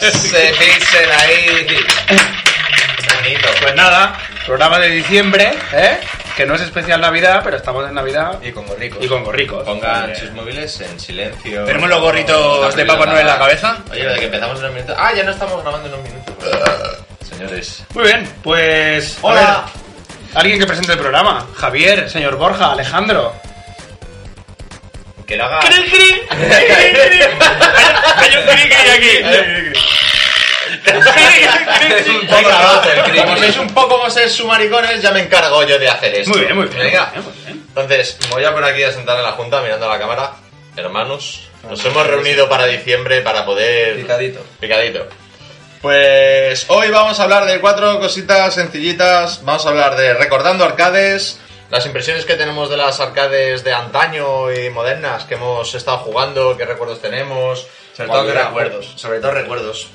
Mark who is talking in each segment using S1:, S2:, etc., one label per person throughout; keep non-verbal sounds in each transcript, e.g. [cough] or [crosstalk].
S1: Se dicen ahí. Bonito.
S2: Pues nada, programa de diciembre, ¿eh? Que no es especial Navidad, pero estamos en Navidad
S1: Y con gorricos.
S2: y con gorricos.
S1: Pongan
S2: Hombre.
S1: sus móviles en silencio.
S3: ¿Tenemos los gorritos de Papá Noel en la cabeza?
S1: Oye, lo de que empezamos en unos minutos. Ah, ya no estamos grabando en unos minutos. Señores.
S2: Muy bien, pues. a
S1: Hola.
S2: ver, alguien que presente el programa. Javier, señor Borja, Alejandro.
S1: Que lo haga.
S3: ¡Cri, cri! ¡Cri, cri! Hay un cri, cri aquí. Cri, cri, cri.
S1: Venga, va,
S3: Venga, va.
S1: Como sois un poco como sois maricones, ya me encargo yo de hacer esto.
S2: Muy bien, muy bien.
S1: Venga.
S2: muy bien, muy bien.
S1: Entonces, me voy a poner aquí a sentar en la junta mirando a la cámara. Hermanos, nos hemos reunido para diciembre para poder...
S4: Picadito.
S1: Picadito. Pues hoy vamos a hablar de cuatro cositas sencillitas. Vamos a hablar de recordando arcades, las impresiones que tenemos de las arcades de antaño y modernas que hemos estado jugando, qué recuerdos tenemos.
S4: Sobre
S1: cuando
S4: todo
S1: era-
S4: recuerdos.
S1: Sobre todo recuerdos.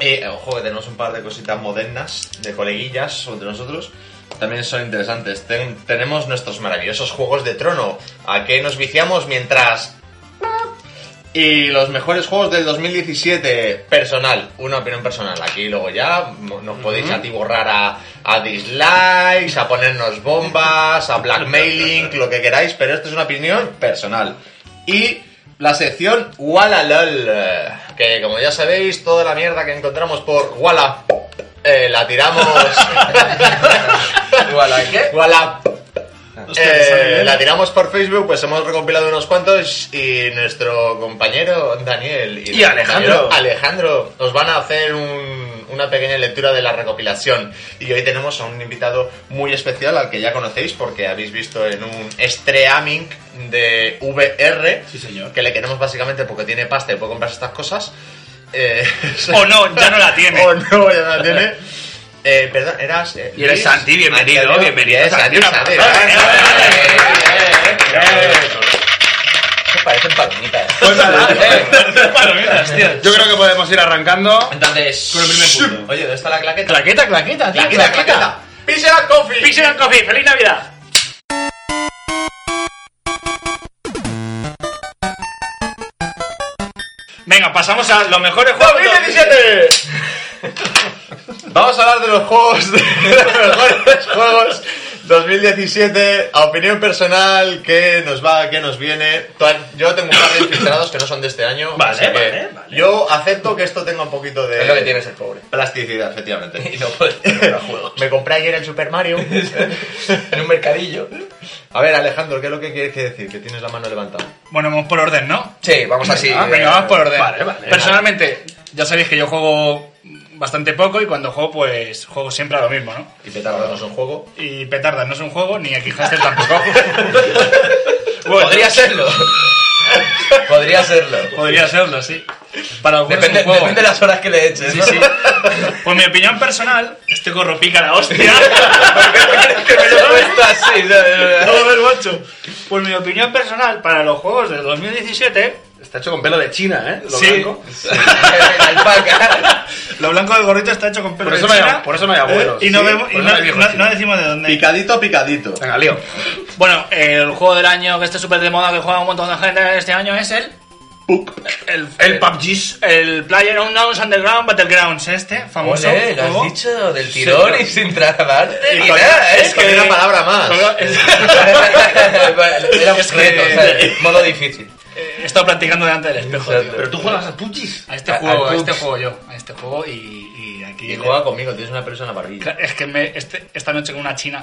S1: Y eh, ojo que tenemos un par de cositas modernas, de coleguillas entre nosotros. También son interesantes. Ten- tenemos nuestros maravillosos juegos de trono. ¿A qué nos viciamos mientras y los mejores juegos del 2017, personal, una opinión personal. Aquí luego ya mo- nos podéis atiborrar a, a dislikes, a ponernos bombas, a blackmailing, lo que queráis, pero esto es una opinión personal. Y la sección Walalol, que como ya sabéis, toda la mierda que encontramos por Walla eh, la tiramos.
S4: Igual a qué?
S1: Walla
S3: Hostia, que sale
S1: eh,
S3: bien.
S1: la tiramos por Facebook, pues hemos recompilado unos cuantos y nuestro compañero Daniel
S2: Y Alejandro.
S1: compañero Alejandro nos van a hacer un- una pequeña lectura de la recopilación. Y hoy tenemos a un invitado muy especial al que ya conocéis porque habéis visto en un streaming de VR
S2: Sí, señor.
S1: que le queremos básicamente porque tiene pasta y puede comprarse estas cosas. Eh,
S3: O no, ya no la tiene.
S1: [laughs] o no, ya no la tiene. Eh, perdón, eras. eh,
S3: Y eres
S1: Luis
S3: Santi, bienvenido,
S1: Antonio.
S3: bienvenido,
S1: Yes,
S3: Santi,
S1: Santi,
S3: una
S1: Santi. Eh,
S3: aplauso.
S1: eh, eh, eh, eh.
S3: [laughs]
S4: Parecen palomitas.
S2: Pues nada, eh,
S3: Palomitas, tío.
S2: yo creo que podemos ir arrancando.
S1: Entonces.
S2: Con el primer punto.
S1: Oye, ¿dónde está la claqueta?
S3: Claqueta, claqueta, tío.
S1: Claqueta, claqueta. Pizza and coffee.
S3: Pixel and Coffee, feliz Navidad. [laughs] Venga, pasamos a los mejores juegos.
S1: 2017. Vamos a hablar de los juegos, de [laughs] los mejores juegos 2017. A opinión personal, ¿qué nos va, qué nos viene? Toda- Yo tengo un par de infiltrados que no son de este año.
S3: Vale,
S1: así que
S3: vale, vale.
S1: Yo acepto que esto tenga un poquito de.
S4: Es lo que tiene ser pobre.
S1: Plasticidad, [laughs] efectivamente.
S4: Y no
S5: pues,
S4: puedes tener juegos.
S1: Me compré ayer el Super Mario.
S4: En un mercadillo.
S1: A ver, Alejandro, ¿qué es lo que quieres que decir? Que tienes la mano levantada.
S3: Bueno, vamos por orden, ¿no?
S4: Sí, vamos así.
S3: Ah,
S4: eh,
S3: venga, vamos por orden.
S2: vale, vale,
S3: Personalmente, ya sabéis que yo juego bastante poco y cuando juego, pues juego siempre a lo mismo, ¿no?
S1: Y petardo no es un juego.
S3: Y petardas no es un juego, ni aquí Hamster tampoco.
S2: [laughs]
S3: Bueno,
S4: Podría serlo. Podría serlo.
S3: podría serlo, sí. Para algunos
S4: Depende,
S3: es un juego.
S4: depende de las horas que le eches.
S3: Sí,
S4: ¿no?
S3: sí. Pues mi opinión personal, este gorro pica la hostia.
S4: que me lo he puesto así. ¿sabes?
S3: Todo el bocho. Pues mi opinión personal para los juegos del 2017,
S2: Está hecho con pelo de China, ¿eh? Lo
S3: Sí.
S2: blanco.
S4: La alpaca.
S3: [laughs] lo blanco del gorrito está hecho con pelo
S2: Por eso,
S3: de
S2: no hay,
S3: China.
S2: por eso eh, no hay abuelos.
S3: y no,
S2: sí,
S3: vemos,
S2: por
S3: y
S2: eso
S3: no-
S2: hay viejos
S3: no-
S2: chinos.
S3: no decimos de dónde.
S1: Picadito, picadito.
S2: Venga, lío.
S3: Bueno, el juego del año que está súper de moda, que juega un montón de gente este año es el... El,
S2: El PUBG.
S3: el Player Unknown's Underground Battlegrounds, este famoso
S4: Ole, lo
S3: juego.
S4: has dicho del tirón y sin trabarte ni
S3: con-
S4: nada,
S3: es
S4: ¿eh?
S3: que-
S1: Con una palabra más. [laughs]
S3: Solo-
S4: Era un
S3: Es que-
S4: reto, ¿sabes? Modo difícil.
S3: Eh, He estado practicando delante del espejo, tío.
S4: Exacto.
S2: tú juegas a PUBG.
S3: A este
S4: A-
S3: juego,
S4: al
S3: a este
S4: Pugs.
S3: juego yo, a este juego y, y aquí...
S1: Y juega conmigo, tienes una persona en la barbilla.
S3: Claro, Es que me, este- esta noche con una
S4: [laughs]
S3: china.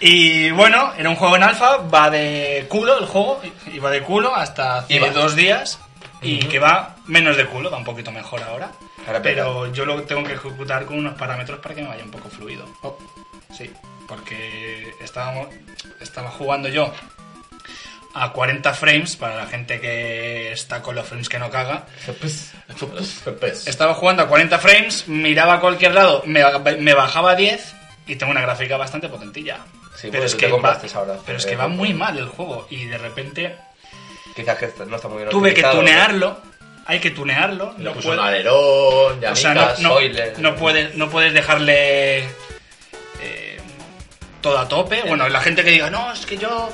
S3: y bueno, era un juego en alfa, va de culo el juego, y va de culo hasta hace
S4: Iba.
S3: dos días y que va menos de culo, va un poquito mejor ahora.
S4: Ahora
S3: pero yo lo tengo que ejecutar con unos parámetros para que me vaya un poco fluido.
S4: Oh.
S3: Sí, porque estábamos, estaba jugando yo a 40 frames, para la gente que está con los frames que no caga. Estaba jugando a 40 frames, miraba a cualquier lado, me, me bajaba a 10 y tengo una gráfica bastante potentilla.
S4: Sí, porque tú te compraste ahora.
S3: pero es que va muy mal el juego y de repente
S4: Quizás que esto no está muy bien
S3: tuve que
S4: optimizado.
S3: tunearlo, hay que tunearlo,
S1: Le
S3: no
S1: puso
S3: puedo-
S1: un alerón,
S3: o sea, no,
S1: llamitas.
S3: no-
S4: spoiler.
S3: no puedes, no puedes dejarle eh, todo a tope. Bueno, la gente que diga, no, es que yo...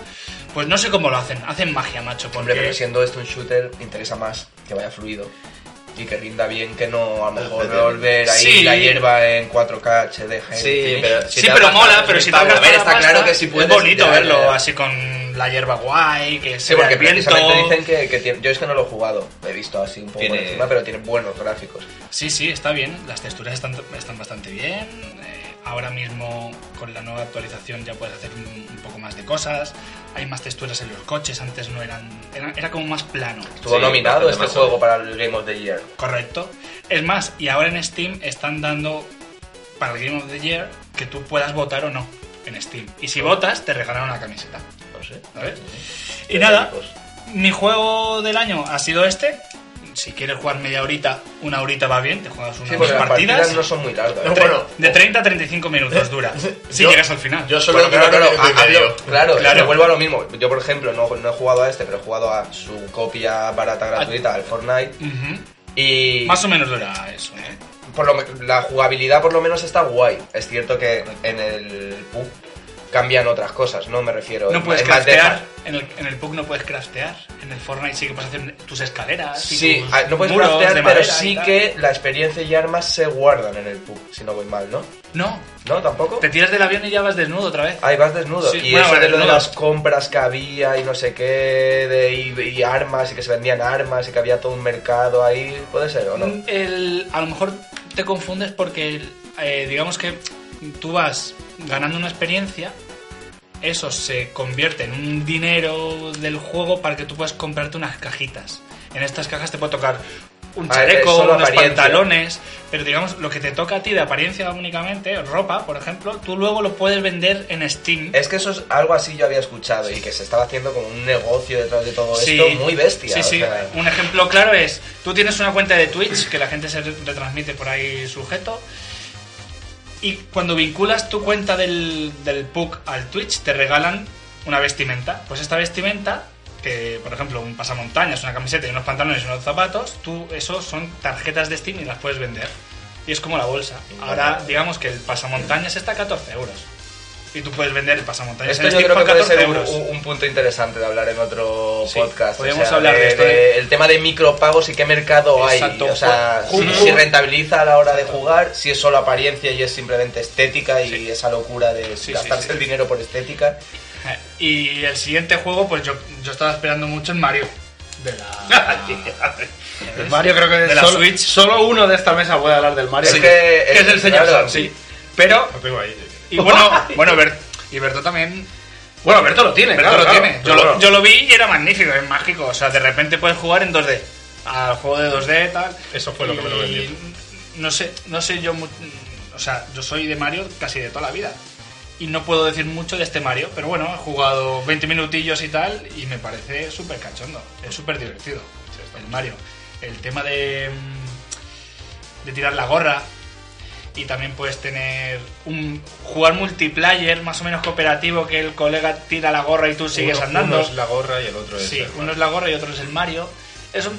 S3: Pues no sé cómo lo hacen, hacen magia, macho,
S4: Hombre,
S3: porque...
S4: pero siendo esto un shooter, interesa más
S5: que vaya fluido y que rinda bien, que no a lo mejor
S1: Perfecto.
S5: volver ahí
S3: Sí.
S5: la hierba en 4K HD. high
S1: Sí,
S5: definition.
S1: pero,
S3: sí, pero mola, pero si te
S5: pagas
S3: pagas
S5: a ver,
S3: toda
S5: está
S3: la
S5: claro
S3: pasta,
S5: que si puedes
S3: Es bonito
S5: ya,
S3: verlo
S5: ya.
S3: así con la hierba guay, que se
S5: Sí,
S3: ve
S5: porque
S3: el viento.
S5: precisamente dicen que, que tiene- yo es que no lo he jugado, he visto así un poco por
S1: Tiene-
S5: encima, pero tiene buenos gráficos.
S3: Sí, sí, está bien. Las texturas están, están bastante bien. eh, ahora mismo con la nueva actualización ya puedes hacer un, un poco más de cosas. Hay más texturas en los coches. Antes no eran... Era, era como más plano.
S5: Estuvo
S1: Sí,
S5: nominado
S1: bastante
S5: este
S1: más
S5: juego para el Game of the Year.
S3: Correcto. Es más, y ahora en Steam están dando para el Game of the Year que tú puedas votar o no en Steam. Y
S5: Oh.
S3: si votas, te regalan una camiseta.
S5: No sé.
S3: ¿Sabes? Y nada,
S5: Pues,
S3: mi juego del año ha sido este. Si quieres jugar media horita, una horita va bien, te juegas unas
S5: Sí, porque las
S3: partidas.
S5: partidas, no son muy largas.
S3: Tre-
S1: bueno.
S3: de 30 a 35 minutos
S5: [laughs]
S3: dura. si
S1: Yo-
S3: llegas al final.
S1: Yo solo
S5: Bueno,
S1: he
S5: claro, claro,
S1: minuto y
S5: ha-
S1: medio.
S5: hablo- claro,
S3: Claro.
S5: pero vuelvo a lo mismo. Yo, por ejemplo, no, no he jugado a este, pero he jugado a su copia barata gratuita, al Fortnite.
S3: Ujú.
S5: Y
S3: Más o menos dura eso, ¿eh?
S5: por lo me- la jugabilidad por lo menos está guay. Es cierto que en el PUB cambian otras cosas, ¿no? Me refiero.
S3: No
S5: es-
S3: puedes
S5: es más
S3: craftear.
S5: deja-
S3: En el, en el PUBG no puedes craftear. En el Fortnite sí que puedes hacer tus escaleras. y
S5: Sí,
S3: tus
S5: ah, no puedes
S3: muros
S5: craftear,
S3: de
S5: pero
S3: madera y
S5: sí
S3: tal.
S5: que la experiencia y armas se guardan en el PUB, si no voy mal, ¿no?
S3: No,
S5: ¿No? ¿Tampoco?
S3: Te tiras del avión y ya vas desnudo otra vez.
S5: Ahí vas desnudo.
S3: Sí,
S5: y
S3: bueno,
S5: eso de lo de
S3: desnudo.
S5: las compras que había y no sé qué, de, y, y armas, y que se vendían armas, y que había todo un mercado ahí, ¿puede ser o no?
S3: Mm. El- a lo mejor te confundes porque eh, digamos que tú vas ganando una experiencia, eso se convierte en un dinero del juego para que tú puedas comprarte unas cajitas. En estas cajas te puede tocar un
S5: Ah, es
S3: chaleco,
S5: solo
S3: unos
S5: apariencia.
S3: pantalones, pero digamos lo que te toca a ti de apariencia únicamente, ropa, por ejemplo, tú luego lo puedes vender en Steam.
S5: Es que eso es algo así yo había escuchado y que se estaba haciendo como un negocio detrás de todo
S3: Sí.
S5: esto muy bestia.
S3: Sí,
S5: o
S3: sí.
S5: sea,
S3: Un ejemplo claro es, tú tienes una cuenta de Twitch que la gente se retransmite por ahí sujeto y cuando vinculas tu cuenta del, del PUC al Twitch te regalan una vestimenta. Pues esta vestimenta, que por ejemplo un pasamontañas, una camiseta y unos pantalones y unos zapatos, tú eso son tarjetas de Steam y las puedes vender. Y es como la bolsa. Ahora digamos que el pasamontañas está a 14 euros. Y tú puedes vender el pasamontañas
S5: Esto
S3: en
S5: yo
S3: Steam
S5: creo que
S3: por
S5: puede
S3: 14
S5: ser un,
S3: euros.
S5: un- un punto interesante de hablar en otro
S3: Sí,
S5: podcast. o
S3: podemos
S5: sea,
S3: hablar de esto, ¿eh?
S5: El tema de micropagos y qué mercado
S3: Exacto.
S5: hay. O sea,
S3: Ju-
S5: si,
S3: ju-
S5: si rentabiliza a la hora de jugar, si es solo apariencia y es simplemente estética y
S3: Sí.
S5: esa locura de
S3: Sí, sí,
S5: gastarse
S3: sí.
S5: el dinero por estética.
S3: Y el siguiente juego, pues yo, yo estaba esperando mucho en Mario. De [laughs] la.
S2: El Mario creo que
S3: De la
S2: solo,
S3: Switch.
S2: solo uno de esta mesa puede hablar del Mario. que,
S5: Sí.
S2: que es el señor Sam,
S5: claro.
S2: sí. Pero,
S3: Lo tengo ahí. Y bueno, [laughs] bueno Ber- y Berto también.
S2: bueno, Berto lo tiene.
S3: Berto
S2: claro,
S3: lo
S2: claro,
S3: tiene. Yo
S2: pero
S3: lo,
S2: bueno.
S3: yo lo vi y era magnífico, es mágico. O sea, de repente puedes jugar en 2D. Al juego de 2D, tal.
S6: Eso fue lo que me lo
S3: Y
S6: vendió.
S3: No sé, no sé yo. mu- O sea, yo soy de Mario casi de toda la vida. Y no puedo decir mucho de este Mario, pero bueno, he jugado 20 minutillos y tal, y me parece súper cachondo. Es súper divertido el Mario. El tema de. mm, de tirar la gorra. Y también puedes tener un jugar multiplayer más o menos cooperativo que el colega tira la gorra y tú sigues
S6: Uno-
S3: andando.
S6: Uno es la gorra y el otro es.
S3: Sí,
S6: el-
S3: uno es la gorra y otro es el Mario. Eso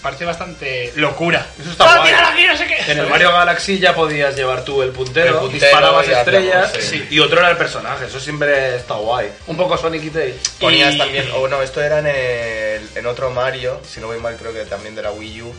S3: parece bastante locura.
S2: Eso está
S3: ¡Ah,
S2: guay.
S3: míralo aquí, no sé qué!
S2: En el Mario Galaxy ya podías llevar tú el puntero,
S5: El puntero,
S2: disparabas
S5: y hacíamos,
S2: estrellas
S3: sí.
S2: y otro era el personaje. Eso siempre está guay. Un poco Sonic y Tails.
S5: Ponías
S3: Y-
S5: también, o no, esto era en, el- en otro Mario, si no voy mal, creo que también de la Wii U,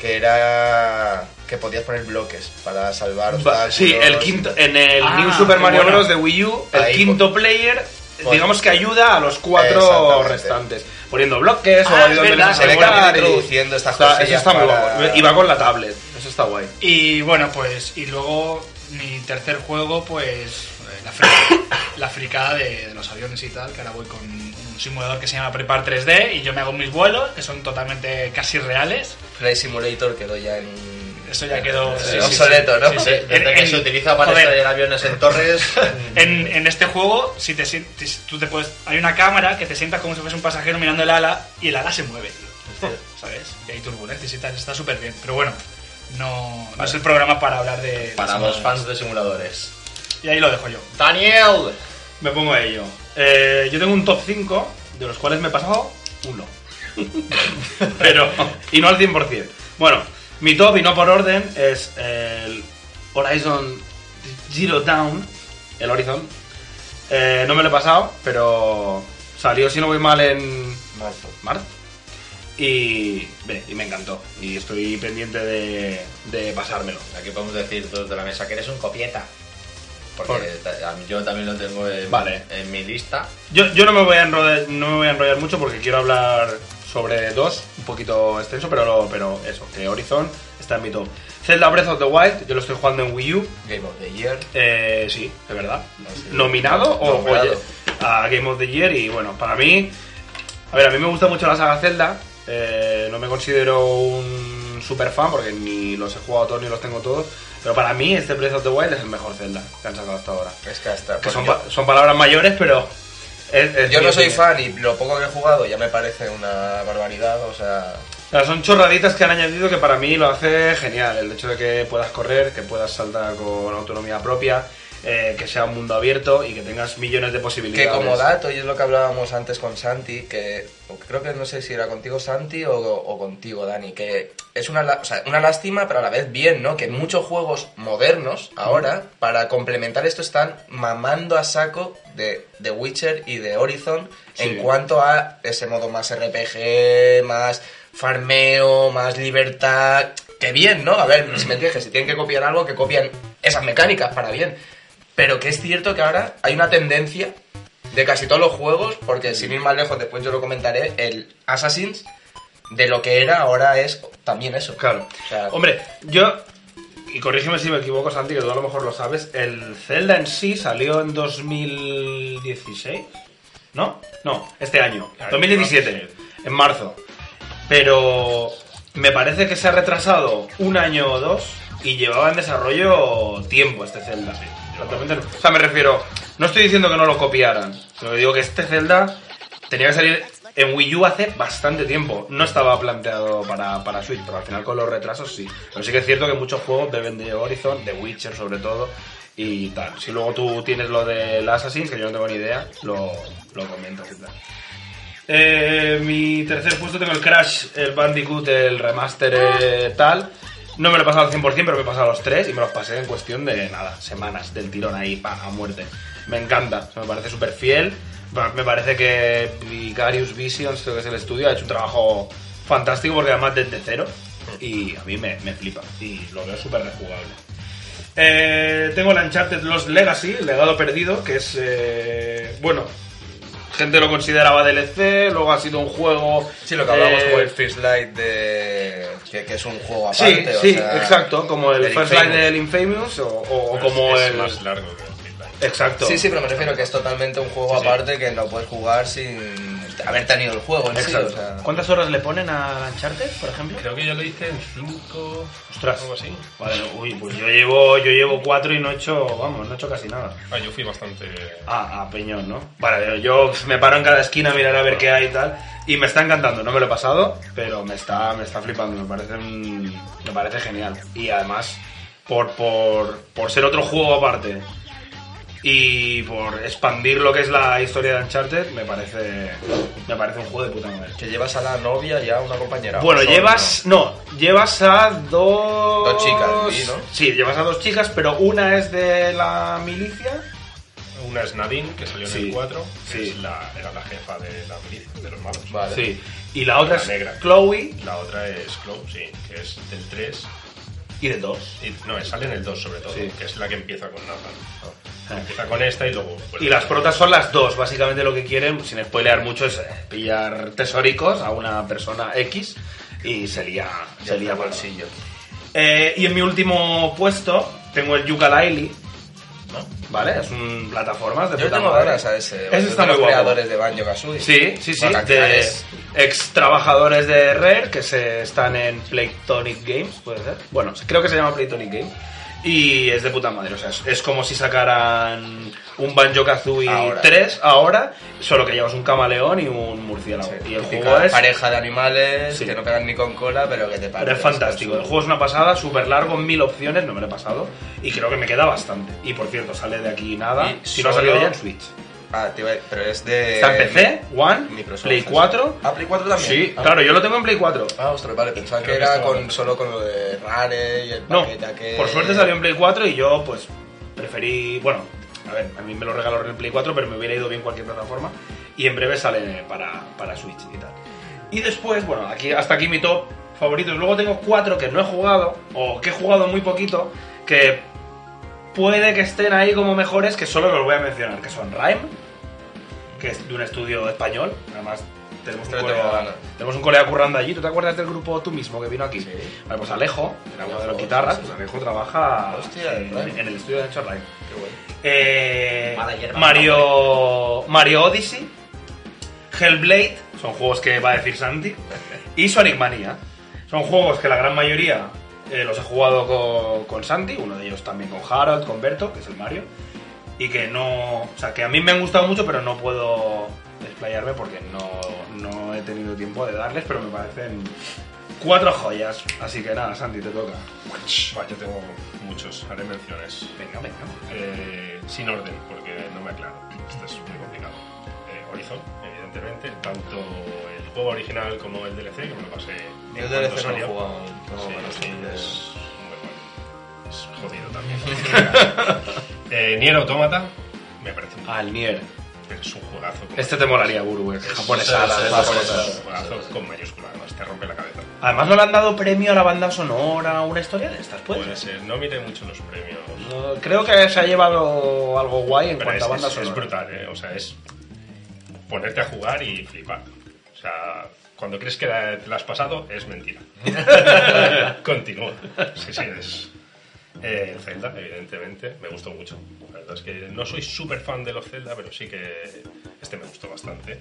S5: que era que podías poner bloques para salvar
S2: Va-
S5: obstáculos.
S2: Sí, el quinto, en el
S3: Ah,
S2: New Super
S3: qué
S2: Mario
S3: bueno.
S2: Bros. de Wii U, el
S5: Ahí,
S2: quinto player,
S5: Bueno.
S2: digamos que ayuda a los cuatro
S5: Exactamente.
S2: restantes. Poniendo bloques
S3: Ah,
S2: o
S3: es
S2: ayudándoles
S3: verdad,
S2: a
S3: se ve
S5: que van
S2: salvar y-
S5: introduciendo estas
S2: Está- Eso
S5: cosillas
S2: está muy
S5: para-
S2: guapo. Y va con la tablet. Eso está guay.
S3: Y bueno, pues, y luego mi tercer juego, pues, eh, la, fri- [coughs] la fricada de, de los aviones y tal, que ahora voy con un simulador que se llama Prepar 3D y yo me hago mis vuelos, que son totalmente casi reales.
S5: Play Simulator quedó ya en.
S3: Eso ya quedó-
S5: en-
S3: sí,
S5: en
S3: sí,
S5: obsoleto,
S3: sí,
S5: ¿no?
S3: sí, sí.
S1: Desde
S3: En-
S1: que
S3: en-
S1: se utiliza para
S3: joder.
S1: estrellar aviones en torres.
S3: En, en este juego, si te sientes, tú te puedes, hay una cámara que te sientas como si fuese un pasajero mirando el ala y el ala se mueve, tío. ¿Sabes? Y hay turbulencias y tal, está súper bien. Pero bueno, no, no es el programa para hablar de... de
S1: Para los
S3: simuladores.
S1: fans de simuladores.
S3: Y ahí lo dejo yo.
S1: ¡Daniel!
S2: Me pongo a ello. Eh, yo tengo un top 5, de los cuales me he pasado
S1: [laughs]
S2: uno. Pero, y no al 100%. Bueno, mi top, y no por orden, es el Horizon Zero Down, el Horizon. Eh, no me lo he pasado, pero salió, si no voy mal, en
S5: Marzo.
S2: marzo. Y, ve, y me encantó. Y estoy pendiente de, de pasármelo.
S1: Aquí podemos decir todos de la mesa que eres un copieta. Porque
S2: Por-
S1: ta- a mí- yo también lo tengo en,
S2: Vale.
S1: en mi lista.
S2: Yo, yo no, me voy a enrollar, no me voy a enrollar mucho porque quiero hablar sobre dos, un poquito extenso, pero, lo- pero eso, que Horizon está en mi top. Zelda Breath of the Wild, yo lo estoy jugando en Wii U.
S5: [laughs] Game of the Year.
S2: Eh, sí, es verdad. ¿Nominado o
S5: Nominado.
S2: oye, a Game of the Year? Y bueno, para mí. A ver, a mí me gusta mucho la saga Zelda. eh, no me considero un super fan porque ni los he jugado todos ni los tengo todos. Pero para mí, este Breath of the Wild es el mejor Zelda que han sacado hasta ahora.
S5: Es que hasta.
S2: Que son,
S5: yo,
S2: pa- son palabras mayores, pero. es- es
S5: yo
S2: mi
S5: no soy
S2: opinión.
S5: fan y lo poco que he jugado ya me parece una barbaridad, o sea.
S2: O sea, son chorraditas que han añadido que para mí lo hace genial. El hecho de que puedas correr, que puedas saltar con autonomía propia, eh, que sea un mundo abierto y que tengas millones de
S5: Que
S2: posibilidades.
S5: como dato, y es lo que hablábamos antes con Santi, que o creo que no sé si era contigo Santi o, o contigo Dani, que es una, la- o sea, una lástima, pero a la vez bien, ¿no? Que muchos juegos modernos ahora, para complementar esto, están mamando a saco de The Witcher y de Horizon en
S2: Sí.
S5: cuanto a ese modo más RPG, más farmeo, más libertad. Que bien, ¿no? A ver, si me entiendes, que si tienen que copiar algo, que copian esas mecánicas para bien. Pero que es cierto que ahora hay una tendencia de casi todos los juegos, porque sin ir más lejos, después yo lo comentaré, el Assassin's de lo que era ahora es también eso.
S2: Claro.
S5: O sea,
S2: Hombre, yo, y corrígeme si me equivoco, Santi, que tú a lo mejor lo sabes, el Zelda en sí salió en 2016, ¿no? No, este año, 2017, en marzo. Pero me parece que se ha retrasado un año o dos y llevaba en desarrollo tiempo este Zelda. Exactamente. O sea, me refiero, no estoy diciendo que no lo copiaran, pero digo que este Zelda tenía que salir en Wii U hace bastante tiempo. No estaba planteado para, para Switch, pero al final con los retrasos sí. Pero sí que es cierto que muchos juegos deben de Horizon, de Witcher sobre todo, y tal. Si luego tú tienes lo del Assassin's, que yo no tengo ni idea, lo, lo comentas y tal. Eh, mi tercer puesto tengo el Crash, el Bandicoot, el remaster eh, tal. No me lo he pasado al 100%, pero me he pasado los tres y me los pasé en cuestión de nada, semanas del tirón ahí, pa, a muerte. Me encanta, o sea, me parece súper fiel. pa- Me parece que Vicarious Visions, creo que es el estudio, ha hecho un trabajo fantástico porque además desde cero. Y a mí me, me flipa y lo veo súper rejugable. Eh, tengo el Uncharted Lost Legacy, el legado perdido, que es. eh, bueno, gente lo consideraba DLC, luego ha sido un juego.
S5: sí, lo que hablábamos
S2: eh,
S5: con el First Light de. Que, que es un juego
S2: Sí,
S5: aparte. o
S2: sí,
S5: sea,
S2: exacto, como el
S5: del
S2: First Light
S5: Infamous.
S2: del Infamous o, o
S6: Pero
S2: como
S6: es, es
S2: el.
S6: más largo que el Midnight.
S2: Exacto.
S5: Sí, sí, pero me refiero que es totalmente un juego aparte que no puedes jugar sin haber tenido el juego en sí,
S2: Exacto.
S5: o sea.
S2: ¿Cuántas horas le ponen a Uncharted, por ejemplo?
S6: Creo que yo lo hice en 5.
S2: Ostras.
S6: Algo así.
S2: Vale, uy, pues yo llevo, yo llevo cuatro y no he hecho, vamos, no he hecho casi nada.
S6: Ah, yo fui bastante.
S2: Ah, a Peñón, ¿no? Vale, yo me paro en cada esquina a mirar a ver qué hay y tal. Y me está encantando, no me lo he pasado, pero me está, me está flipando, me parece, un- me parece genial. Y además, por, por, por ser otro juego aparte y por expandir lo que es la historia de Uncharted, me parece, me parece un juego de puta madre.
S5: Que llevas a la novia ya una compañera.
S2: Bueno,
S5: Solo,
S2: llevas. No, llevas a dos.
S5: Dos chicas, sí, ¿no?
S2: Sí, llevas a dos chicas, pero una es de la milicia.
S6: Una es Nadine, que salió en
S2: Sí.
S6: el 4, que
S2: Sí.
S6: es la, era la jefa de la milicia, de los malos.
S5: ¿no? Vale.
S2: Sí. Y la otra
S6: La
S2: es
S6: negra.
S2: Chloe
S6: La otra es Chloe, sí, que es del 3.
S2: y de dos.
S6: Y, no, sale en el 2 sobre todo,
S2: Sí. Ah.
S6: que es la que empieza con Nathan. Empieza con esta y luego... pues,
S2: Y las protas son las dos. Básicamente lo que quieren, sin spoilear mucho, es eh, pillar tesóricos a una persona X y sería. Sería bolsillo. Eh, y en mi último puesto tengo el Yuka ¿Vale? Es un plataformas de
S5: Yo
S2: puta
S5: tengo
S2: madre.
S5: ganas a ese.
S2: Ese
S5: es
S2: está
S5: de
S2: muy
S5: los
S2: guapo.
S5: creadores de Banjo Kazooie.
S2: Sí, sí, sí,
S5: Bueno, al final
S2: de
S5: es-
S2: ex trabajadores de Rare que se están en Playtonic Games, puede ser. Bueno, creo que se llama Playtonic Games. Y es de puta madre, o sea, es, es como si sacaran un Banjo Kazooie
S5: Ahora.
S2: 3 ahora, solo que llevas un camaleón y un murciélago. y el
S5: típica
S2: juego es,
S5: pareja de animales
S2: Sí.
S5: que no pegan ni con cola, pero que te
S2: pero
S5: paran.
S2: es fantástico. El juego es una pasada, súper largo, mil opciones, no me lo he pasado. Y creo que me queda bastante. Y por cierto, sale de aquí nada.
S5: Y
S2: Si no ha salido
S5: solo-
S2: ya en Switch.
S5: Ah, te iba a- pero es de.
S2: Está en PC, One,
S5: Microsoft,
S2: Play
S5: sí.
S2: 4.
S5: Ah, Play 4 también.
S2: Sí,
S5: Ah,
S2: claro, yo lo tengo en Play 4.
S5: Ah, ostras, vale, pensaba que
S6: Creo que
S5: era
S6: estaba
S5: con,
S6: dentro.
S5: solo con lo de Rare y el
S2: No,
S5: paquete aquel.
S2: por suerte salió en Play 4 y yo, pues, preferí. Bueno, a ver, a mí me lo regalaron en Play 4, pero me hubiera ido bien cualquier plataforma. Y en breve sale para, para Switch y tal. Y después, bueno, aquí, hasta aquí mi top favoritos. Luego tengo cuatro que no he jugado, o que he jugado muy poquito, que puede que estén ahí como mejores, que solo los voy a mencionar, que son Rime, que es de un estudio español, además tenemos un,
S1: Este le
S2: colega,
S1: tengo ganas.
S2: tenemos un colega currando allí, ¿tú te acuerdas del grupo tú mismo que vino aquí? Vale, pues Alejo, era uno de los
S5: Alejo,
S2: guitarras,
S5: sí, sí.
S2: pues Alejo trabaja
S1: Hostia,
S2: en,
S1: Rhyme.
S2: en el estudio de hecho Rime.
S1: Qué bueno.
S2: Eh,
S1: Mala hierba,
S2: Mario, Mario Odyssey, Hellblade, son juegos que va a decir Santi, y Sonic Mania. Son juegos que la gran mayoría eh, los he jugado con, con Santi, uno de ellos también con Harold, con Berto, que es el Mario, y que no. O sea, que a mí me han gustado mucho, pero no puedo desplayarme porque no, no he tenido tiempo de darles, pero me parecen cuatro joyas. Así que nada, Santi, te toca.
S6: Buah, yo tengo muchos, haré menciones.
S2: Venga, venga.
S6: Eh, sin orden, porque no me aclaro. Esto es muy complicado. Eh, Horizon, evidentemente, tanto el juego original como el DLC, que me lo pasé.
S1: Yo
S6: cuando
S1: de DLC no he
S6: salió.
S1: jugado. No,
S6: Sí,
S1: bueno,
S6: sí,
S1: sí, de-
S6: es muy bueno. Es jodido también. [laughs] eh, Nier Automata, me parece un,
S2: Al Nier.
S6: pero es un juegazo. como-
S2: Este te molaría, Guru, es
S6: Este
S2: japonesa.
S1: sí,
S2: la-
S1: sí,
S2: la-
S1: sí,
S2: japonesa.
S1: sí,
S6: un juegazo con mayúscula, además, te rompe la cabeza.
S2: Además, no le han dado premio a la banda sonora o una historia de estas, pues.
S6: Puede ser, no miré mucho los premios.
S2: No, creo que se ha llevado algo guay en
S6: Pero
S2: cuanto
S6: es,
S2: a banda
S6: es- es
S2: sonora.
S6: brutal, ¿eh? O sea, es ponerte a jugar y flipar. O sea, cuando crees que la, te la has pasado,
S2: [laughs]
S6: es mentira. Continúa. Sí, sí, es... eh, Zelda, evidentemente, me gustó mucho. La verdad es que no soy súper fan de los Zelda, pero sí que este me gustó bastante.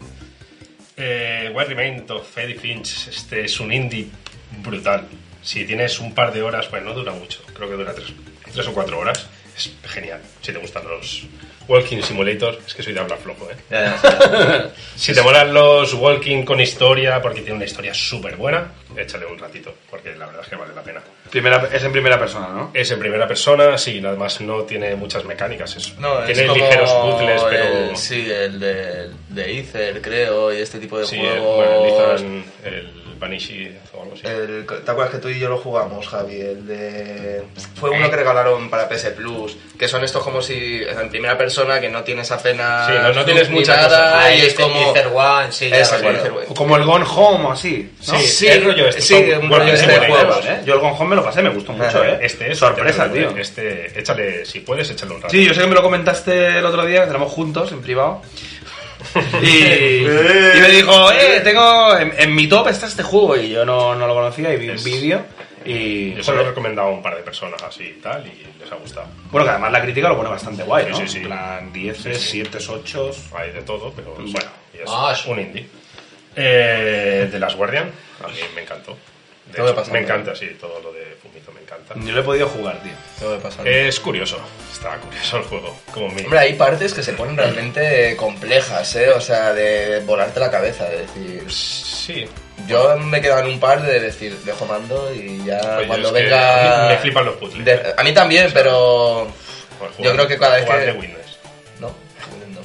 S6: Eh, What Remains of Eddie Finch, este es un indie brutal. Si tienes un par de horas, bueno, no dura mucho, creo que dura tres, tres o cuatro horas. Es genial. Si te gustan los Walking Simulator, es que soy de hablar flojo, ¿eh?
S1: Ya,
S6: [laughs]
S1: ya, ya.
S6: Si te molan los Walking con historia, porque tiene una historia súper buena, échale un ratito, porque la verdad es que vale la pena.
S2: Primera- es en primera persona, ¿no?
S6: Es en primera persona, sí, además no tiene muchas mecánicas. Es,
S1: No,
S6: tiene
S1: es como
S6: ligeros puzzles, pero.
S1: el- sí, el de, de Ether, creo, y este tipo de
S6: sí, eh, bueno,
S1: juegos.
S6: el, Ethan, el Banishee o algo así.
S5: El- ¿Te acuerdas que tú y yo lo jugamos, Javi? El de... Fue
S6: Eh.
S5: uno que regalaron para PS Plus, que son estos como si en primera persona, que no tienes apenas...
S6: Sí, no- no tienes
S5: luz ni
S6: muchas
S5: nada,
S6: cosas.
S1: Ah,
S5: y es
S1: Ether-
S5: como...
S1: Ether One, sí, ya
S5: Eso,
S1: recuerdo.
S5: Ether One.
S2: O como el Gone Home o así. ¿no? pues,
S6: Sí,
S5: sí,
S6: el rollo este.
S5: sí,
S6: son
S5: un
S6: buenos
S5: rollo este de
S6: simuladores,
S5: juegos.
S6: ¿eh?
S2: Yo el Gone Home me lo pasé, me gustó mucho, ¿eh?
S6: Este es
S2: Sorpresa, tío.
S6: Este, échale, si puedes, échale un rato.
S2: Sí, yo sé que me lo comentaste el otro día, que tenemos juntos en
S6: [laughs]
S2: privado. Y, y me dijo, eh, tengo. En, en mi top está este juego. Y yo no, no lo conocía y vi un
S6: Es-
S2: vídeo. Y. pues,
S6: Yo se lo he
S2: joder,
S6: recomendado a un par de personas así y tal, y les ha gustado.
S2: Bueno, que además la crítica lo pone bastante guay,
S6: Sí,
S2: ¿no?
S6: sí, sí.
S2: En plan 10, 7, 8.
S6: Hay de todo, pero
S5: Pues
S6: bueno, y es,
S1: Ah, es-
S6: un indie. Eh, de Last Guardian, a mí me encantó. De
S5: Todo
S6: hecho,
S5: pasando.
S6: me encanta, sí, todo lo de Fumito me encanta.
S2: Yo lo he podido jugar, tío.
S5: Tengo que pasar.
S1: Eh,
S6: Es curioso, está curioso el juego, como mínimo.
S5: Hombre, hay partes que se ponen realmente complejas, ¿eh? O sea, de volarte la cabeza, de decir...
S6: Sí,
S5: eh, Yo me quedo en un par de decir, dejo mando y ya
S6: Oye,
S5: cuando
S6: pues es que
S5: venga...
S6: a mí me flipan los puzzles. eh,
S5: de- a mí también, pero...
S6: por
S5: Yo creo que cada vez
S6: jugar
S5: que-
S6: de Windows.
S5: No, no.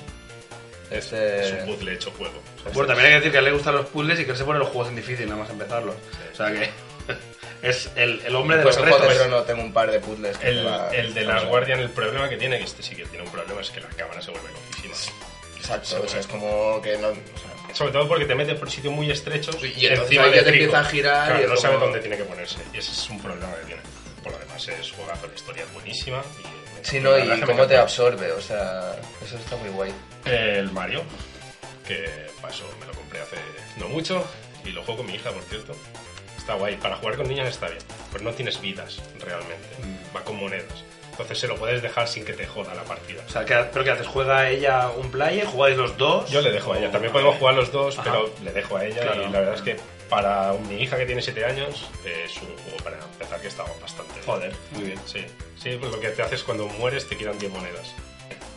S5: Este...
S6: Es un puzzle hecho juego.
S2: Bueno, también hay que decir que a él le gustan los puzzles y que él se pone los juegos en difícil nada más empezarlos. O sea que [laughs] es el, el hombre de
S5: Pues
S2: los
S5: en Juego de
S2: retos.
S5: Trono tengo un par de puzzles. que
S6: El,
S5: me va-
S6: el de
S5: vamos
S6: Last
S5: a-
S6: Guardian, el problema que tiene, que este sí que tiene un problema, es que la cámara se vuelve loquísima.
S5: Exacto, o sea, es como que no... o sea,
S6: Sobre todo porque te metes por sitios muy estrechos
S5: Y entonces
S6: encima
S5: ahí
S6: de
S5: ya te
S6: trigo.
S5: empieza a girar
S6: Claro,
S5: y es
S6: no sabe
S5: como-
S6: dónde tiene que ponerse. Y ese es un problema que tiene. Por lo demás, es juegazo, la historia es buenísima. Y me
S5: sí, no,
S6: encanta, la verdad
S5: y
S6: que me
S5: cómo te
S6: encanta.
S5: absorbe, o sea, eso está muy guay.
S6: El Mario, que pasó, me lo compré hace no mucho. Y lo juego con mi hija, por cierto. Está guay. Para jugar con niños está bien. Pues no tienes vidas, realmente.
S5: Mm.
S6: Va con monedas. Entonces se lo puedes dejar sin que te joda la partida.
S2: O sea, que, pero que haces, juega ella un player, jugáis los dos.
S6: Yo le dejo a ella. También podemos jugar los dos,
S2: Ajá.
S6: pero le dejo a ella.
S2: Claro.
S6: Y la verdad es que para mi hija que tiene 7 años eh, es un juego para empezar que está bastante. bien.
S2: Joder, muy bien.
S6: Sí. Sí, pues lo que te haces cuando mueres te quedan 10 monedas.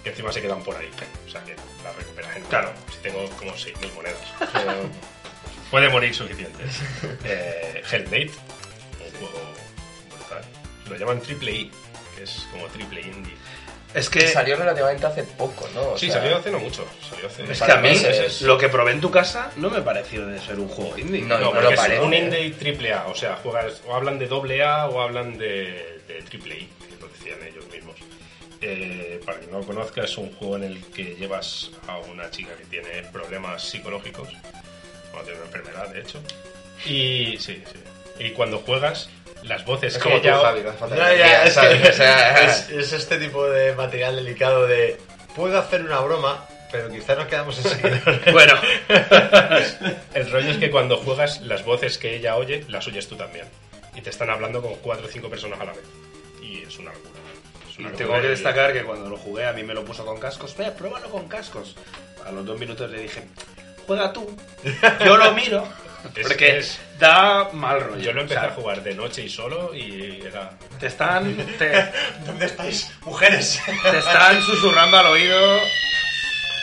S6: Que encima se quedan por ahí. O sea que las recuperas en Claro, si tengo como 6.000 monedas.
S5: [laughs]
S6: Pero puede morir
S2: [laughs]
S6: suficientes. Eh, Hellblade, un juego brutal. Lo llaman Triple I, que es como Triple Indie.
S2: Es
S5: Que
S2: que,
S5: salió relativamente hace poco, ¿no? O
S6: sí,
S5: sea,
S6: salió hace no mucho. Salió hace
S2: es
S5: par
S2: que a
S5: de
S2: mí
S5: meses.
S2: lo que probé en tu casa no me pareció de ser un juego indie.
S5: No, no,
S6: No, porque
S5: lo
S6: es
S5: parece.
S6: un indie y triple A, o sea, juegas, o hablan de doble A o hablan de, de triple I, que lo decían ellos mismos. Eh, para quien no lo conozca, es un juego en el que llevas a una chica que tiene problemas psicológicos, bueno, tiene una enfermedad, de hecho. Y sí, sí. Y cuando juegas, las voces
S5: Es
S6: que
S5: como tú,
S6: ella-
S5: Javi, no hace falta
S1: No,
S5: que-
S1: ya,
S5: Ya,
S1: es,
S5: ¿sabes?
S1: que-
S5: O sea,
S1: [laughs]
S5: [laughs]
S1: es- es este tipo de material delicado de puedo hacer una broma, pero quizás nos quedamos en
S5: [laughs]
S1: seguidores.
S2: Bueno,
S6: El rollo es que cuando juegas, las voces que ella oye, las oyes tú también. Y te están hablando con cuatro o cinco personas a la vez. Y es una locura. Es una
S2: tengo
S6: locura
S2: que
S6: y-
S2: destacar que cuando lo jugué a mí me lo puso con cascos. Vea, pruébalo con cascos. A los dos minutos le dije, juega tú. Yo lo miro.
S6: Es-
S2: porque
S6: es-
S2: da mal rollo.
S6: Yo lo empecé
S2: Pues O sea,
S6: a jugar de noche y solo y era...
S2: Te están, te,
S1: ¿Dónde estáis, mujeres?
S2: [laughs] te están susurrando al oído.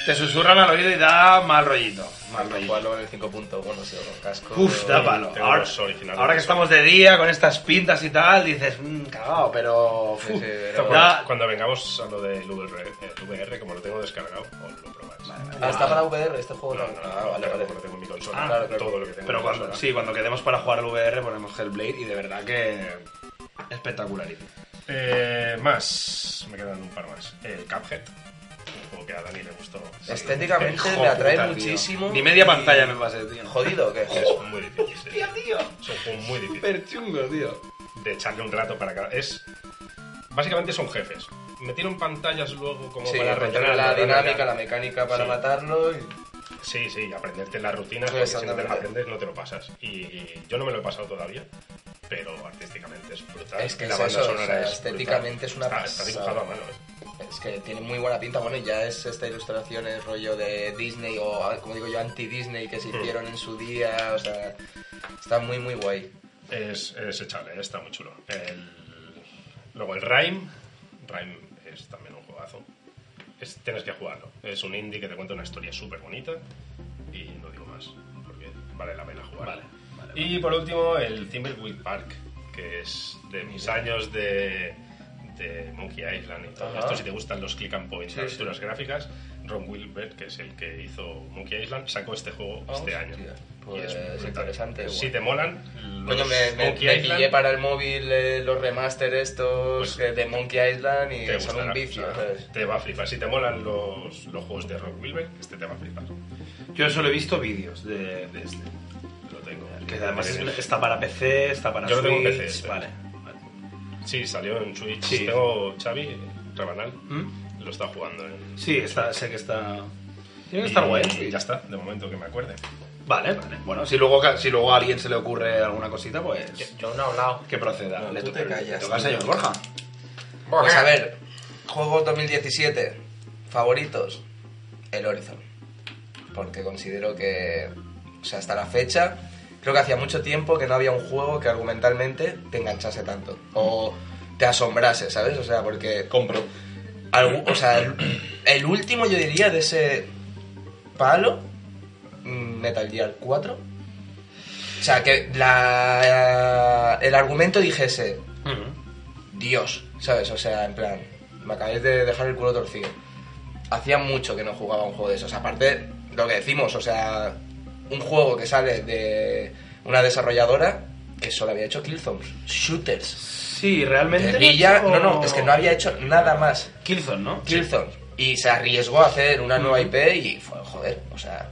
S2: Te susurran al oído y da mal rollito. Mal rollito.
S5: Jugarlo en el 5.1, sí, o con casco.
S2: Uf, da palo.
S6: tengo
S2: Ahora,
S6: los originales.
S2: ahora que estamos de día con estas pintas y tal, dices, mmm, cagado, pero. uf,
S5: Sí, sí, era
S6: ¿Te
S5: bueno.
S6: acuerdas?
S2: da-
S6: Cuando vengamos a lo del VR, el VR, como lo tengo descargado, os lo probáis.
S5: Ah, está para VR este juego.
S6: No, no, no,
S5: Ah, vale, vale.
S6: Lo tengo en mi consola,
S5: Ah, claro, claro.
S6: todo lo que tengo
S2: Pero
S6: en mi
S2: cuando,
S6: consola.
S2: sí, cuando quedemos para jugar al VR ponemos Hellblade y de verdad que espectacular.
S6: Eh, más, me quedan un par más. El Cuphead, un juego que a Dani le gustó.
S5: Estéticamente
S2: Hijo
S5: me atrae
S2: puta, tío.
S5: muchísimo.
S2: Ni media
S5: y-
S2: pantalla me pasé, tío.
S5: ¿Jodido o qué?
S6: Es muy difícil. sí.
S2: tío.
S6: Es un juego muy difícil.
S2: Súper chungo, tío.
S6: de echarle un rato para cada. Es. Básicamente son jefes. Metieron pantallas luego como
S5: Sí,
S6: para
S5: encontrar
S6: rellenar
S5: la dinámica, la mecánica para
S6: Sí.
S5: matarlo. y-
S6: Sí, sí, y aprenderte las rutinas, porque si no te las
S5: Exactamente.
S6: aprendes no te lo pasas. Y, y yo no me lo he pasado todavía, pero artísticamente es brutal.
S5: Es que
S6: la
S5: es
S6: banda
S5: eso,
S6: sonora
S5: o sea,
S6: es
S5: estéticamente
S6: brutal.
S5: es una
S6: Está, está
S5: pasada.
S6: dibujado a mano, ¿eh?
S5: Es que tiene muy buena pinta. Bueno, ya es esta ilustración, es rollo de Disney o, ah, como digo yo, anti-Disney que se
S6: Hmm.
S5: hicieron en su día. O sea, está muy, muy guay.
S6: Es, es echable, eh, está muy chulo. El- luego el Rime. Rime es también un juegazo. Es- tienes que jugarlo. Es un indie que te cuenta una historia súper bonita. Y no digo más, porque vale la pena jugar. Y por último, el Thimbleweed Park, que es de mis años de, de Monkey Island y todo esto. Si te gustan los click and point, las aventuras gráficas, Ron Wilbert, que es el que hizo Monkey Island, sacó este juego este año.
S5: Ah, hostia.
S6: Y
S5: Pues
S6: brutal.
S5: interesante,
S6: Si
S5: guay.
S6: te molan, los
S5: Coño, me, me-
S6: Pues Monkey
S5: me
S6: Island,
S5: pillé para el móvil eh, los remaster estos
S6: Pues,
S5: eh, de Monkey Island y
S6: te
S5: son
S6: gustará,
S5: un vicio.
S6: o sea,
S5: ¿sabes?
S6: te va a flipar. Si te molan los, los juegos de Ron Wilbert, este te va a flipar.
S2: Yo solo he visto vídeos de, de este.
S6: Lo tengo.
S2: Que además es- está para PC, está para
S6: Yo lo
S2: Switch.
S6: tengo en PC, este.
S2: Vale. vale.
S6: Sí, salió en Switch.
S2: Sí.
S6: Tengo Xavi, Rabanal,
S2: ¿Mm?
S6: lo está jugando en...
S2: Sí, está, sé que está. Tiene que
S6: Y-
S2: estar guay.
S6: Y ya está, de momento que me acuerde.
S2: Vale, vale. Bueno, si luego, si luego a alguien se le ocurre alguna cosita, pues.
S1: Yo no he hablado.
S2: Que proceda.
S5: No,
S2: le
S5: tú
S2: to-
S5: te callas,
S2: le toca al
S5: tío.
S2: señor Borja.
S5: Pues a ver, juegos 2017, favoritos, el Horizon. Porque considero que, o sea, hasta la fecha, creo que hacía mucho tiempo que no había un juego que argumentalmente te enganchase tanto. O te asombrase, ¿sabes? O sea, porque...
S1: Compro.
S5: algu- o sea, el, el último yo diría de ese palo, mm, Metal Gear 4. O sea, que la, el argumento dijese, Dios, ¿sabes? O sea, en plan, me acabáis de dejar el culo torcido. Hacía mucho que no jugaba un juego de esos. Aparte, lo que decimos, o sea, un juego que sale de una desarrolladora que solo había hecho Killzones, Shooters.
S2: Sí, realmente.
S5: De Villa, no, no, es que no había hecho nada más
S2: Killzone, ¿no?
S5: Killzones. Y se arriesgó a hacer una nueva IP y fue, joder, o sea,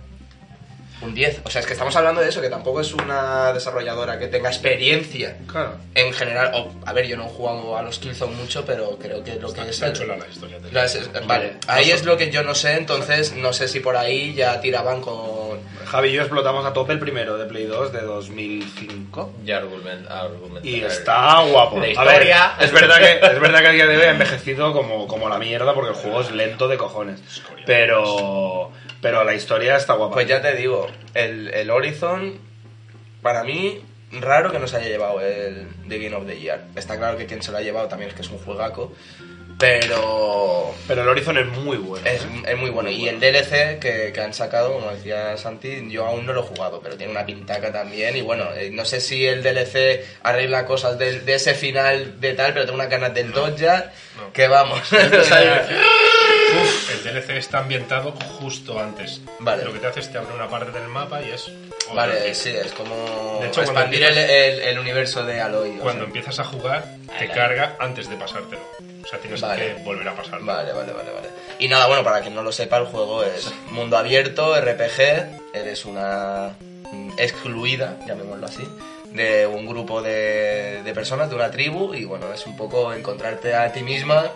S5: un 10. O sea, es que estamos hablando de eso, que tampoco es una desarrolladora que tenga experiencia
S2: Claro.
S5: en general, o- a ver, yo no he jugado a los Killzone mucho, pero creo que lo que
S6: Está,
S5: es
S6: está
S5: el-
S6: chula la historia. te digo.
S5: las- es- vale, ahí es lo que yo no sé, entonces no sé si por ahí ya tiraban con...
S2: Javi y yo explotamos a tope el primero de Play 2 de 2005.
S1: Y argument, argumentar.
S2: Y está guapo.
S1: La
S2: A ver,
S1: Eh, historia.
S2: es verdad que es verdad que a día de hoy ha envejecido como, como la mierda porque el juego es lento de cojones. Pero pero la historia está guapa.
S5: Pues ya te digo, el, el Horizon, para mí, raro que no se haya llevado el The Game of the Year. Está claro que quien se lo ha llevado también es que es un juegaco, pero
S2: Pero el Horizon es muy bueno.
S5: es,
S2: ¿eh?
S5: es muy bueno. Y el DLC que, que han sacado, como decía Santi, yo aún no lo he jugado, pero tiene una pintaca también. Y bueno, eh, no sé si el DLC arregla cosas del- de ese final de tal, pero tengo unas ganas del 2 ya, que vamos. [laughs] o sea,
S6: El DLC está ambientado justo antes.
S5: Vale.
S6: Lo que te hace es te abre una parte del mapa y es. otra
S5: vale,
S6: vez.
S5: sí, es como
S6: De hecho, cuando
S5: expandir el,
S6: empiezas-
S5: el- el universo de Aloy. o
S6: Cuando
S5: sea.
S6: empiezas a jugar, te carga antes de pasártelo. O sea, tienes
S5: Vale.
S6: que volver a pasarlo.
S5: Vale, vale, vale, vale. Y nada, bueno, para quien no lo sepa, el juego es mundo abierto, RPG, eres una excluida, llamémoslo así, de un grupo de, de personas, de una tribu, y bueno, es un poco encontrarte a ti misma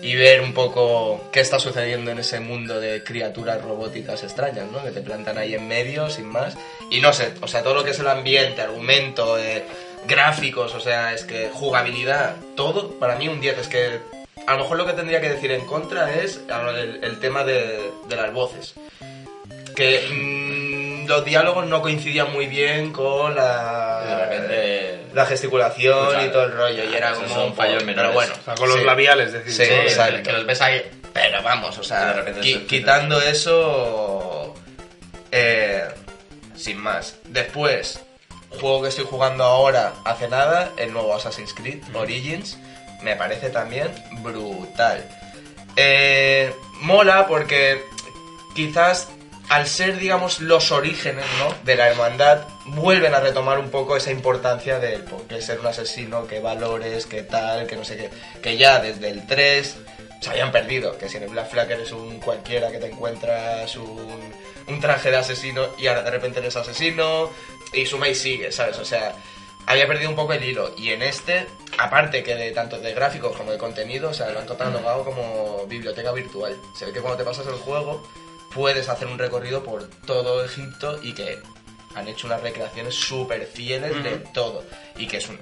S5: y ver un poco qué está sucediendo en ese mundo de criaturas robóticas extrañas, ¿no? Que te plantan ahí en medio, sin más. Y no sé, o sea, todo lo que es el ambiente, argumento, eh, gráficos, o sea, es que jugabilidad, todo, para mí un 10, es que a lo mejor lo que tendría que decir en contra es el, el tema de, de las voces que mm, los diálogos no coincidían muy bien con
S1: De
S5: la,
S1: repente.
S5: la gesticulación
S1: Claro.
S5: y todo el rollo. Y era
S1: Esos
S5: como
S1: son
S5: un
S1: fallos
S5: fallo Pero
S1: menores.
S5: bueno,
S2: O sea, con los
S5: sí.
S2: labiales, decís.
S5: Sí,
S2: ¿no?
S1: sí,
S5: exacto.
S1: que los ves ahí.
S5: Pero vamos, o
S1: De
S5: sea,
S1: repente
S5: qui-
S1: se-
S5: quitando eso. eh, sin más. Después, juego que estoy jugando ahora, hace nada, el nuevo Assassin's Creed Origins. Me parece también brutal. Eh, mola porque quizás al ser, digamos, los orígenes ¿no? de la hermandad, vuelven a retomar un poco esa importancia del por qué ser un asesino, qué valores, qué tal, que no sé qué, que ya desde el 3 se habían perdido, que si en el Black Flag eres un cualquiera que te encuentras un, un traje de asesino y ahora de repente eres asesino y suma y sigue, ¿sabes? O sea, había perdido un poco el hilo y en este, aparte que de tanto de gráficos como de contenido, o sea, lo han catalogado como biblioteca virtual. Se ve que cuando te pasas el juego puedes hacer un recorrido por todo Egipto y que han hecho unas recreaciones súper fieles de todo y que es un,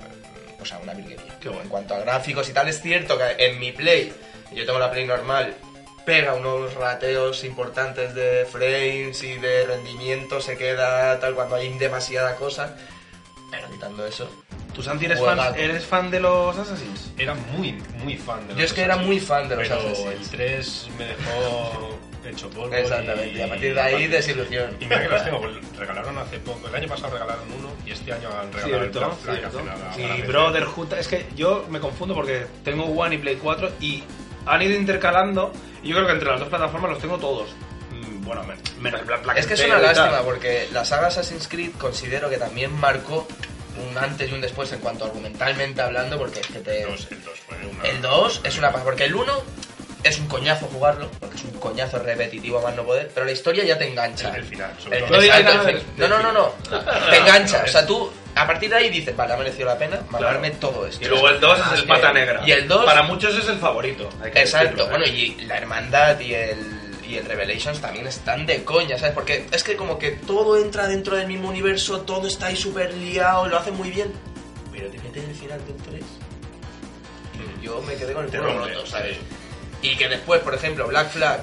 S5: o sea, una virguería. En cuanto a gráficos y tal, es cierto que en mi Play, yo tengo la Play normal, pega unos rateos importantes de frames y de rendimiento, se queda tal cuando hay demasiada cosa, pero quitando eso.
S2: ¿Tú, Santi, eres
S5: Juegazo.
S2: fan, eres fan de los Assassins?
S6: Era muy, muy fan de los
S5: Yo es que era
S6: Assassin's.
S5: muy fan de los
S6: Pero
S5: Assassins.
S6: el 3 me dejó hecho polvo.
S5: Exactamente, y a partir de ahí desilusión.
S6: Y mira que las tengo, pues, regalaron hace poco. El año pasado regalaron uno y este año han regalado el Black Flag hace nada.
S2: Sí,
S6: Ahora
S2: Brotherhood. Es que yo me confundo porque tengo One y Play 4 y han ido intercalando. Y yo creo que entre las dos plataformas los tengo todos. Mm, Bueno, men- menos el Black Flag
S5: Es que es
S2: Zero
S5: una
S2: y tal.
S5: lástima porque la saga Assassin's Creed considero que también marcó un antes y un después en cuanto argumentalmente hablando porque es que te...
S6: El 2, el 2 fue una...
S5: El 2 es una paja, porque el 1 es un coñazo jugarlo, porque es un coñazo repetitivo a más no poder, pero la historia ya te engancha.
S6: El- el final, sobre
S5: El-
S6: todo. No
S2: digas
S5: exacto,
S2: nada
S5: el
S2: del-
S5: fin- no, no, no, no. Te engancha. O sea, tú a partir de ahí dices, vale, ha merecido la pena mamarme todo esto.
S2: Y luego el 2 es
S5: Ah, que-
S2: el pata negra.
S5: Y el 2
S2: Para muchos es el favorito. hay que
S5: Exacto,
S2: decirlo, ¿eh?
S5: bueno, y la hermandad y el, y el Revelations también están de coña, ¿sabes? Porque es que como que todo entra dentro del mismo universo, todo está ahí súper liado, lo hacen muy bien, pero te meten el final del 3 y yo me quedé con el
S6: Te
S5: culo
S6: rompe,
S5: roto,
S6: sí.
S5: ¿sabes? Y que después, por ejemplo, Black Flag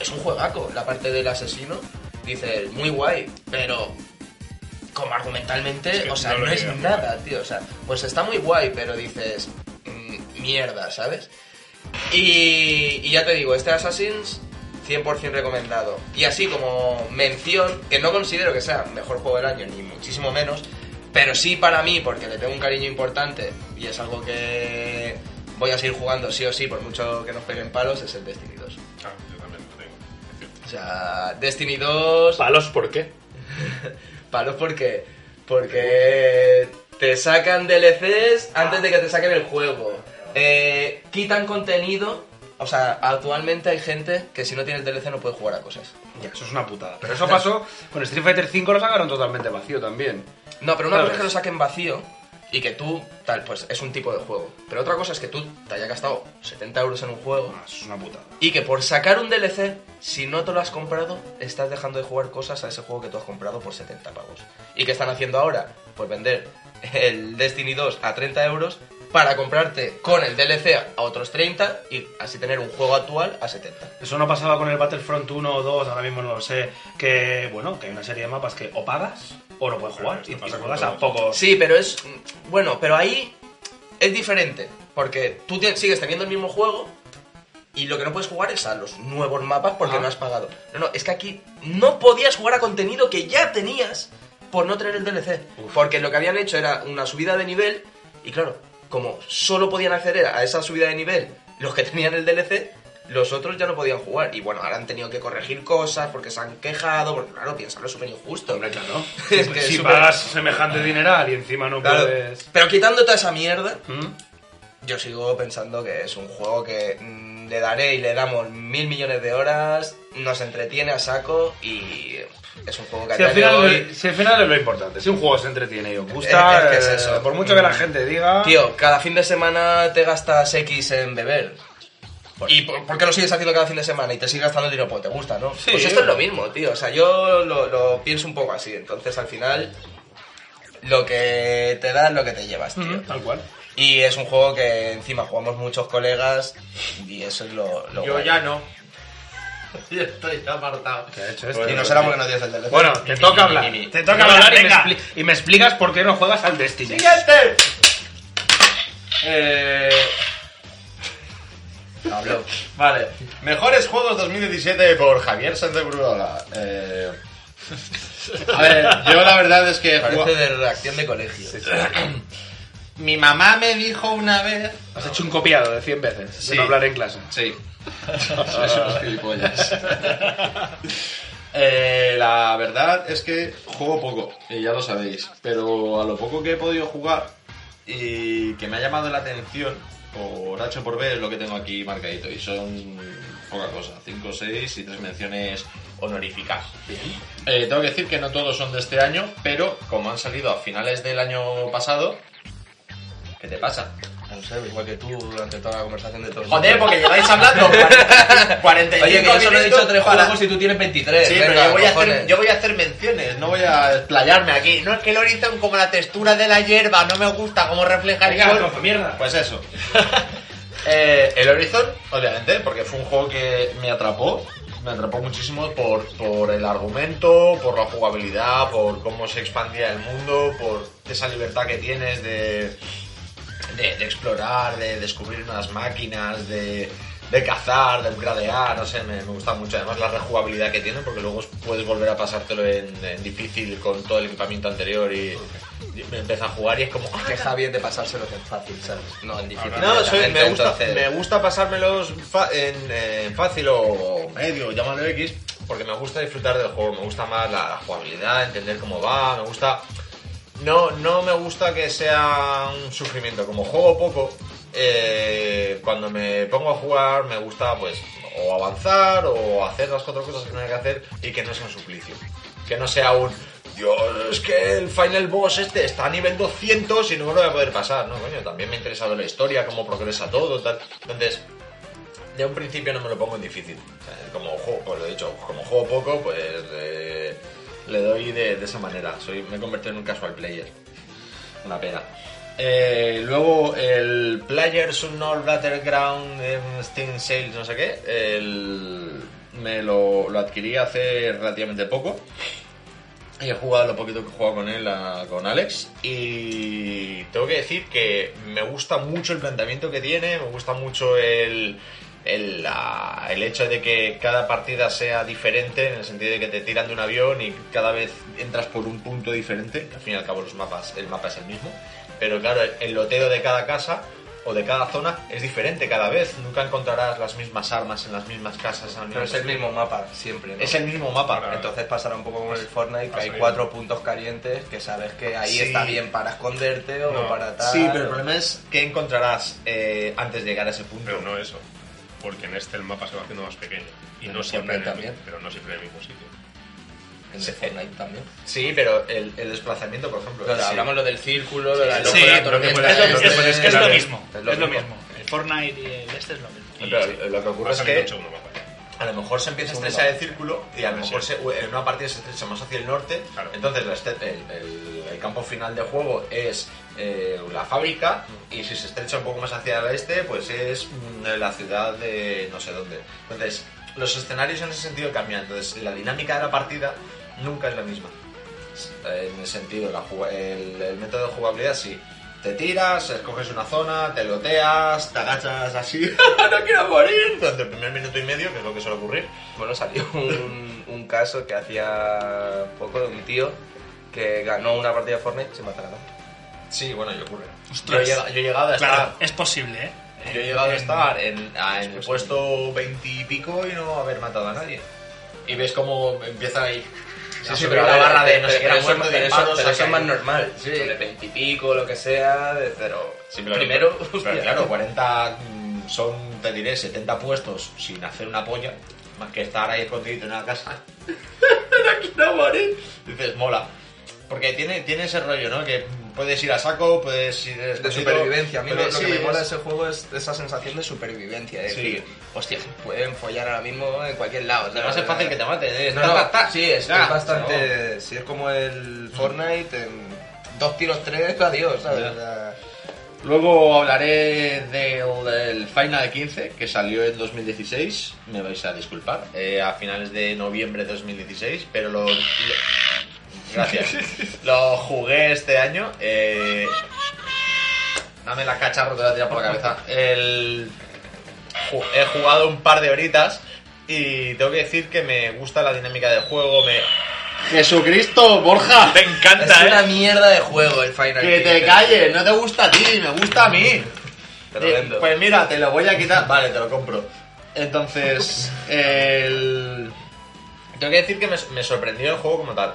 S5: es un juegaco, la parte del asesino, dices, muy guay, pero como argumentalmente,
S6: Es que
S5: o sea,
S6: no
S5: no,
S6: lo
S5: es
S6: llega a jugar.
S5: nada, tío, o sea, pues está muy guay, pero dices, mm, mierda, ¿sabes? Y, y ya te digo, este Assassin's 100% recomendado. Y así como mención, que no considero que sea mejor juego del año, ni muchísimo menos, pero sí para mí, porque le tengo un cariño importante y es algo que voy a seguir jugando sí o sí, por mucho que nos peguen palos, es el Destiny 2.
S6: Ah, yo también lo tengo.
S5: O sea, Destiny 2...
S2: ¿Palos por qué?
S5: [laughs] Palos porque. Porque te sacan DLCs antes de que te saquen el juego. Eh, quitan contenido. O sea, actualmente hay gente que si no tiene el DLC no puede jugar a cosas.
S2: Ya, eso es una putada. Pero eso pasó con Street Fighter V, lo sacaron totalmente vacío también.
S5: No, pero una cosa
S2: Claro.
S5: es que lo saquen vacío y que tú, tal, pues es un tipo de juego. Pero otra cosa es que tú te hayas gastado 70 euros en un juego
S2: Ah, Eso es una putada.
S5: y que por sacar un DLC, si no te lo has comprado, estás dejando de jugar cosas a ese juego que tú has comprado por 70 pavos. ¿Y qué están haciendo ahora? Pues vender el Destiny 2 a 30 euros para comprarte con el DLC a otros 30 y así tener un juego actual a 70.
S2: Eso no pasaba con el Battlefront 1 o 2, ahora mismo no lo sé. Que, bueno, que hay una serie de mapas que o pagas o no puedes jugar.
S6: Claro, esto
S2: Y, y
S6: pasa con
S2: juegas
S6: todo.
S2: a poco.
S5: Sí, pero es. Bueno, pero ahí es diferente. Porque tú te- sigues teniendo el mismo juego y lo que no puedes jugar es a los nuevos mapas porque
S2: Ah.
S5: no has pagado. No, no, es que aquí no podías jugar a contenido que ya tenías por no tener el DLC. Porque lo que habían hecho era una subida de nivel y claro, como solo podían acceder a esa subida de nivel los que tenían el DLC, los otros ya no podían jugar. Y bueno, ahora han tenido que corregir cosas porque se han quejado, porque claro, piénsalo, es súper injusto.
S2: Hombre, claro.
S5: [laughs] Es que es
S2: si
S5: súper-
S2: pagas
S3: Ah.
S2: semejante dineral y encima no
S5: Claro,
S2: puedes.
S5: Pero quitando toda esa mierda,
S2: ¿Mm?
S5: yo sigo pensando que es un juego que mm, mm, le daré y le damos mil millones de horas, nos entretiene a saco y pff, es un juego que
S2: Si
S5: a
S2: al,
S5: día de
S2: final,
S5: hoy-
S2: si al final es lo importante, si un juego se entretiene y os gusta,
S5: Es que es
S2: eh,
S5: eso. Mm.
S2: por mucho que la gente diga,
S5: Tío, cada fin de semana te gastas X en beber.
S2: Pues-
S5: ¿Y por, por qué lo sigues haciendo cada fin de semana y te sigues gastando el dinero? Porque te gusta, ¿no?
S2: Sí.
S5: Pues esto es lo mismo, tío. O sea, yo lo, lo pienso un poco así. Entonces, al final, lo que te da es lo que te llevas, tío.
S2: tal cual.
S5: Y es un juego que encima jugamos muchos colegas y eso es lo, lo
S1: Yo
S5: guay.
S1: ya no. [laughs] Yo estoy apartado.
S2: ¿Qué ha hecho
S5: Y
S2: este?
S5: no
S1: [laughs]
S5: será porque no tienes el teléfono.
S2: Bueno, te toca hablar.
S1: mi, mi.
S2: Te toca
S3: Venga,
S2: hablar y me,
S3: venga.
S2: expli- y me explicas por qué no juegas al Destiny.
S1: ¡Siguiente! Eh,
S5: Pablo.
S1: vale. Mejores juegos 2017 por Javier Sánchez Brudola. Eh, [laughs] a ver, yo la verdad es que... jugo-
S5: Parece de redacción de colegio.
S1: [clears throat] Mi mamá me dijo una vez...
S2: Has hecho un copiado de 100 veces
S1: Sí.
S2: de no hablar en clase.
S1: [laughs] Sí. Sois unos gilipollas. [laughs] Eh, la verdad es que juego poco, y ya lo sabéis, pero a lo poco que he podido jugar y que me ha llamado la atención, por H o por B es lo que tengo aquí marcadito, y son poca cosa, 5, 6 y 3 menciones honoríficas. Eh, tengo que decir que no todos son de este año, pero como han salido a finales del año pasado, ¿qué te pasa?
S5: No sé, igual que tú durante toda la conversación de todos.
S1: Joder, porque lleváis hablando
S5: [laughs]
S1: 40, 45
S5: Oye, que yo solo he dicho
S1: minutos
S5: tres
S1: para-
S5: juegos y tú tienes 23.
S1: Sí,
S5: venga,
S1: pero yo voy, a hacer,
S5: cojones.
S1: yo voy a hacer menciones, no voy a explayarme aquí. No es que el Horizon como la textura de la hierba no me gusta, como refleja el sol.
S2: mierda.
S1: Pues eso. Eh, el Horizon, obviamente, porque fue un juego que me atrapó. Me atrapó muchísimo por, por el argumento, por la jugabilidad, por cómo se expandía el mundo, por esa libertad que tienes de, de, de explorar, de descubrir nuevas máquinas, de, de cazar, de upgradear, no sé, me, me gusta mucho. Además la rejugabilidad que tiene, porque luego puedes volver a pasártelo en, en difícil con todo el equipamiento anterior y, y empieza a jugar y es como... "Ah,
S5: Deja bien de pasárselo que es fácil, ¿sabes? No, en difícil.
S1: no, soy- me,
S5: directamente,
S1: gusta,
S5: entonces-
S1: me gusta pasármelos fa- en, eh, fácil o medio, llámalo X, porque me gusta disfrutar del juego, me gusta más la, la jugabilidad, entender cómo va, me gusta... No, no me gusta que sea un sufrimiento, como juego poco, eh, cuando me pongo a jugar me gusta pues o avanzar o hacer las cuatro cosas que tengo que hacer y que no sea un suplicio, que no sea un... Dios, es que el final boss este está a nivel 200 y no me lo voy a poder pasar, ¿no? Coño, también me ha interesado la historia, cómo progresa todo, tal. Entonces, de un principio no me lo pongo en difícil. O sea, como juego, pues lo he dicho, como juego poco, pues eh, le doy de, de esa manera. Soy, me he convertido en un casual player. Una pena. Eh, luego el Players Unknown Battleground em, Steam Sales, no sé qué. el- me lo, lo adquirí hace relativamente poco. Y he jugado lo poquito que he jugado con él, a- con Alex. Y tengo que decir que me gusta mucho el planteamiento que tiene, me gusta mucho el, el, la- el hecho de que cada partida sea diferente, en el sentido de que te tiran de un avión y cada vez entras por un punto diferente. que Al fin y al cabo, los mapas, el mapa es el mismo. Pero claro, el, el loteo de cada casa o de cada zona es diferente cada vez. Nunca encontrarás las mismas armas en las mismas casas. en las
S5: Pero es
S1: mismas-
S5: el mismo mapa siempre, ¿no?
S1: es el mismo mapa.
S5: Entonces pasará un poco como el Fortnite, que
S6: pasa
S5: hay
S6: bien.
S5: cuatro puntos calientes que sabes que ahí
S1: Sí.
S5: está bien para esconderte o
S6: No.
S5: para tal.
S1: Sí, pero el
S5: o-
S1: problema es que encontrarás eh, antes de llegar a ese punto.
S6: Pero no eso. Porque en este el mapa se va haciendo más pequeño. Y
S5: Pero
S6: no
S5: siempre
S6: siempre, en el
S5: también.
S6: mi- pero no siempre en el mismo sitio.
S5: El de Fortnite también.
S1: Sí, pero el, el desplazamiento, por ejemplo.
S5: Pero
S1: sí.
S5: Hablamos lo del círculo, lo de la
S6: sí,
S5: loco, la
S6: sí, no te
S5: tormenta,
S6: puedes-
S5: el
S6: no te
S5: este-
S6: puedes
S3: Es lo
S6: Claro,
S3: mismo,
S5: es lo
S3: es lo
S5: mismo.
S3: mismo. El Fortnite y el este es lo mismo.
S1: Pero lo que ocurre
S6: Ha
S1: es
S6: salido
S1: que
S6: hecho uno, papá.
S1: a lo mejor se empieza a
S5: Es un
S1: estrechar el
S5: mapa.
S1: círculo y a lo mejor se- en una partida se estrecha más hacia el norte.
S6: Claro.
S1: Entonces la este- el, el- el campo final de juego es eh, la fábrica y si se estrecha un poco más hacia el este, pues es mm, la ciudad de no sé dónde. Entonces los escenarios en ese sentido cambian. Entonces la dinámica de la partida nunca es la misma. en el sentido, la juga- el, el método de jugabilidad sí. Te tiras, escoges una zona, te loteas, te agachas así. [laughs] ¡No quiero morir! Durante el primer minuto y medio, que es lo que suele ocurrir.
S5: Bueno, salió un, un caso que hacía poco de un tío que ganó una partida de Fortnite sin matar a nadie.
S1: Sí, bueno, y ocurre. Yo he,
S3: Ostras.
S1: llegado, yo he llegado a
S3: Claro,
S1: estar.
S3: es posible, ¿eh?
S1: Yo he llegado a
S3: En-
S1: estar en, a- en el
S5: pues
S1: puesto 20 y pico y no haber matado a nadie. Y ves cómo empieza ahí. a subir
S5: pero
S1: la
S5: a ver,
S1: barra de no
S5: pero-
S1: sé qué era
S5: pero eso-
S1: muerto,
S5: pero
S1: de
S5: eso-
S1: palos,
S5: pero
S1: a
S5: eso es
S1: caer.
S5: más
S1: [laughs]
S5: normal. De 20 y pico, lo que sea, de cero.
S1: Sí, pero-
S5: Primero,
S1: Pero
S5: hostia.
S1: claro, 40 mm, son, te diré, 70 puestos sin hacer una polla, más que estar ahí escondidito en una casa. [laughs] Pero aquí no morir. Dices, mola. Porque tiene, tiene ese rollo, ¿no? Que puedes ir a saco, puedes ir
S5: De supervivencia. A mí lo, lo que me mola de ese juego es esa sensación de supervivencia. Es
S1: Sí.
S5: decir, hostia, pueden follar ahora mismo en cualquier lado.
S1: Además es fácil que te maten, ¿eh?
S5: No,
S1: Ta,
S5: no,
S1: ta, ta.
S5: sí, es,
S1: Ya,
S5: es bastante. Si es como el Fortnite, en dos tiros tres, adiós, ¿sabes?
S1: Ya.
S5: O sea,
S1: Luego hablaré de- del Final 15 que salió en 2016. Me vais a disculpar. eh, a finales de noviembre de 2016, pero lo. lo-
S5: [laughs]
S1: gracias. lo jugué este año. eh, dame la cacharro, te la tira por la cabeza. El, ju- he jugado un par de horitas y tengo que decir que me gusta la dinámica del juego. Me. ¡Jesucristo, Borja!
S4: Me encanta,
S5: es
S4: ¿eh?
S5: una mierda de juego el Final
S1: Que te
S5: Fantasy.
S1: calles, no te gusta a ti, me gusta a mí.
S5: Te lo
S1: Eh,
S5: vendo.
S1: pues mira, te lo voy a quitar. Vale, te lo compro. [laughs] Entonces, el... Tengo que decir que me, me sorprendió el juego como tal.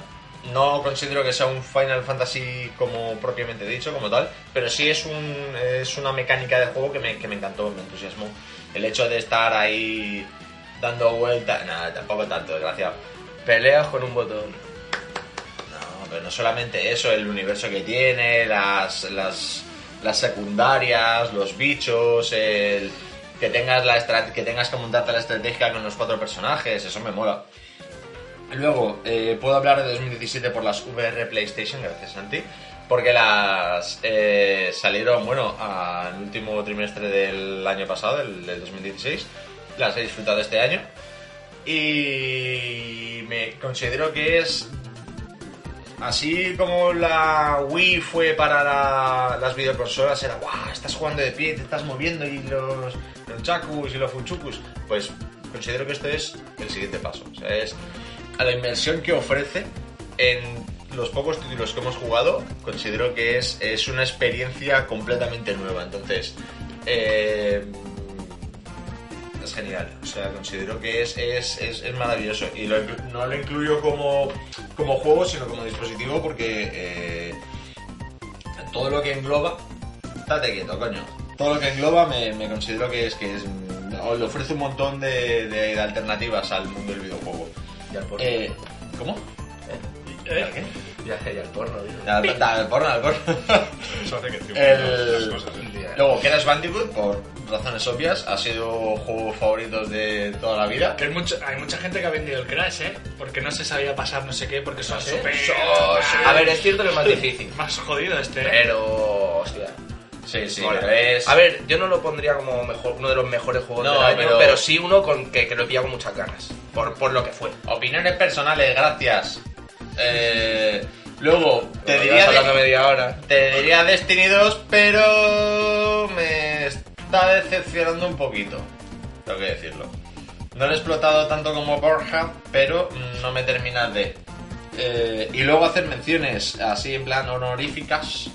S1: No considero que sea un Final Fantasy como propiamente dicho, como tal, pero sí es, un, es una mecánica de juego que me, que me encantó, me entusiasmó. El hecho de estar ahí dando vueltas... Nada, tampoco tanto, desgraciado.
S5: Peleas con un botón.
S1: No, pero no solamente eso, el universo que tiene, las, las, las secundarias, los bichos, el que tengas la estra- que tengas que montarte la estrategia con los cuatro personajes, eso me mola. Luego, eh, puedo hablar de 2017 por las VR PlayStation, gracias Santi, porque las eh, salieron, bueno, al último trimestre del año pasado, el del 2016, las he disfrutado este año y me considero que es Así como la Wii fue para la- las videoconsolas, era guau, estás jugando de pie, te estás moviendo y los, los chakus y los funchukus. Pues considero que esto es el siguiente paso. O sea, es a la inmersión que ofrece en los pocos títulos que hemos jugado, considero que es, es una experiencia completamente nueva. Entonces, eh, es genial. O sea, considero que es, es, es, es maravilloso. Y lo inclu- no lo incluyo como, como juego, sino como dispositivo, porque eh, todo lo que engloba. Estate quieto, coño. Todo lo que engloba me, me considero que es que es. mm, Le ofrece un montón de, de- de alternativas al mundo del videojuego.
S5: Y al porno. ¿Eh?
S1: Eh, ¿Cómo? ¿Y al qué?
S5: Viaje y al porno, digo.
S1: Al- al porno, al porno.
S6: Eso hace que
S1: El-
S6: triunfen las cosas. ¿eh?
S1: Luego, Crash Bandicoot, por razones obvias, ha sido juego favorito de toda la vida.
S3: Que hay, mucho- hay mucha gente que ha vendido el Crash, ¿eh? Porque no se sabía pasar no sé qué, porque son
S5: sé.
S3: súper...
S5: A ver, es cierto que es más difícil.
S3: Más jodido este, ¿eh?
S5: Pero. Hostia.
S1: Sí, sí,
S5: Mola.
S1: pero es...
S5: A ver, yo no lo pondría como mejor, uno de los mejores juegos
S1: No,
S5: del año,
S1: pero-
S5: pero... sí uno con que, que lo he pillado con muchas ganas. Por, por lo que fue.
S1: Opiniones personales, gracias. Eh, luego, te
S5: Como
S1: diría,
S5: llevas hablando
S1: de-
S5: media hora.
S1: te diría Destiny 2, pero me está decepcionando un poquito. Tengo que decirlo. No lo he explotado tanto como Borja, pero no me termina de. Eh, y luego hacer menciones así en plan honoríficas.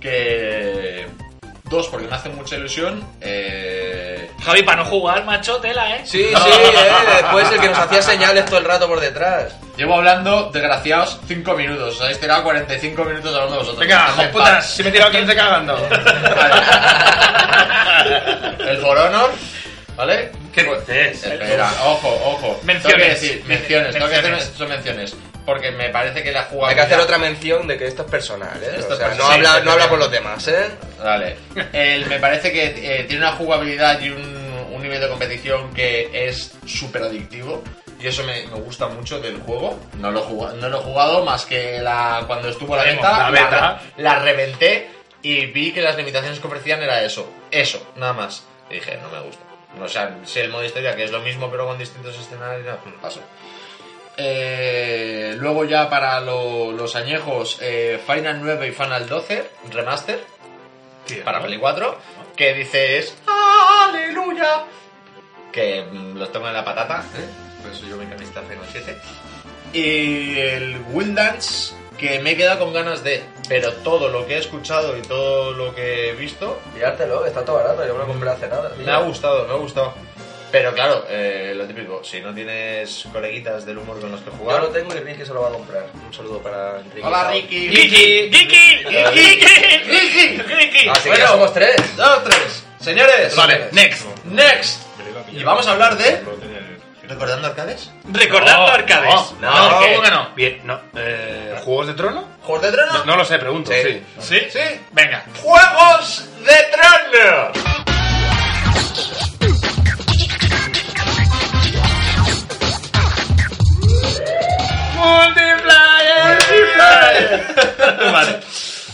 S1: Que. Dos, porque me hace mucha ilusión. Eh,
S3: Javi, para no jugar, macho, tela, ¿eh?
S5: [laughs] Sí, sí, eh, después el que nos hacía señales todo el rato por detrás.
S1: Llevo hablando, desgraciados, 5 minutos. Os habéis tirado 45 minutos hablando vosotros.
S2: Venga,
S1: Dejadme en
S2: putas,
S1: paz.
S2: si me he tirado 15 cagando.
S1: [laughs] El For Honor, ¿vale?
S2: ¿Qué
S1: Pues-
S2: dices?
S1: Espera, ojo, ojo.
S3: Menciones.
S1: Tengo que decir, menciones, tengo que hacer
S3: Menciones.
S1: son menciones. Porque me parece que la jugabilidad...
S5: Hay que hacer otra mención de que Pues esto es personal, ¿eh?
S1: Esto
S5: o sea,
S1: es
S5: no,
S1: personal.
S5: habla,
S1: Sí,
S5: no habla por los demás, ¿eh?
S1: Vale. El- me parece que eh, tiene una jugabilidad y un, un nivel de competición que es súper adictivo. Y eso me, me gusta mucho del juego. No lo, he jugado, no lo he jugado más que la, cuando estuvo la
S6: Vemos,
S1: beta.
S6: la beta.
S1: la reventé y vi que las limitaciones que ofrecían era eso. Eso, nada más. Y dije, no me gusta. O sea, sé el modo historia que es lo mismo pero con distintos escenarios. no, Paso. Eh, luego ya para lo- los añejos, eh, Final 9 y Final 12, remaster
S6: Tío,
S1: para
S6: ¿no?
S1: Play 4 que dices ¡Aleluya! Que mm, los tengo en la patata, ¿eh? por eso yo me cambié a Final 7. Y el Will Dance, que me he quedado con ganas de, pero todo lo que he escuchado y todo lo que he visto
S5: Pillártelo, está todo barato, yo me lo compré hace nada.
S1: me ha gustado, me ha gustado. Pero claro, eh, lo típico, si no tienes coleguitas del humor con los que
S5: Yo
S1: jugar.
S5: lo tengo y Ricky se lo va a comprar. Un saludo para Ricky.
S1: ¡Hola
S3: Eh,
S1: Ricky!
S3: ¡Giki! ¡Giki! ¡Giki!
S5: Así que
S1: Bueno.
S5: ya somos tres.
S1: ¡Dos, tres! Señores,
S5: Vale, next.
S1: next.
S6: Me lo iba a pillar.
S1: Y vamos a hablar de.
S6: No tenía el-
S1: ¿Recordando arcades?
S2: Recordando
S6: No,
S2: arcades.
S1: no, no,
S2: ¿qué?
S1: ¿cómo que no?
S2: Bien, no. Eh, ¿Juegos de trono?
S1: ¿Juegos de trono?
S2: No lo sé, pregunto.
S1: Sí.
S2: Sí.
S3: ¿Sí?
S1: Sí.
S3: Venga.
S1: ¡Juegos de trono!
S2: vale.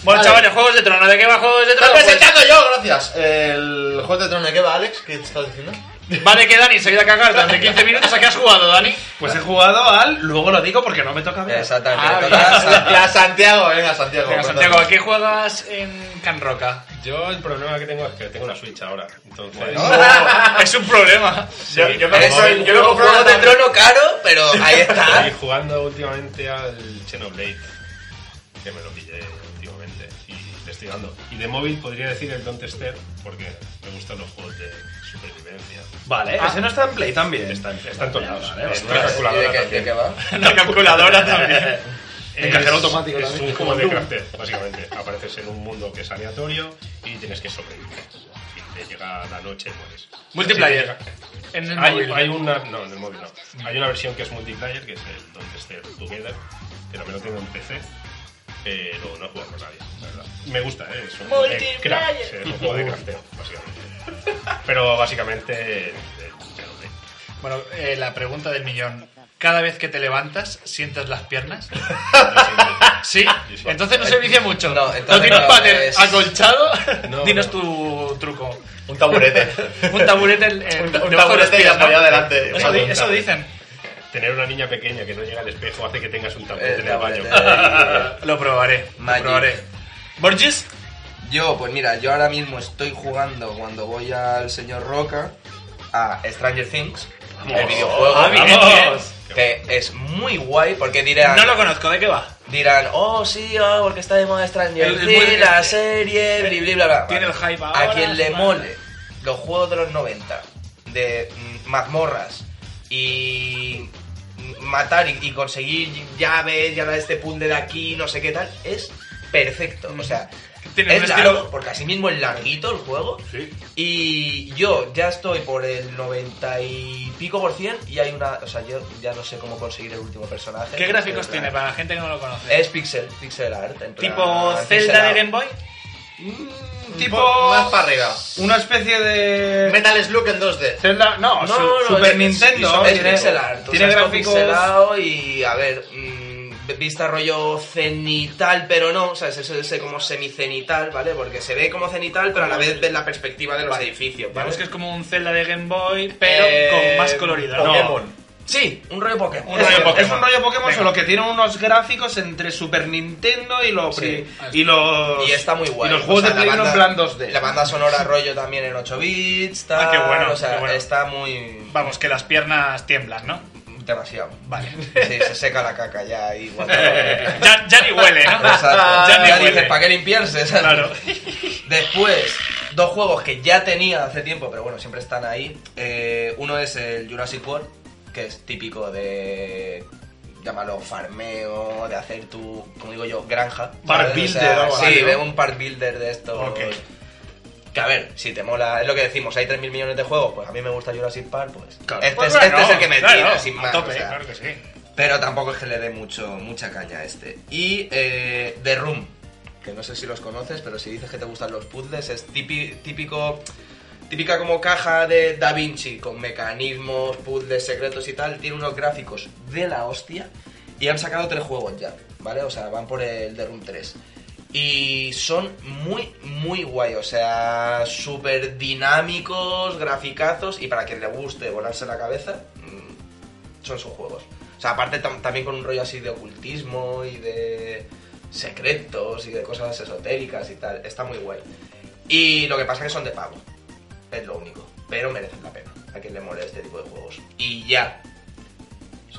S2: Bueno, chavales, juegos de trono. ¿De qué va juegos de
S1: ¡Lo
S2: trono?
S1: he
S2: Pues-
S1: presentado yo! Gracias. El juego de trono de qué va, Alex, ¿qué te estás diciendo?
S3: Pues,
S2: vale, que Dani se ha ido a cagar
S3: Durante 15 minutos, ¿a qué has jugado, Dani?
S2: Pues he jugado al. Luego lo digo porque no me toca ver.
S5: Exactamente.
S3: Ah,
S5: te
S3: bien.
S5: toca Santi.
S1: Ya, Santiago, venga, Santiago.
S3: Venga,
S1: cuéntanos.
S3: Santiago, ¿a qué juegas en Can Roca?
S6: Yo el problema que tengo es que tengo una Switch ahora. Entonces.
S3: [laughs] es un problema.
S6: Yo, Oh. yo
S5: Eres [laughs] un juego de trono caro, pero ahí está. [laughs]
S6: Estoy jugando últimamente al Xenoblade, que me lo pillé últimamente y le estoy dando. Y de móvil podría decir el Don't Step, porque me gustan los juegos de supervivencia.
S5: Ah.
S2: Vale, ese no está en play también.
S6: Está en, está en todos lados.
S2: Vale,
S6: En
S2: ostras,
S6: una
S5: ¿Y de
S6: calculadora
S5: qué- de
S6: también.
S5: qué va?
S3: La calculadora también.
S6: Es-
S2: cajero automático
S6: Es
S2: también,
S6: un
S2: como
S6: juego de
S2: Doom.
S6: crafter, básicamente. Apareces en un mundo que es aleatorio y tienes que sobrevivir. Y te llega la noche pues, y mueres.
S3: Multiplayer. En el
S6: Hay,
S3: móvil.
S6: hay una, no, en el móvil no. Hay una versión que es multiplayer, que es el Don't Stay Together, que también lo tengo en PC, pero no juego con nadie, la verdad. Me gusta, ¿eh? Es un, juego de craft, sí, es un juego de crafteo, básicamente. Pero básicamente... eh, ya lo sé.
S3: Bueno, eh, la pregunta del millón. Cada vez que te levantas, sientes las piernas. [laughs]
S5: [laughs]
S3: Sí, entonces no se vicia mucho.
S5: No,
S3: No,
S5: entonces
S3: tienes
S5: no,
S3: pater
S5: es-
S3: acolchado.
S6: No,
S3: [laughs] Dinos
S6: no.
S3: tu truco.
S1: Un taburete.
S3: Un taburete en, en-
S1: Un ta- un
S3: debajo de los
S1: taburete y
S3: pies, ¿no?
S1: apoyado adelante.
S3: Eso, di-
S6: Un
S3: eso
S6: taburete.
S3: dicen.
S6: Tener una niña pequeña que no llega al espejo hace que tengas un tapete
S5: El
S6: en el baño.
S5: taburete.
S3: Lo probaré. Lo
S5: Magic.
S3: probaré. Borges,
S5: Yo, pues mira, yo ahora mismo estoy jugando cuando voy al señor Roca a Stranger Things, el videojuego
S3: Ah, bien,
S6: Vamos.
S5: que es muy guay porque dirán,
S3: no lo conozco. ¿De qué va?
S5: dirán, oh sí, oh, porque está de moda Stranger
S3: El- el
S5: Things,
S3: buen-
S5: la serie, bli, bli, bla, bla.
S3: Tiene el
S5: Vale.
S3: hype ahora,
S5: A quien le
S3: vale.
S5: mole los juegos de los 90, de mm, mazmorras y mm, matar y, y conseguir llaves, ya la de este puzzle de aquí, no sé qué tal, es perfecto. O sea,
S3: [laughs] Tiene un
S5: es largo,
S3: estilo.
S5: porque así mismo es larguito el juego.
S2: Sí.
S5: Y yo ya estoy por el 90 y pico por cien y hay una... O sea, yo ya no sé cómo conseguir el último personaje.
S3: ¿Qué gráficos
S5: En
S3: tiene
S5: plan,
S3: para la gente que no lo conoce?
S5: Es pixel, pixel art. en plan,
S3: ¿Tipo
S5: pixel
S3: Zelda de
S5: art.
S3: Game Boy?
S1: Tipo. Más para arriba.
S2: Mm, Una especie de.
S1: Metal Slug en 2D.
S2: Zelda. No, su- Super Nintendo.
S5: Es
S2: tiene-
S5: pixel art. o
S2: Tiene
S5: sea, está
S2: gráficos.
S5: pixelado y, a ver, mm, vista rollo cenital, pero no. O sea, es ese, ese como semicenital, ¿vale? Porque se ve como cenital, pero a la vez ves la perspectiva de los edificios, ¿vale?
S3: Digamos que es como un Zelda de Game Boy, pero
S5: Eh,
S3: con más colorido. ¿no?
S1: Pokémon.
S5: Sí, un rollo Pokémon.
S3: Un
S2: Es,
S3: rollo Pokémon.
S2: es un rollo Pokémon,
S3: Venga.
S2: solo que tiene unos gráficos entre Super Nintendo y los.
S5: Sí.
S2: pri- Y los.
S5: Y está muy guay.
S2: Y los juegos
S5: O sea,
S2: de Play
S5: la
S2: no en
S5: banda-
S2: plan 2D.
S5: La banda sonora rollo también en 8 bits. Tal,
S3: Ah, qué bueno,
S5: O sea,
S3: qué bueno.
S5: está muy.
S3: Vamos, que las piernas tiemblan, ¿no?
S5: demasiado.
S3: Vale.
S5: Sí, se seca la caca ya y
S3: [laughs]
S5: cuando-
S3: ya, ya ni huele, ¿no?
S5: Exacto.
S3: Ya ni
S5: Ya
S3: huele.
S5: dices, ¿para qué limpiarse? ¿sabes?
S3: Claro.
S5: Después, dos juegos que ya tenía hace tiempo, pero bueno, siempre están ahí. Eh, uno es el Jurassic World, que es típico de. Llámalo farmeo, de hacer tu, como digo yo, granja.
S2: Park
S5: ¿sabes?
S2: builder o algo así,
S5: Sí,
S2: ¿no?
S5: de un park builder de estos.
S2: Ok.
S5: Que a ver, si te mola, es lo que decimos, hay 3.000 millones de juegos, pues a mí me gusta Jurassic Park, pues.
S2: Claro.
S5: Este,
S3: Pues
S5: es,
S3: bueno,
S5: este es el que me
S3: claro,
S5: tira, sin
S3: a
S5: más.
S3: tope,
S5: o sea.
S3: claro que sí.
S5: Pero tampoco es que le dé mucho, mucha caña a este. Y eh, The Room, que no sé si los conoces, pero si dices que te gustan los puzzles, es típi- típico, típica como caja de Da Vinci, con mecanismos, puzzles secretos y tal. Tiene unos gráficos de la hostia. Y han sacado tres juegos ya, ¿vale? O sea, van por el The Room 3. Y son muy, muy guay, o sea, súper dinámicos, graficazos, y para quien le guste volarse la cabeza, mm, son sus juegos. O sea, aparte tam- también con un rollo así de ocultismo y de secretos y de cosas esotéricas y tal. Está muy guay. Y lo que pasa es que son de pago. Es lo único. Pero merecen la pena. A quien le mole este tipo de juegos. Y ya.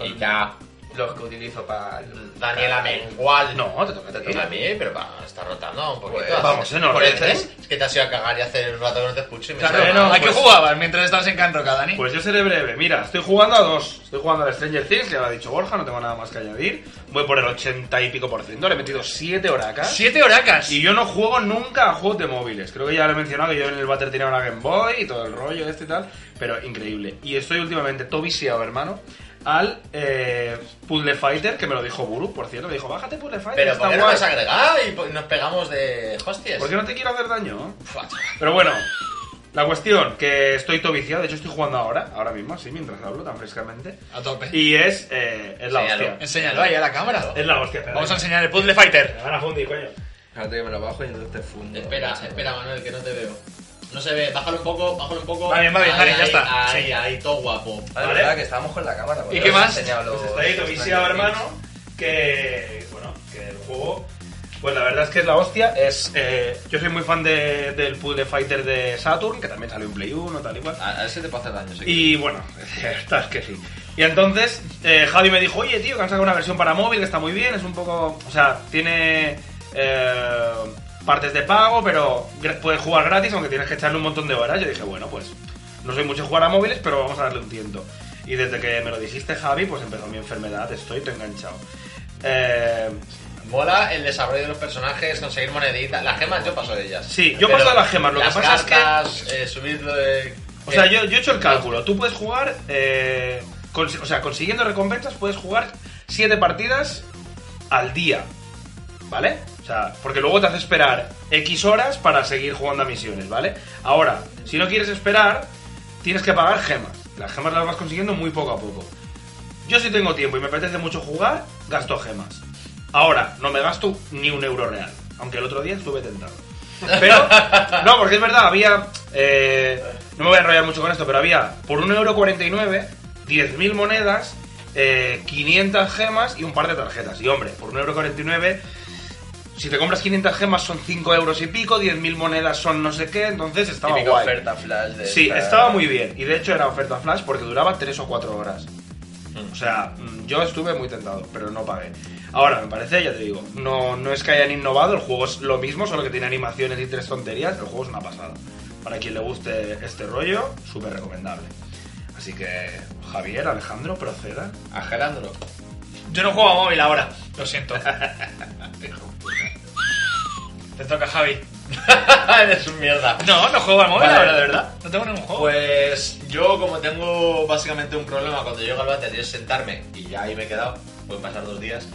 S1: Y ya.
S5: los que utilizo para.
S1: Daniela Mengual.
S2: No, te toca, te
S1: Te toca a
S2: toca.
S1: mí, pero va, está rotando un poquito.
S5: Pues,
S1: así.
S2: vamos, en orden,
S1: Por el
S2: ¿eh?
S1: tres, Es que te has ido a cagar y hacer el rato que no te escucho. y me
S2: Claro,
S1: sale
S2: no,
S1: mal.
S2: hay
S3: ¿A qué jugabas mientras estabas encanrocada, Dani?
S2: Pues yo seré breve. Mira, estoy jugando a dos. Estoy jugando al Stranger Things, ya lo ha dicho Borja, no tengo nada más que añadir. Voy por el 80 y pico por ciento, le he metido 7 horacas.
S3: Siete horacas.
S2: Y yo no juego nunca a juegos de móviles. Creo que ya lo he mencionado que yo en el Battle tenía una Game Boy y todo el rollo este y tal. Pero increíble. Y estoy últimamente todo viciado, hermano, al eh, Puzzle Fighter, que me lo dijo Buru, por cierto. Me dijo, bájate Puzzle Fighter.
S1: Pero
S2: está
S1: ¿por qué no
S2: guay".
S1: vas a agregar y po- pues, nos pegamos de hostias?
S2: Porque no te quiero hacer daño.
S1: Fua,
S2: Pero bueno, la cuestión que estoy todo viciado. De hecho, estoy jugando ahora, ahora mismo, así, mientras hablo tan frescamente.
S3: A tope.
S2: Y es, eh, es la
S1: Enséñalo.
S2: hostia.
S3: Enséñalo ahí a la cámara.
S2: Es la hostia.
S3: Vamos a enseñar el Puzzle Fighter.
S6: Me van a fundir, coño.
S5: Espérate que me lo bajo y entonces te fundo.
S1: Espera, espera, Manuel, que no te veo. No se ve, bájalo un poco, bájalo un poco.
S3: Va bien, va bien,
S1: Ahí,
S3: Dani, ya
S1: ahí,
S3: está.
S1: Ahí,
S3: Sí.
S1: ahí, todo guapo.
S5: Ah, de
S6: Vale.
S5: verdad que estábamos con la cámara. porque
S3: ¿Y qué
S5: os he
S3: más?
S5: enseñado los-
S2: Pues está ahí,
S5: los
S2: Tobisia,
S5: Stranger Things.
S2: hermano, que, bueno, que el juego, pues la verdad es que es la hostia, es, eh, yo soy muy fan de- del Puzzle Fighter de Saturn, que también salió en Play 1, tal y cual,
S4: A, a ver si te puedo hacer daño, sí.
S2: y bueno, estás que sí. Y entonces, eh, Javi me dijo, oye, tío, que han sacado una versión para móvil que está muy bien, es un poco. O sea, tiene. eh, partes de pago, pero gra- puedes jugar gratis, aunque tienes que echarle un montón de horas. Yo dije, bueno, pues. No soy mucho de jugar a móviles, pero vamos a darle un tiento. Y desde que me lo dijiste, Javi, pues empezó mi enfermedad, estoy todo enganchado. Eh,
S1: Mola el desarrollo de los personajes, conseguir moneditas. Las gemas, yo paso de ellas.
S2: Sí, yo
S1: Pero
S2: paso de las gemas, lo que
S1: las
S2: pasa es que-
S1: cartas, eh, subir lo de.
S2: O
S1: Eh,
S2: sea, yo, yo he hecho el cálculo. Tú puedes jugar. eh, consi- o sea, consiguiendo recompensas, puedes jugar 7 partidas al día. ¿Vale? O sea, porque luego te hace esperar X horas para seguir jugando a misiones, ¿vale? Ahora, si no quieres esperar, tienes que pagar gemas. Las gemas las vas consiguiendo muy poco a poco. Yo si tengo tiempo y me apetece mucho jugar, gasto gemas. Ahora, no me gasto ni un euro real. Aunque el otro día estuve tentado. Pero, no, porque es verdad, había... eh, no me voy a enrollar mucho con esto, pero había por 1,49€, 10.000 monedas, eh, 500 gemas y un par de tarjetas. Y hombre, por 1,49€, si te compras 500 gemas son 5 euros y pico, 10.000 monedas son no sé qué, entonces estaba
S5: Típica
S2: guay.
S5: oferta flash de.
S2: Sí,
S5: esta-
S2: estaba muy bien. Y de hecho era oferta flash porque duraba 3 o 4 horas. O sea, mm, yo estuve muy tentado, pero no pagué. Ahora, me parece, ya te digo, no, no es que hayan innovado, el juego es lo mismo, solo que tiene animaciones y tres tonterías, el juego es una pasada. Para quien le guste este rollo, súper recomendable. Así que, Javier, Alejandro, proceda.
S4: A Gerandro.
S3: Yo no juego a móvil ahora. Lo siento. Te toca, Javi.
S1: [laughs] Eres un mierda.
S3: No, no juego al móvil
S1: Vale.
S3: ahora, de verdad. No tengo ningún juego.
S1: Pues yo como tengo básicamente un problema cuando llego al váter es sentarme y ya ahí me he quedado, pueden pasar dos días.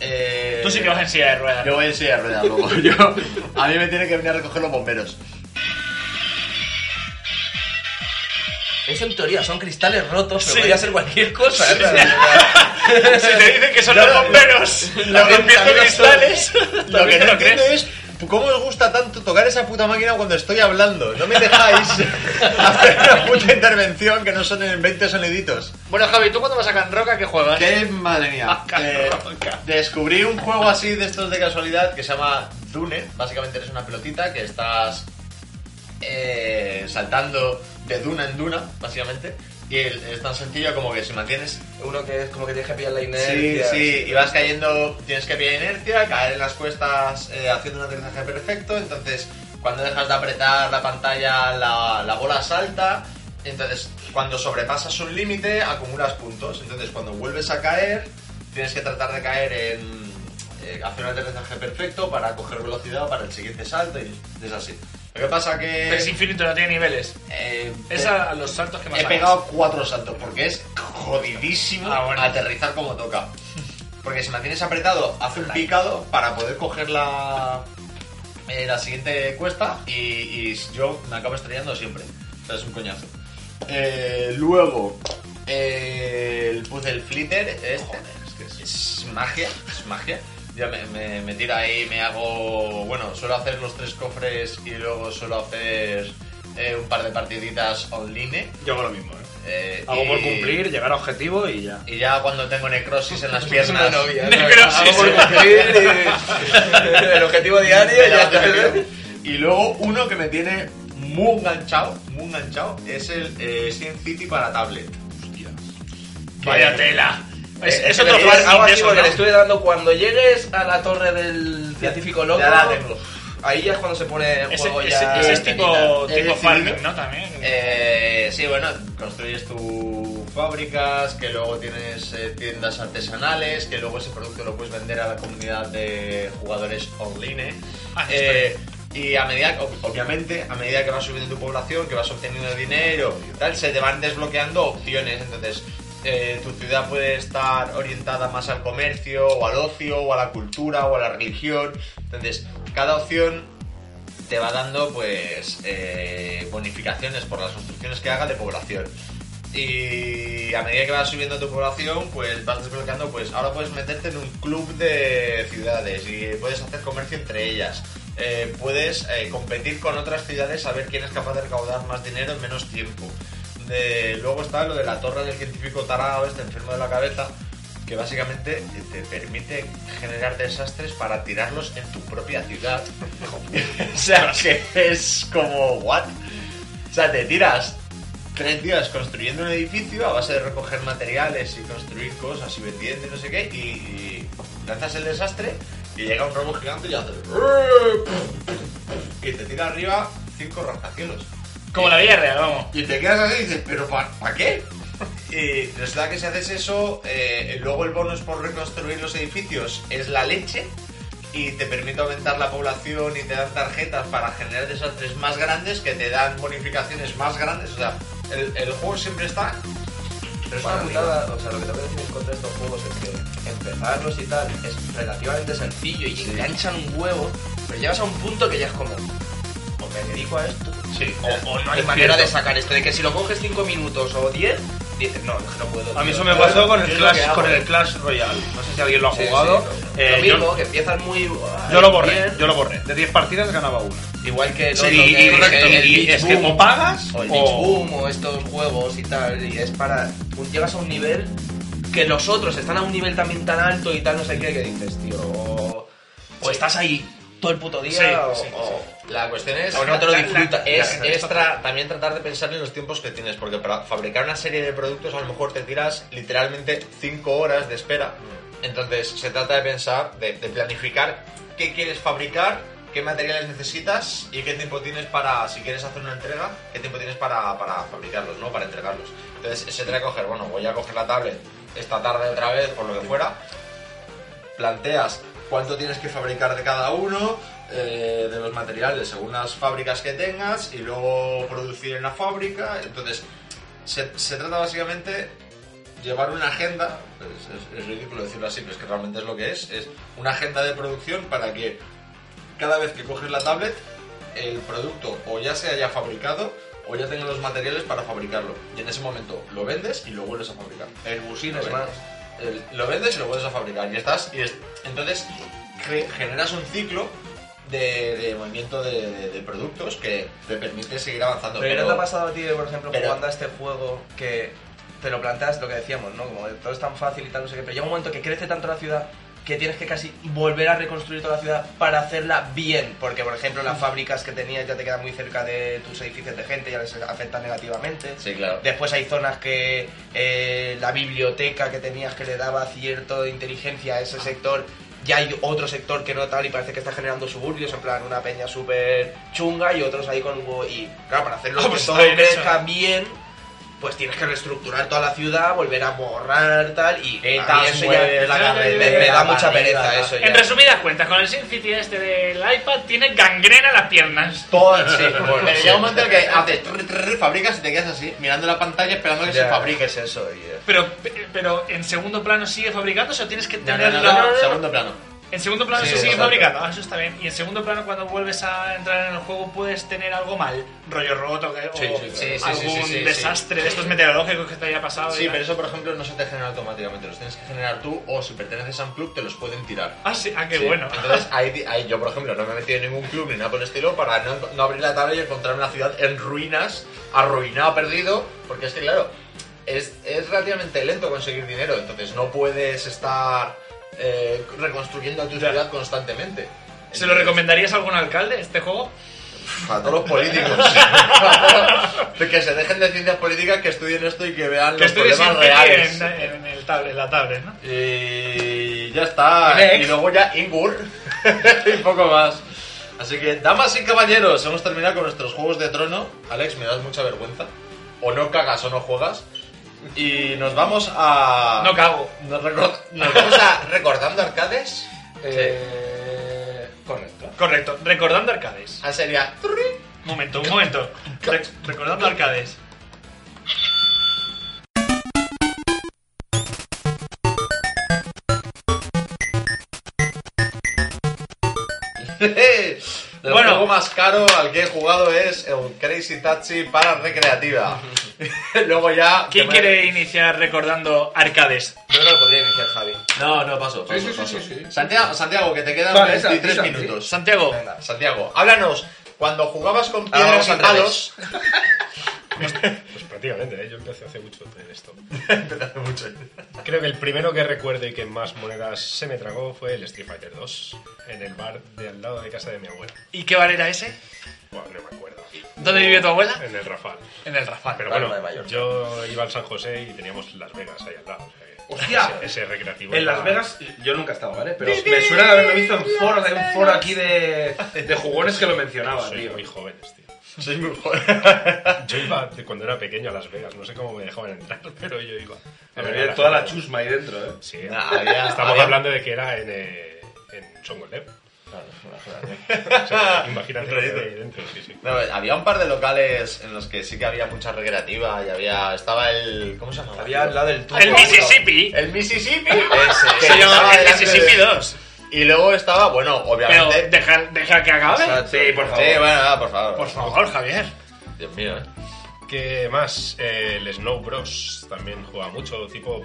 S1: eh,
S3: Tú sí que vas en silla de ruedas.
S1: Yo voy en silla de ruedas, loco. [laughs] Yo- a mí me tienen que venir a recoger los bomberos.
S5: Eso en teoría son cristales rotos, pero
S3: Sí.
S5: podría ser cualquier cosa. ¿eh?
S3: Si te dicen que son los bomberos, los rompiendo cristales,
S1: [laughs] Lo que no
S3: también te lo
S1: entiendo
S3: crees.
S1: es cómo os gusta tanto tocar esa puta máquina cuando estoy hablando. No me [laughs] dejáis hacer una puta intervención que no son en 20 soniditos.
S3: Bueno, Javi, ¿tú cuándo vas a Canroca que juegas?
S1: ¡Qué madre mía!
S3: Ah,
S1: Eh,
S3: cabrón.
S1: descubrí un juego así de estos de casualidad que se llama Dune. Básicamente eres una pelotita que estás eh, saltando de duna en duna, básicamente. Y el- es tan sencillo como que si mantienes
S5: Uno que es como que tienes que pillar la
S1: Sí,
S5: inercia.
S1: sí, y vas cayendo, tienes que pillar inercia, caer en las cuestas eh, haciendo un aterrizaje perfecto, entonces cuando dejas de apretar la pantalla la, la bola salta, entonces cuando sobrepasas un límite acumulas puntos, entonces cuando vuelves a caer tienes que tratar de caer en... eh, hacer un aterrizaje perfecto para coger velocidad para el siguiente salto y es así. Lo que pasa que...
S3: Es infinito, no tiene niveles.
S1: eh,
S3: Es a los saltos que más
S1: He
S3: hagas.
S1: pegado cuatro saltos porque es jodidísimo
S3: Ah, bueno.
S1: aterrizar como toca. Porque si mantienes apretado, hace un picado para poder coger la, eh, la siguiente cuesta y, y yo me acabo estrellando siempre. O sea, es un coñazo. Eh, luego, eh, el puzzle flitter, este, es, que es, es magia, es magia. Ya me, me, me tira ahí, me hago... Bueno, suelo hacer los tres cofres y luego suelo hacer eh, un par de partiditas online.
S2: Yo hago lo mismo, ¿eh?
S1: Eh,
S2: Hago por
S1: y-
S2: cumplir, llegar a objetivo y ya.
S1: Y ya cuando tengo necrosis en las
S5: Es una
S1: piernas.
S5: novia. ¿no?
S3: Necrosis.
S5: Hago por cumplir, eh, el objetivo diario
S1: me
S5: ya
S1: la
S5: está.
S1: tengo. Y luego uno que me tiene muy enganchado, muy enganchado, es el eh, Sin City para tablet.
S3: Vaya tela. Es,
S5: Eh,
S3: es
S5: que
S3: otro
S5: le tires
S3: far
S5: algo así
S3: inglés,
S5: porque
S3: ¿no?
S5: le estuve dando cuando llegues a la torre del científico loco.
S1: ya la tengo.
S5: Ahí ya es cuando se pone en
S3: Ese,
S5: juego
S3: ese-
S5: ya.
S3: ese es
S5: Antenita.
S3: tipo,
S1: Es
S3: tipo
S1: decir,
S3: farming, ¿no? También.
S1: Eh, sí, bueno, construyes tus fábricas, que luego tienes eh, tiendas artesanales, que luego ese producto lo puedes vender a la comunidad de jugadores online.
S3: Ah,
S1: Eh, y a medida, ob- obviamente, a medida que vas subiendo tu población, que vas obteniendo dinero, y tal, se te van desbloqueando opciones. Entonces, eh, tu ciudad puede estar orientada más al comercio, o al ocio, o a la cultura, o a la religión. Entonces, cada opción te va dando pues eh, bonificaciones por las construcciones que hagas de población. Y a medida que vas subiendo tu población, pues vas desbloqueando, pues ahora puedes meterte en un club de ciudades y puedes hacer comercio entre ellas. Eh, puedes eh, competir con otras ciudades a ver quién es capaz de recaudar más dinero en menos tiempo. De- luego está lo de la torre del científico tarao, este enfermo de la cabeza, que básicamente te permite generar desastres para tirarlos en tu propia ciudad. [laughs] o sea, que es como, ¿what? O sea, te tiras tres días construyendo un edificio a base de recoger materiales y construir cosas y vendiendo y no sé qué, y, y lanzas el desastre y llega un robot gigante y hace... ¡eh! Y te tira arriba cinco rascacielos.
S3: Como la vida real, vamos.
S1: Y te quedas así y dices, ¿pero para qué? Y resulta que si haces eso, eh, luego el bonus por reconstruir los edificios es la leche y te permite aumentar la población y te dan tarjetas para generar desastres más grandes que te dan bonificaciones más grandes. O sea, el, el juego siempre está... Pero es una
S5: Para mí,
S1: putada.
S5: nada, o sea, lo que te voy a decir en contra de estos juegos es que empezarlos y tal es relativamente sencillo y enganchan un huevo, pero llegas a un punto que ya es como, o me dedico a esto,
S2: Sí.
S5: o, o no hay manera de sacar esto, de que si lo coges 5 minutos o 10, dices, no, es que no puedo.
S2: A mí
S5: tío".
S2: eso me pasó con el
S5: Yo es lo que
S2: Clash,
S5: hago.
S2: con el Clash Royale. No sé si alguien lo ha
S5: Sí, sí,
S2: jugado.
S5: lo-
S2: Eh,
S5: lo
S2: yo-
S5: mismo, que empiezas muy... "Buah,
S2: Yo lo borré,
S5: bien".
S2: yo lo borré. De 10 partidas ganaba una.
S5: Igual que el
S2: Sí,
S5: otro
S2: y-
S5: que-
S2: y- correcto.
S5: el
S2: y
S5: Beach
S2: es que
S5: Boom.
S2: o pagas
S5: o el Beach
S2: o...
S5: Boom o estos juegos y tal, y es para... un- Llegas a un nivel que los otros están a un nivel también tan alto y tal, no sé qué, que dices, tío, o, o estás ahí todo el puto día,
S3: Sí,
S5: o,
S3: sí, sí.
S5: o-
S1: La cuestión es...
S5: o no te lo
S1: la- la-
S5: disfrutas.
S1: es,
S5: Ya,
S1: es tra- también tratar de pensar en los tiempos que tienes, porque para fabricar una serie de productos a lo mejor te tiras literalmente 5 horas de espera. Entonces se trata de pensar, de, de planificar qué quieres fabricar, qué materiales necesitas y qué tiempo tienes para, si quieres hacer una entrega, qué tiempo tienes para, para fabricarlos, ¿no? Para entregarlos. Entonces se trata de coger, bueno, voy a coger la tablet esta tarde otra vez, por lo que fuera, planteas cuánto tienes que fabricar de cada uno, eh, de los materiales según las fábricas que tengas y luego producir en la fábrica. Entonces, se, se trata básicamente llevar una agenda, pues es, es- es ridículo decirlo así, pero es que realmente es lo que es, es una agenda de producción para que cada vez que coges la tablet, el producto o ya se haya fabricado o ya tenga los materiales para fabricarlo. Y en ese momento lo vendes y lo vuelves a fabricar.
S5: el busín
S1: Lo
S5: es más.
S1: vendes. El- lo vendes y lo vuelves a fabricar. Y estás. Y es- entonces cre- generas un ciclo de, de movimiento de, de- de productos que te permite seguir avanzando.
S5: Pero, ¿no te ha pasado a ti, por ejemplo,
S1: pero-
S5: jugando a este juego que te lo planteas lo que decíamos, ¿no? Como todo es tan fácil y tal, no sé qué, pero llega un momento que crece tanto la ciudad que tienes que casi volver a reconstruir toda la ciudad para hacerla bien, porque por ejemplo las fábricas que tenías ya te quedan muy cerca de tus edificios de gente, ya les afecta negativamente.
S1: Sí, claro.
S5: Después hay zonas que eh, la biblioteca que tenías que le daba cierto de inteligencia a ese sector, ya hay otro sector que no tal y parece que está generando suburbios, en plan una peña súper chunga y otros ahí con un huevo- Y claro, para hacerlo
S3: Ah,
S5: que
S3: pues
S5: todo
S3: está bien
S5: crezca bien, pues tienes que reestructurar toda la ciudad, volver a borrar tal y
S1: Quitas,
S5: a mí eso ya
S1: mueves
S3: eh,
S1: la
S5: me, me-
S1: carretera,
S5: me da mucha
S1: barriga,
S5: pereza eso ya.
S3: En resumidas cuentas, con el Sin City este del iPad tiene gangrena las piernas.
S1: Todo, sí, bueno, llega un momento en que haces trrr, trrr, fabricas y te quedas así, mirando la pantalla esperando que se
S5: Ya.
S1: fabrique es eso. Y, eh,
S3: Pero, pero en segundo plano sigue fabricándose o tienes que
S1: no,
S3: tener
S1: no, no,
S3: la-
S1: no, segundo plano.
S3: En segundo plano
S1: Sí,
S3: se sigue
S1: exacto.
S3: fabricando, Ah, eso está bien. Y en segundo plano, cuando vuelves a entrar en el juego, puedes tener algo mal, rollo roto que- o
S1: Sí, sí, sí, sí, sí,
S3: algún
S1: sí, sí, sí.
S3: desastre de estos meteorológicos que te haya pasado. y
S1: Sí,
S3: tal.
S1: pero eso por ejemplo no se te genera automáticamente, los tienes que generar tú o si perteneces a un club te los pueden tirar.
S3: Ah, sí, ah, qué
S1: Sí.
S3: bueno.
S1: Entonces, ahí, di- ahí yo, por ejemplo, no me he metido en ningún club ni nada por el estilo para no, no abrir la tabla y encontrarme una ciudad en ruinas, arruinado, perdido, porque es que, claro, es, es relativamente lento conseguir dinero, entonces no puedes estar eh, reconstruyendo tu
S3: Ya.
S1: ciudad constantemente.
S3: ¿Se lo
S1: Entonces,
S3: recomendarías a algún alcalde este juego?
S1: a todos los políticos.
S3: [laughs]
S1: [laughs] Para todos- que se dejen de ciencias políticas, que estudien esto y que vean
S3: Que
S1: los
S3: estudies
S1: problemas
S3: en,
S1: reales.
S3: en, en el tablet, la tablet, ¿no?
S1: Y Eh, ya está.
S5: Next.
S1: Y luego ya Ingur. [laughs] y poco más. Así que, damas y caballeros, hemos terminado con nuestros juegos de trono. Alex, me das mucha vergüenza. O no cagas o no juegas. Y nos vamos a.
S3: No cago.
S1: Nos, recor- [laughs] nos vamos a Recordando Arcades.
S3: Eh, Correcto. Correcto. Recordando arcades.
S1: Ah, sería.
S3: [laughs] Momento, un momento. Re- recordando arcades.
S1: El
S3: Bueno.
S1: juego más caro al que he jugado es el Crazy Taxi para
S3: [laughs]
S1: recreativa. [laughs] Luego ya.
S3: ¿Quién
S1: tema-
S3: quiere iniciar recordando arcades?
S5: Yo creo que podría iniciar Javi.
S1: No, no, paso. paso,
S5: sí, sí,
S1: paso.
S5: sí, sí.
S1: Santiago, Santiago, que te quedan
S5: Vale, esa,
S1: 23
S5: esa, sí.
S1: minutos.
S3: Santiago,
S1: Venga, Santiago, háblanos. Cuando jugabas con
S5: Ahora
S1: piedras
S5: vamos
S1: y
S5: al
S1: palos.
S6: Pues prácticamente, ¿eh? yo empecé hace mucho en esto.
S1: Empezando mucho.
S6: Creo que el primero que recuerde que más monedas se me tragó fue el Street Fighter 2 en el bar de al lado de casa de mi abuela.
S3: ¿y qué bar era ese?
S6: Bueno, no me acuerdo.
S3: ¿Dónde vive tu abuela?
S6: En el Rafal.
S3: En el Rafal.
S6: Pero
S5: Palma
S6: bueno,
S5: de Mallorca.
S6: yo iba al San José y teníamos Las Vegas ahí al lado. o sea que
S2: Hostia.
S6: Ese, ese recreativo.
S2: En
S6: era-
S2: Las Vegas, yo nunca he estado, ¿vale? Pero me suena haberlo visto en foros. Hay un foro aquí de, de jugones que lo mencionaba,
S6: Soy
S2: tío.
S6: muy jóvenes, tío.
S1: [laughs] Soy muy joven.
S6: Yo iba de cuando era pequeño a Las Vegas, no sé cómo me dejaban entrar, [laughs] pero yo iba.
S2: Pero había toda la chusma ahí dentro, ¿eh?
S6: Sí,
S1: Nah, había-
S6: [laughs] estamos
S1: había-
S6: hablando de que era en, eh, en Chongolep. [laughs] Imagínate lo que había ahí dentro, sí, sí.
S1: No, había un par de locales en los que sí que había mucha recreativa y había. Estaba el. ¿Cómo se llamaba?
S5: Había al lado del tubo.
S3: El Mississippi.
S1: El Mississippi.
S5: [laughs] Ese.
S1: Que
S3: Se
S1: estaba
S3: llamaba el
S1: delante de-
S3: Mississippi 2.
S1: Y luego estaba, bueno,
S3: Pero
S1: obviamente.
S3: deja, deja que acabe.
S5: Exacto.
S2: Sí, por favor.
S1: Sí, bueno, ah, por favor.
S3: Por favor, Javier.
S1: Dios mío, eh.
S6: ¿Qué más? Eh, el Snow Bros también juega mucho, tipo...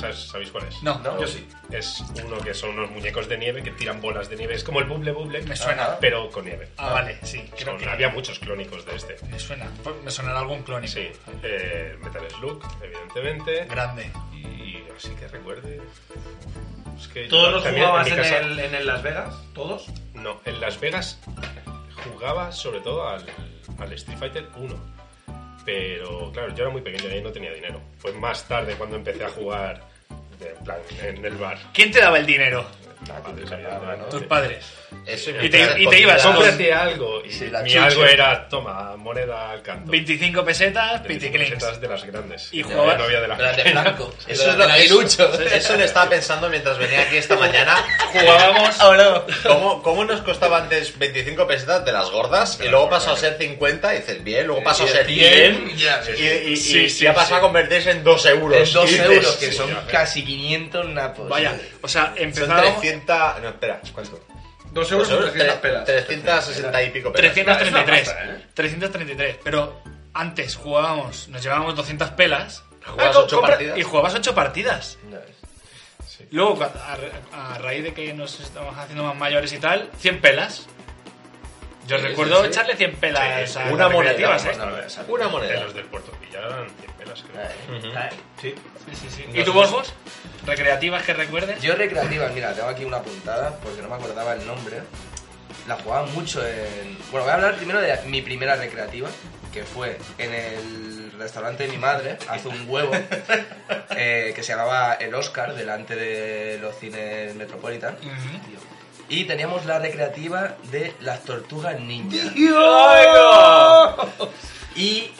S6: ¿sabes- ¿Sabéis cuál es?
S3: No,
S5: No.
S2: Yo sí.
S6: Es uno que son unos muñecos de nieve que tiran bolas de nieve. Es como el buble buble,
S3: Me suena.
S6: pero con nieve.
S3: Ah, vale, sí. Creo
S6: Son-
S3: que
S6: Había muchos clónicos de este.
S3: me suena. Pues, Me sonará algún clónico.
S6: Sí, eh, Metal Slug, evidentemente.
S3: Grande.
S6: Y así que recuerde. Es que
S2: ¿Todos los
S6: también
S2: jugabas
S6: mi
S2: en
S6: casa-
S2: el, en el Las Vegas? ¿Todos?
S6: No, en Las Vegas jugaba sobre todo al, al Street Fighter 1. Pero claro, yo era muy pequeño y no tenía dinero. Fue más tarde cuando empecé a jugar de, en plan, en el bar.
S3: ¿Quién te daba el dinero?
S5: Ah,
S6: Mis
S5: pues
S6: padres,
S3: Tus
S6: evidentemente.
S3: padres.
S1: Eso
S3: Y te- y te ibas
S1: con-
S3: con-
S6: Cómprate algo y
S5: Sí, la
S6: mi
S5: chuche.
S6: algo era, toma, moneda al canto.
S3: 25 pesetas,
S6: De
S3: piticlings.
S6: bicicletas de las grandes.
S3: Y
S6: No,
S3: jugabas-
S6: no había de las
S5: La de Blanco.
S1: Eso, es
S5: la
S1: lo,
S5: de
S1: eso,
S5: Aguilucho.
S1: eso le estaba pensando mientras venía aquí esta mañana.
S3: Jugábamos.
S1: ¿Cómo, cómo nos costaba antes 25 pesetas de las gordas? Y luego pasó a ser 50 y dices, bien, luego pasó a ser 100.
S5: Ya.
S1: Y, y, y-
S3: Sí, sí,
S1: y ha pasado
S3: sí.
S1: a convertirse en 2 euros.
S5: En 2
S1: Y dices,
S5: euros, que son
S6: ya ves.
S5: casi 500 napos.
S3: Vaya, o sea,
S1: Son
S3: empezábamos
S1: 300. No, espera. ¿Cuánto?
S2: Dos euros eh, o 300
S1: Tre-
S2: pelas.
S1: 360 y pico pelas.
S3: 333.
S2: Es una pasta, ¿eh?
S3: 333. Pero antes jugábamos, nos llevábamos 200 pelas.
S1: Jugabas
S3: Ah, co-
S1: ocho
S3: compra-
S1: partidas.
S3: Y jugabas 8 partidas.
S5: Ya ves.
S3: Luego, cua- a, ra- a raíz de que nos estamos haciendo más mayores y tal, 100 pelas. Yo recuerdo echarle 100 pelas a
S1: una
S3: las
S1: moneda,
S3: recreativas,
S1: una
S3: ¿eh?
S1: Una
S6: De
S1: moneda.
S6: los del Puerto Pillaran, 100 pelas, creo.
S2: Sí.
S3: ¿Y tú, Borjos? ¿Recreativas que recuerdes?
S5: Yo recreativas, mira, tengo aquí una puntada porque no me acordaba el nombre. La jugaba mucho en... Bueno, voy a hablar primero de mi primera recreativa, que fue en el restaurante de mi madre, hace un huevo, eh, que se llamaba El Oscar, delante de los cines Metropolitan.
S3: Ujú.
S5: Y teníamos la recreativa de las tortugas ninja. Y,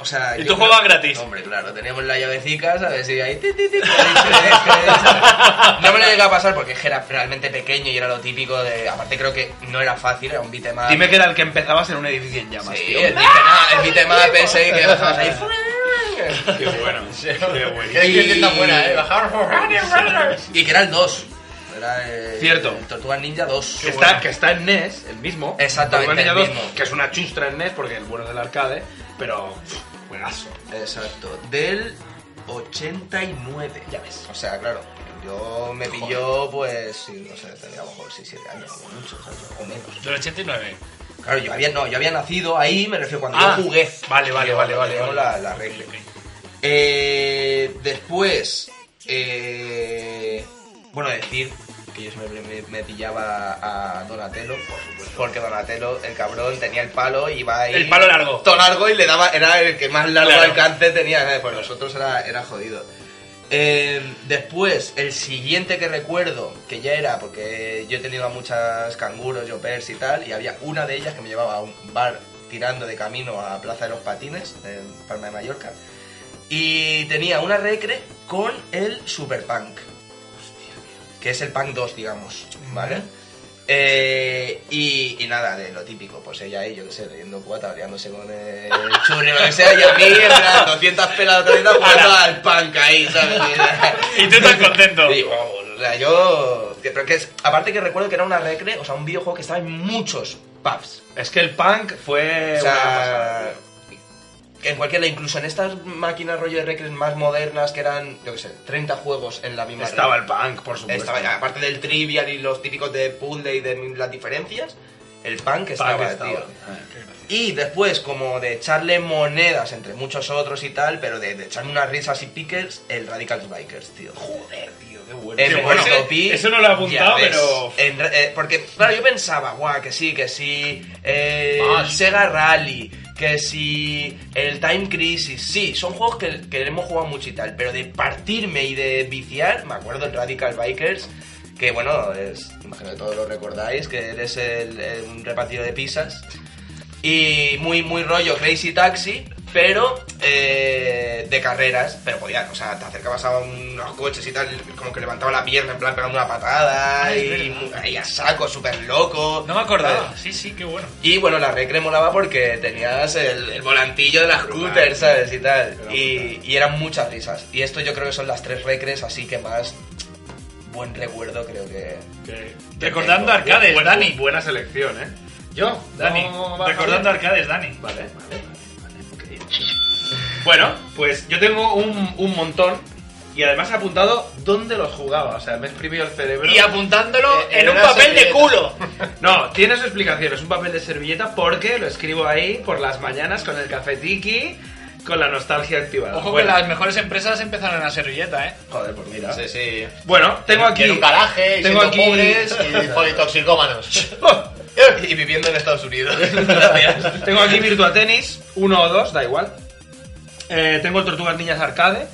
S5: o sea...
S3: Y
S5: yo
S3: tú jugabas
S5: creo-
S3: gratis.
S5: Hombre, claro, teníamos la llavecica, ¿sabes? Y ahí... ti, ti, ti, ti, ti, ti, ti, ti. No me lo llegué a pasar porque es que era realmente pequeño y era lo típico de... Aparte creo que no era fácil, era un beat'em up.
S2: Dime que era el que empezabas en un edificio en llamas,
S5: Sí,
S2: tío.
S5: el beat'em up, el beat'em up ese que bajabas ahí...
S6: Qué bueno. Qué bueno.
S1: Es que está buena, eh. Bajar.
S5: Y que era el 2. Era el...
S2: Cierto.
S5: el Tortuga Ninja 2.
S2: Que está, que está en NES, el mismo.
S5: Exactamente,
S2: Tortuga Ninja
S5: el
S2: 2,
S5: mismo.
S2: Que es una chustra en NES porque el bueno es del arcade, pero. pff, Buenazo.
S5: Exacto, del 89. Ya ves. O sea, claro, yo me pilló, pues, sí, no sé, tenía a lo mejor 6, 7 años, como mucho, ¿sabes? o menos.
S3: Del 89.
S5: Claro, yo había, no, yo había nacido ahí, me refiero cuando
S3: Ah,
S5: yo jugué.
S3: vale, vale,
S5: Yo
S3: vale, vale,
S5: tengo
S3: vale.
S5: La, la regla. Eh, después, eh, bueno, decir que yo siempre me, me pillaba a Donatello, por supuesto, porque Donatello, el cabrón, tenía el palo y iba ahí...
S3: El palo largo.
S5: Todo largo y le daba, era el que más largo
S3: Claro.
S5: alcance tenía, ¿sabes? pues nosotros era, era jodido. Eh, después, el siguiente que recuerdo, que ya era, porque yo he tenido a muchas canguros, yopers y tal, y había una de ellas que me llevaba a un bar tirando de camino a Plaza de los Patines, en Palma de Mallorca, y tenía una recre con el Super Punk, que es el Punk 2, digamos, ¿vale? Eh, y, y nada, de lo típico, pues ella y yo, que sé, leyendo cuata, liándose con el churri, lo que sea, y a mí, en plan, 200 pelas de otra jugando al punk ahí, ¿sabes?
S3: Y tú estás contento.
S5: Y, vamos, o sea, yo... que- Pero que es, aparte que recuerdo que era una recre, o sea, un videojuego que estaba en muchos pubs.
S7: Es que el punk fue.
S2: Eh,
S5: O
S7: una pasada,
S5: sea,
S7: tío.
S5: que en cualquier, incluso en estas máquinas rollo de recres más modernas que eran, yo que sé, 30 juegos en la misma
S7: estaba
S5: recre.
S7: el punk, por supuesto.
S5: Estaba, aparte del trivial y los típicos de puzzle y de mil- las diferencias, el punk estaba,
S7: estaba.
S5: tío. Ah, Y después, como de echarle monedas entre muchos otros y tal, pero de, de echarme unas risas y pickers, el Radical Bikers, tío. Joder, tío, qué bueno.
S2: Qué bueno. Ese- ese no lo he apuntado, pero-
S5: eh, porque, claro, yo pensaba, guau, que sí, que sí, eh, el Sega Rally, que sí, el Time Crisis, sí, son juegos que, que hemos jugado mucho y tal, pero de partirme y de viciar, me acuerdo el Radical Bikers, que bueno, es, imagino que todos lo recordáis, que eres el- el- un repartido de pizzas y muy muy rollo Crazy Taxi, pero eh, de carreras, pero podían, o sea, te acercabas a unos coches y tal, como que levantaba la pierna en plan pegando una patada
S3: Ay,
S5: y,
S3: es verdad.
S5: ahí a saco, súper loco.
S3: No me acordaba. Sí, sí, qué bueno.
S5: Y bueno, la recre molaba porque tenías el, el volantillo de la scooter, ¿sabes? Y tal. Y, y eran muchas risas. Y esto yo creo que son las tres recres, así que más buen recuerdo creo que...
S2: Que-
S3: Recordando arcades,
S2: Buena-
S3: Dani.
S2: Buena selección, ¿eh?
S7: Yo,
S3: Dani. Recordando arcades, Dani.
S2: Vale, vale, vale, vale, ok. Bueno, pues yo tengo un, un montón y además he apuntado dónde los jugaba. O sea, me he exprimido el cerebro.
S3: Y apuntándolo
S2: Eh,
S3: en
S2: en
S3: un
S2: una
S3: papel de
S2: servilleta.
S3: culo.
S2: No, tiene su explicación. Es un papel de servilleta porque lo escribo ahí por las mañanas con el café tiki, con la nostalgia activada.
S3: Ojo que
S2: bueno,
S3: las mejores empresas empezaron en la servilleta, ¿eh?
S5: Joder, pues mira.
S1: Sí, sí.
S2: bueno, tengo aquí.
S1: En
S2: [laughs]
S1: un garaje, y
S2: tengo
S1: siendo
S2: aquí-
S1: pobres y politoxicómanos. [laughs]
S5: Y viviendo en Estados Unidos.
S1: Este
S2: Tengo aquí Virtua Tennis, uno o dos, da igual. Eh, tengo el Tortugas Niñas Arcade.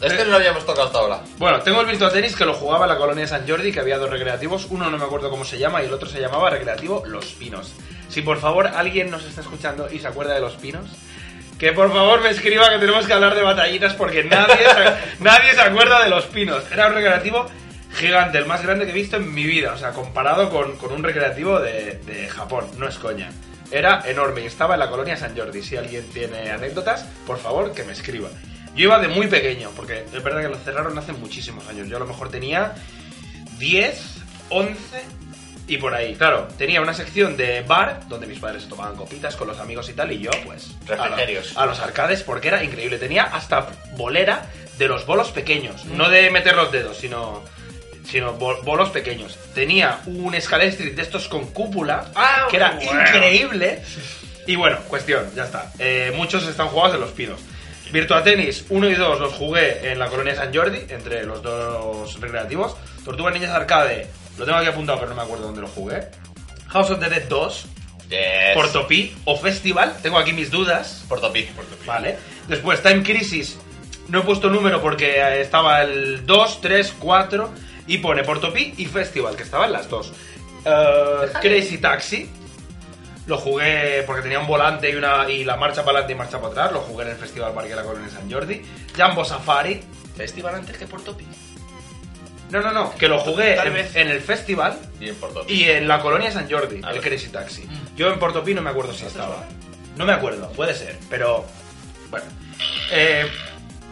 S1: Este no lo habíamos tocado hasta ahora.
S2: Bueno, tengo el Virtua Tennis que lo jugaba en la colonia de San Jordi, que había dos recreativos, uno no me acuerdo cómo se llama y el otro se llamaba Recreativo Los Pinos. Si por favor alguien nos está escuchando y se acuerda de Los Pinos, que por favor me escriba que tenemos que hablar de batallitas porque nadie se, nadie se acuerda de Los Pinos. Era un recreativo gigante, el más grande que he visto en mi vida, o sea, comparado con, con un recreativo de, de Japón, no es coña. Era enorme y estaba en la colonia San Jordi. Si alguien tiene anécdotas, por favor que me escriba. Yo iba de muy pequeño, porque es verdad que lo cerraron hace muchísimos años. Yo a lo mejor tenía 10, 11 y por ahí. Claro, tenía una sección de bar donde mis padres tomaban copitas con los amigos y tal, y yo, pues. a lo-
S1: Refrigerios.
S2: A, los arcades, porque era increíble. Tenía hasta bolera de los bolos pequeños. No de meter los dedos, sino. Sino bol- bolos pequeños. Tenía un escalestri de estos con cúpula, que era increíble. Y bueno, cuestión, ya está. Eh, muchos están jugados en los pinos. Virtua Tennis 1 y 2 los jugué en la colonia San Jordi, entre los dos recreativos. Tortuga Niñas Arcade, lo tengo aquí apuntado, pero no me acuerdo dónde lo jugué. House of the Dead 2,
S1: Yes.
S2: Portopí o Festival, tengo aquí mis dudas.
S1: Portopí.
S2: Vale. Después, Time Crisis. No he puesto número porque eh, estaba el 2, 3, 4 y pone Portopí y Festival, que estaban las dos. Eh, Crazy Taxi. Lo jugué porque tenía un volante y, una, y la marcha para adelante y marcha para atrás. Lo jugué en el Festival Parque de la Colonia San Jordi. Jumbo Safari.
S5: Festival antes que por Topi.
S2: No, no, no. Que lo jugué
S3: Tal
S2: en,
S3: vez.
S2: en el Festival
S1: Bien, Portopí.
S2: y en la Colonia San Jordi.
S1: Ah,
S2: el
S1: vale.
S2: Crazy Taxi.
S5: Mm.
S2: Yo en Portopí no me acuerdo si estaba. No me acuerdo, puede ser, pero Bueno. Eh,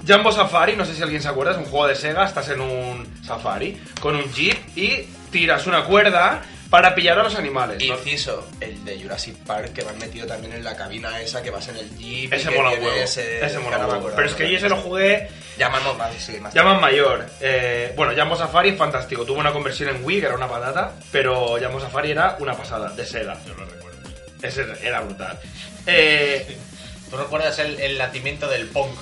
S2: Jumbo Safari, no sé si alguien se acuerda, es un juego de Sega, estás en un safari con un jeep y tiras una cuerda para pillar a los animales. ¿no?
S5: Inciso, el de Jurassic Park que me han metido también en la cabina esa que vas en el jeep.
S2: Ese
S5: y que
S2: mola un
S5: tiene
S2: huevo. Ese,
S5: Ese,
S2: mola
S5: ya
S2: un
S5: no me
S2: huevo.
S5: acuerdo
S2: Pero es que
S5: ahora.
S2: yo ese lo jugué
S5: Llamamos más, sí, más.
S2: ya más mayor. Eh, bueno, Jumbo Safari, fantástico. Tuvo una conversión en Wii, que era una patata, pero Jumbo Safari era una pasada, de Sega. Yo lo recuerdo. Ese era brutal. Eh,
S1: ¿Tú recuerdas el, el nacimiento del punk?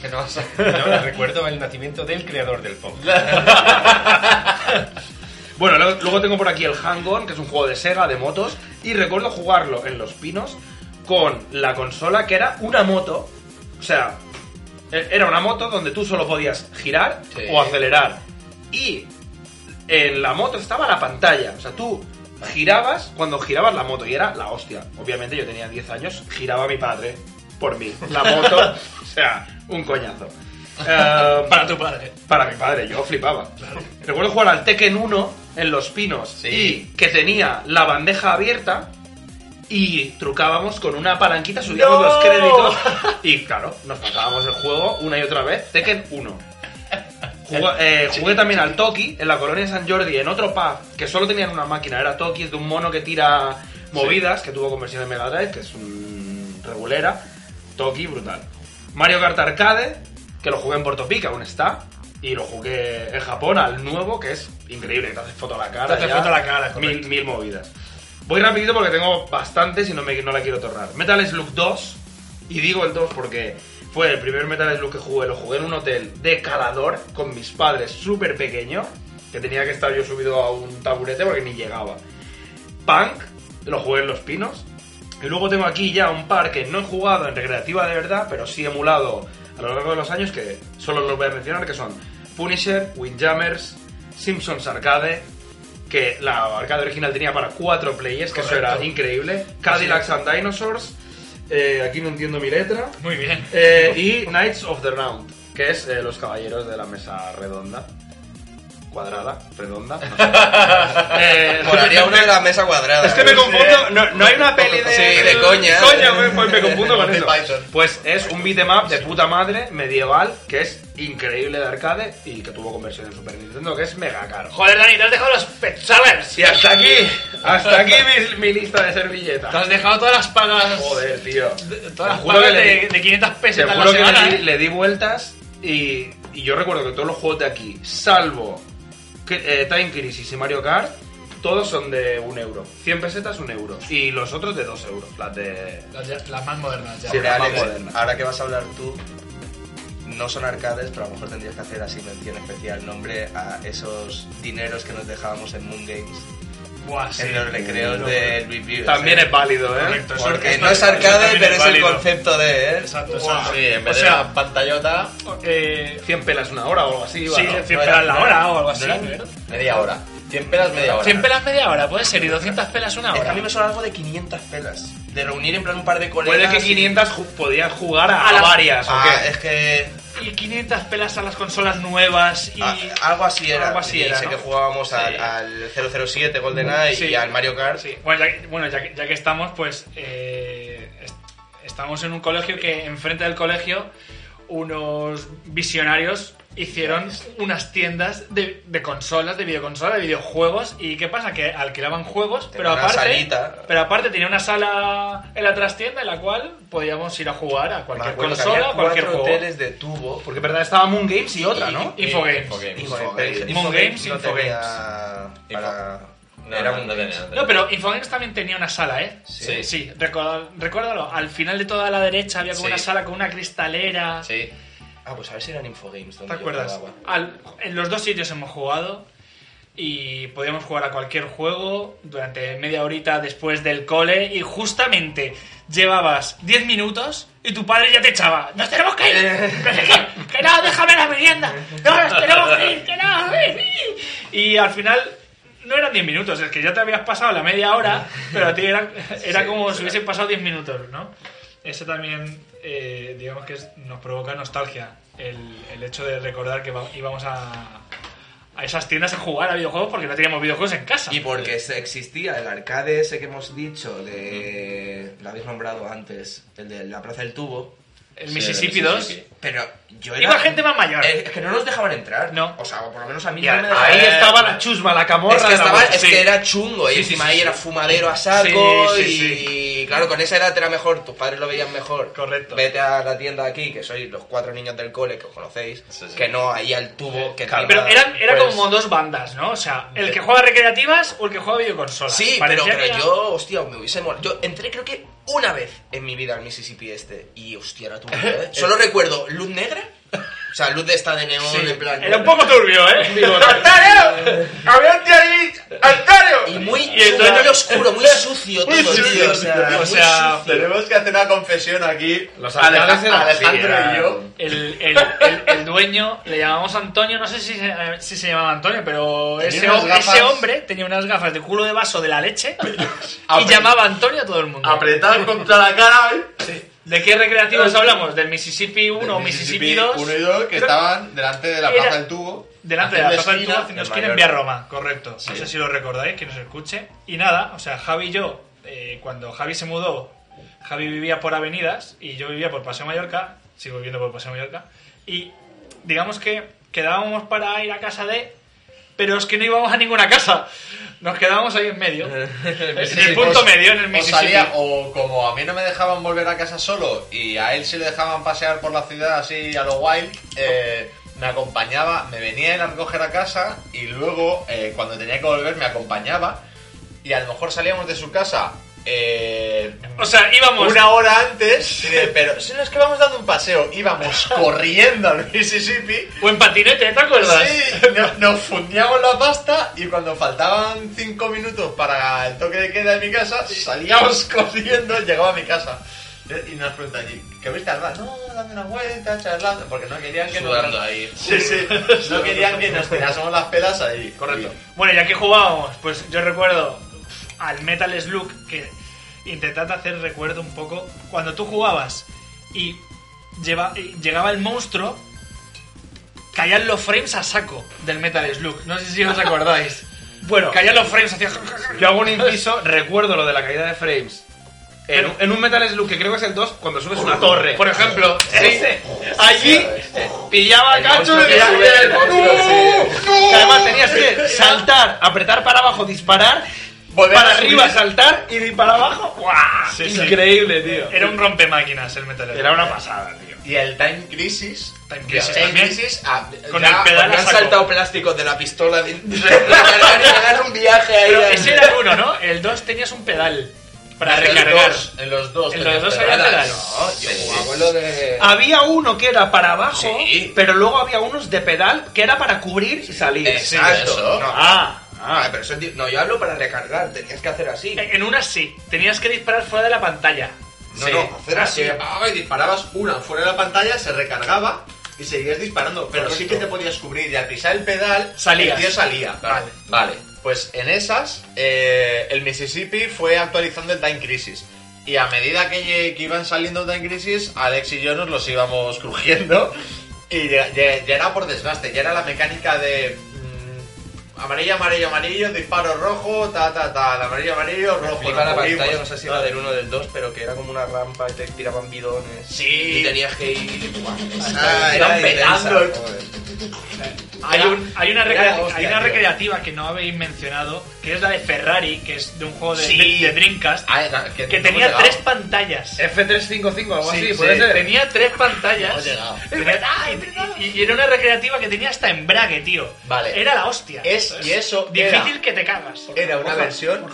S1: Que no vas a...
S6: Yo recuerdo el nacimiento del creador del pop.
S2: Bueno, lo- luego tengo por aquí el Hang-On, que es un juego de Sega de motos, y recuerdo jugarlo en Los Pinos con la consola que era una moto O sea, e- era una moto donde tú solo podías girar
S5: Sí.
S2: o acelerar. Y en la moto estaba la pantalla. O sea, tú girabas cuando girabas la moto y era la hostia. Obviamente yo tenía 10 años, giraba mi padre por mí. La moto, o sea, un coñazo. Eh,
S3: Para tu padre.
S2: para mi padre, yo flipaba. Recuerdo jugar al Tekken 1 en Los Pinos y que tenía la bandeja abierta y trucábamos con una palanquita, subíamos
S1: ¡No!
S2: los créditos y claro, nos pasábamos el juego una y otra vez. Tekken 1. Jugué, eh, jugué también al Toki en la colonia de San Jordi, en otro pub que solo tenían una máquina, era Toki, es de un mono que tira movidas, que tuvo conversión en Mega Drive, que es un regulera. Toki, brutal. Mario Kart Arcade, que lo jugué en Puerto Pica, aún está. Y lo jugué en Japón al nuevo, que es increíble, que te haces foto a la cara.
S3: Te haces
S2: ya,
S3: foto a la cara,
S2: mil,
S3: correcto.
S2: mil movidas. Voy rapidito porque tengo bastantes y no, me, no la quiero torrar. Metal Slug 2, y digo el 2 porque fue el primer Metal Slug que jugué, lo jugué en un hotel de Calador con mis padres, súper pequeño, que tenía que estar yo subido a un taburete porque ni llegaba. Punk, lo jugué en Los Pinos. Y luego tengo aquí ya un par que no he jugado en recreativa de verdad, pero sí emulado a lo largo de los años, que solo los voy a mencionar, que son Punisher, Windjammers, Simpsons Arcade, que la arcade original tenía para cuatro players, que eso era increíble, Cadillacs and Dinosaurs, eh, aquí no entiendo mi letra,
S3: Muy bien.
S2: eh, y Knights of the Round, que es eh, los caballeros de la mesa redonda. Cuadrada, redonda. No
S5: [laughs]
S2: sé. Eh,
S5: Molaría una en la mesa cuadrada. ¿eh?
S2: es que me
S5: güey.
S2: confundo, Este, no, no hay una peli de.
S5: Sí, de coña.
S2: Coño, güey, pues me confundo con
S1: De
S2: eso.
S1: Python.
S2: Pues es un beat'em up de puta madre, medieval, que es increíble de arcade y que tuvo conversión en Super Nintendo, que es mega caro.
S4: Joder, Dani, te has dejado los pet Savers.
S2: Y hasta aquí, hasta aquí mi, mi lista de servilletas.
S4: Te has dejado todas las pagas.
S2: Joder, tío.
S4: Todas
S2: Te
S4: las
S2: juro
S4: pagas
S2: que le-
S4: de, de 500
S2: Te
S4: pesos a la
S2: juro que
S4: semana.
S2: le di,
S4: ¿eh?
S2: le di vueltas y, y yo recuerdo que todos los juegos de aquí, salvo que- eh, Time Crisis y Mario Kart, todos son de un euro. 100 pesetas, un euro. Y los otros de dos euros. Las de...
S3: Las, ya- las más modernas ya.
S2: Sí,
S5: Hombre,
S2: la más
S5: Alex,
S2: moderna.
S5: ahora que vas a hablar tú, no son arcades, pero a lo mejor tendrías que hacer así mención especial, nombre a esos dineros que nos dejábamos en Moon Games,
S3: Buah, sí.
S5: en los recreos
S3: No,
S5: de Luis Vives.
S2: También
S5: ¿eh?
S2: es válido, ¿eh?
S3: Correcto, eso-
S5: Porque
S3: esto-
S5: no es
S3: esto
S5: arcade,
S3: también
S5: pero es el
S3: válido.
S5: concepto de... ¿eh?
S3: Exacto,
S1: Buah,
S3: exacto.
S1: sí, en
S3: o
S1: vez de
S3: sea,
S1: la pantallota,
S3: eh,
S2: 100 pelas una hora o algo así.
S3: sí,
S2: ¿no?
S3: 100
S1: no
S3: pelas
S1: era-
S3: la hora o algo así.
S1: media hora. 100 pelas, media hora.
S4: 100 ¿eh? pelas media hora, puede ser, y 200 pelas una
S5: Es que
S4: hora.
S5: a mí me suena algo de 500 pelas, de reunir en plan un par de colegas...
S2: Puede que
S5: y-
S2: 500 ju- podían jugar a,
S4: A la-
S2: varias, ¿o
S5: Ah,
S1: eh.
S2: qué?
S5: es que
S4: Y 500 pelas a las consolas nuevas y...
S5: ah, algo así era.
S4: algo así
S5: y
S4: era,
S5: sé
S4: ¿no?
S5: que jugábamos al,
S4: Sí.
S5: al 007 GoldenEye
S3: Sí.
S5: y al Mario Kart.
S3: Sí, Bueno, ya, que- bueno, ya que, ya que estamos, pues eh, est- estamos en un colegio que enfrente del colegio unos visionarios hicieron unas tiendas de, de consolas, de videoconsolas, de videojuegos y ¿qué pasa? Que alquilaban juegos, pero
S5: una
S3: aparte,
S5: salita.
S3: pero aparte tenía una sala en la trastienda en la cual podíamos ir a jugar a
S5: Me
S3: cualquier
S5: acuerdo que
S3: consola,
S5: había
S3: a cualquier
S5: cuatro
S3: juego.
S5: teles de tubo.
S2: Porque verdad estaba Moon Games y otra, ¿no?
S3: Y- Infogames.
S1: Infogames.
S5: Infogames.
S3: Infogames,
S5: no
S3: Infogames.
S5: tenía para-
S1: No,
S5: era
S1: no,
S5: un-
S1: no tenía, no tenía.
S3: No, pero Infogames también tenía una sala, ¿eh?
S1: Sí.
S3: Sí, recuérdalo, recuérdalo. Al final de toda la derecha había como
S1: Sí.
S3: una sala con una cristalera.
S1: Sí.
S5: Ah, pues a ver si eran Infogames.
S3: ¿Te acuerdas? Al- en los dos sitios hemos jugado y podíamos jugar a cualquier juego durante media horita después del cole y justamente llevabas 10 minutos y tu padre ya te echaba. ¡Nos tenemos que ir! ¡No sé qué! ¡Que no! ¡Déjame la merienda! ¡No, nos tenemos que ir! ¡Que no! Y al final... No eran 10 minutos, es que ya te habías pasado la media hora, pero a ti era, era como si hubiesen pasado 10 minutos, ¿no? Eso también, eh, digamos que es- nos provoca nostalgia, el, el hecho de recordar que va- íbamos a, a esas tiendas a jugar a videojuegos porque no teníamos videojuegos en casa.
S5: Y porque se- existía el arcade ese que hemos dicho, de, lo habéis nombrado antes, el de la Plaza del Tubo.
S3: el
S1: Sí,
S3: Mississippi
S1: el
S3: 2.
S1: Mississippi.
S5: Pero yo era...
S3: Iba gente más mayor.
S5: Eh, Es que no nos dejaban entrar.
S3: No.
S5: O sea, por lo menos a mí
S2: Y
S5: no me dejaban
S2: ahí
S3: eh,
S5: entrar.
S2: estaba la chusma, la camorra.
S5: Es que,
S2: de la
S5: estaba-
S2: voz.
S5: es
S2: Sí.
S5: que era chungo y
S2: Sí,
S5: encima
S2: sí, sí,
S5: ahí
S2: sí.
S5: era fumadero a saco
S2: Sí, sí,
S5: y, claro, con esa edad era mejor, tus padres lo veían mejor.
S3: Correcto.
S5: Vete a la tienda aquí, que sois los cuatro niños del cole que os conocéis,
S1: Sí, sí.
S5: que no ahí al tubo, que
S3: Claro,
S5: encima,
S3: pero eran, era
S5: pues,
S3: como dos bandas, ¿no? O sea, el que juega recreativas o el que juega videoconsolas.
S5: Sí, pero,
S3: Parecía que
S5: pero
S3: era-
S5: yo, hostia, me hubiese molado. Yo entré creo que una vez en mi vida al Mississippi este y hostia, era
S3: [laughs]
S5: tubo. ¿eh? Solo recuerdo luz negra, o sea, luz de esta de neón
S3: Sí,
S5: en
S3: [laughs]
S5: plan...
S3: era un poco turbio, ¿eh?
S2: Digo, "Tartario, había un tío ahí
S5: Y
S1: ¡Antario!
S5: muy,
S2: Y entonces-
S5: muy oscuro, muy sucio
S1: Muy
S5: todo,
S1: sucio,
S5: tío. O sea,
S1: tío.
S5: muy
S2: O sea,
S5: sucio.
S1: Tenemos que hacer una confesión aquí.
S8: Los
S1: Aleja-
S8: alcaldes eran
S1: Alejandro y yo.
S8: así,
S3: El, el, el, el dueño le llamamos Antonio, no sé si se, si se llamaba Antonio, pero
S1: Tenía
S3: ese,
S1: unas
S3: hom-
S1: gafas-
S3: ese hombre tenía unas gafas de culo de vaso de la leche y
S1: [laughs] Apre-
S3: llamaba Antonio a todo el mundo.
S1: Apretados contra la cara, ¿eh?
S3: ¿De qué recreativos hablamos? ¿Del Mississippi 1 o Mississippi 2?
S1: 1 y 2 que estaban delante de la
S3: Era-
S1: plaza del tubo.
S3: Delante de la
S1: haciendo
S3: plaza del
S1: esquina
S3: tubo haciendo
S1: en
S3: esquina en
S1: Mallorca.
S3: Vía Roma, correcto. No sé si lo recordáis, que nos escuche. Y nada, o sea, Javi y yo, eh, cuando Javi se mudó, Javi vivía por avenidas y yo vivía por Paseo Mallorca, sigo viviendo por Paseo Mallorca, y digamos que quedábamos para ir a casa de... Pero es que no íbamos a ninguna casa. Nos quedábamos ahí
S1: [laughs]
S3: en medio. en el punto
S1: Os-
S3: medio, en el
S1: os
S3: Mississippi.
S1: salía, o como a mí no me dejaban volver a casa solo y a él se le dejaban pasear por la ciudad así a lo wild, eh, me acompañaba, me venía él a recoger a casa y luego eh, cuando tenía que volver me acompañaba y a lo mejor salíamos de su casa eh,
S3: O sea, íbamos...
S1: una hora antes, y de, pero si no es que vamos dando un paseo,
S3: [laughs]
S1: íbamos corriendo al Mississippi.
S3: O en patinete, ¿te acuerdas?
S1: Sí, no- nos fundíamos la pasta y cuando faltaban 5 minutos para el toque de queda en mi casa, salíamos [laughs] corriendo, llegaba a mi casa. Eh, Y nos preguntan allí, ¿qué habéis tardado? No, dando una vuelta, charlando, porque no querían que
S5: Sudando
S1: nos...
S5: ahí.
S1: Sí, sí, [laughs] no querían que nos tirásemos las pelas ahí. Correcto.
S3: Bueno, ya que jugábamos, pues yo recuerdo al Metal Slug que intentad hacer recuerdo un poco cuando tú jugabas y, lleva- y llegaba el monstruo, caían los frames a saco del Metal Slug. No sé si os acordáis.
S2: [laughs] Bueno,
S3: caían los frames hacia.
S2: yo hago un inciso, recuerdo lo de la caída de frames. En, un- en un Metal Slug que creo que es el 2, cuando subes una torre.
S3: [laughs] Por ejemplo,
S2: Ese. Allí pillaba
S1: El
S2: cacho
S1: monstruo
S2: de
S1: que sube, el monstruo, sí.
S2: Que además tenías que saltar, apretar para abajo, disparar,
S1: Volver
S2: para
S1: a subir.
S2: arriba, saltar y di para abajo. ¡Guau!
S3: Sí, sí.
S2: Increíble, tío.
S3: era un rompemáquinas el Metal Slug.
S2: Era una pasada, tío.
S1: Y el Time Crisis...
S3: Time Crisis
S1: Time
S3: también.
S1: Crisis, ah,
S3: Con
S1: ya-
S3: el pedal
S5: Me
S3: a
S5: han
S3: saco.
S5: saltado plásticos de la
S1: [laughs]
S5: pistola de, de- dar un viaje ahí.
S3: Pero
S5: al-
S3: ese era el uno, ¿no? El 2 tenías un pedal para
S1: en los
S3: recargar.
S1: dos, En los dos.
S3: En
S1: tenía
S3: los dos había
S1: pedradas.
S3: pedal.
S1: No, yo jugaba con
S5: Abuelo de...
S3: Ah,
S2: Había uno que era para abajo,
S5: Sí.
S2: pero luego había unos de pedal que era para cubrir y salir.
S5: Exacto.
S1: Sí, eso.
S5: No,
S2: Ah,
S5: ah, pero eso es di- No, yo hablo para recargar. Tenías que hacer así.
S3: En una sí, tenías que disparar fuera de la pantalla.
S5: No,
S1: Sí.
S5: no, hacer
S1: Ah,
S5: así.
S1: sí. Ah, y disparabas una fuera de la pantalla, se recargaba y seguías disparando. Pero sí que te podías cubrir y al pisar el pedal,
S3: Salías.
S1: el tío salía.
S3: Vale.
S1: Vale. Pues en esas, eh, el Mississippi fue actualizando el Time Crisis. Y a medida que, lle- que iban saliendo Time Crisis, Alex y yo nos los íbamos crujiendo. Y ya, ya- ya era por desgaste, ya era la mecánica de. mm, Amarillo, amarillo, amarillo, disparo rojo, ta, ta, ta, amarillo, amarillo, rojo.
S5: Iba la
S1: nos cubrimos.
S5: pantalla, no sé si era del 1 o del 2, pero que era como una rampa y te tiraban bidones.
S1: Sí.
S5: Y tenías que ir.
S1: Ah,
S5: Era
S1: iban
S5: intensa,
S1: petando.
S5: joder.
S3: Hay,
S1: Era-
S3: un- hay una,
S1: era
S3: recrea-
S1: la hostia,
S3: hay una
S1: tío.
S3: recreativa que no habéis mencionado, que es la de Ferrari, que es de un juego de,
S1: Sí.
S3: de- de Dreamcast,
S1: Ah, era- que,
S3: que
S1: no
S3: tenía
S1: hemos
S3: tres
S1: llegado. Eh,
S3: pantallas.
S2: F355, algo
S1: Sí,
S2: así,
S1: sí.
S2: puede ser.
S3: Tenía tres pantallas.
S1: Hemos llegado.
S3: Tenía- ¡Ay! y, y era una recreativa que tenía hasta embrague, tío.
S1: Vale.
S3: Era la hostia. Pues
S1: Es- y eso
S3: Difícil
S1: era-
S3: que te cagas. [laughs]
S1: Era una [laughs] versión.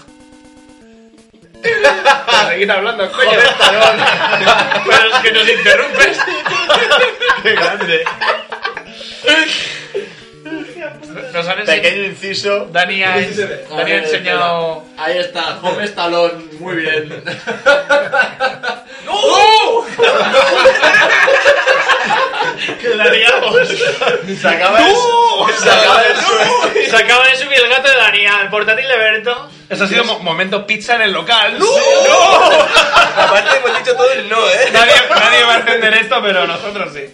S2: [laughs] Para seguir hablando, coño. [laughs]
S3: Pero es que nos interrumpes.
S1: ¡Qué grande!
S3: Nos han enseñado.
S1: Pequeño inciso.
S3: Dani ha, ens- Dani ha enseñado.
S1: Ahí está, Home Stallone, muy bien.
S3: [laughs] Que la liamos.
S1: Se acaba el. Se acaba el [laughs] sueño.
S3: Se acaba de subir el gato de Dani al portátil de Berto.
S2: Eso ha sido mo- momento pizza en el local. ¡No! [laughs]
S5: Aparte, hemos dicho todo el no, ¿eh?
S2: Nadie, nadie va a entender esto, pero nosotros sí.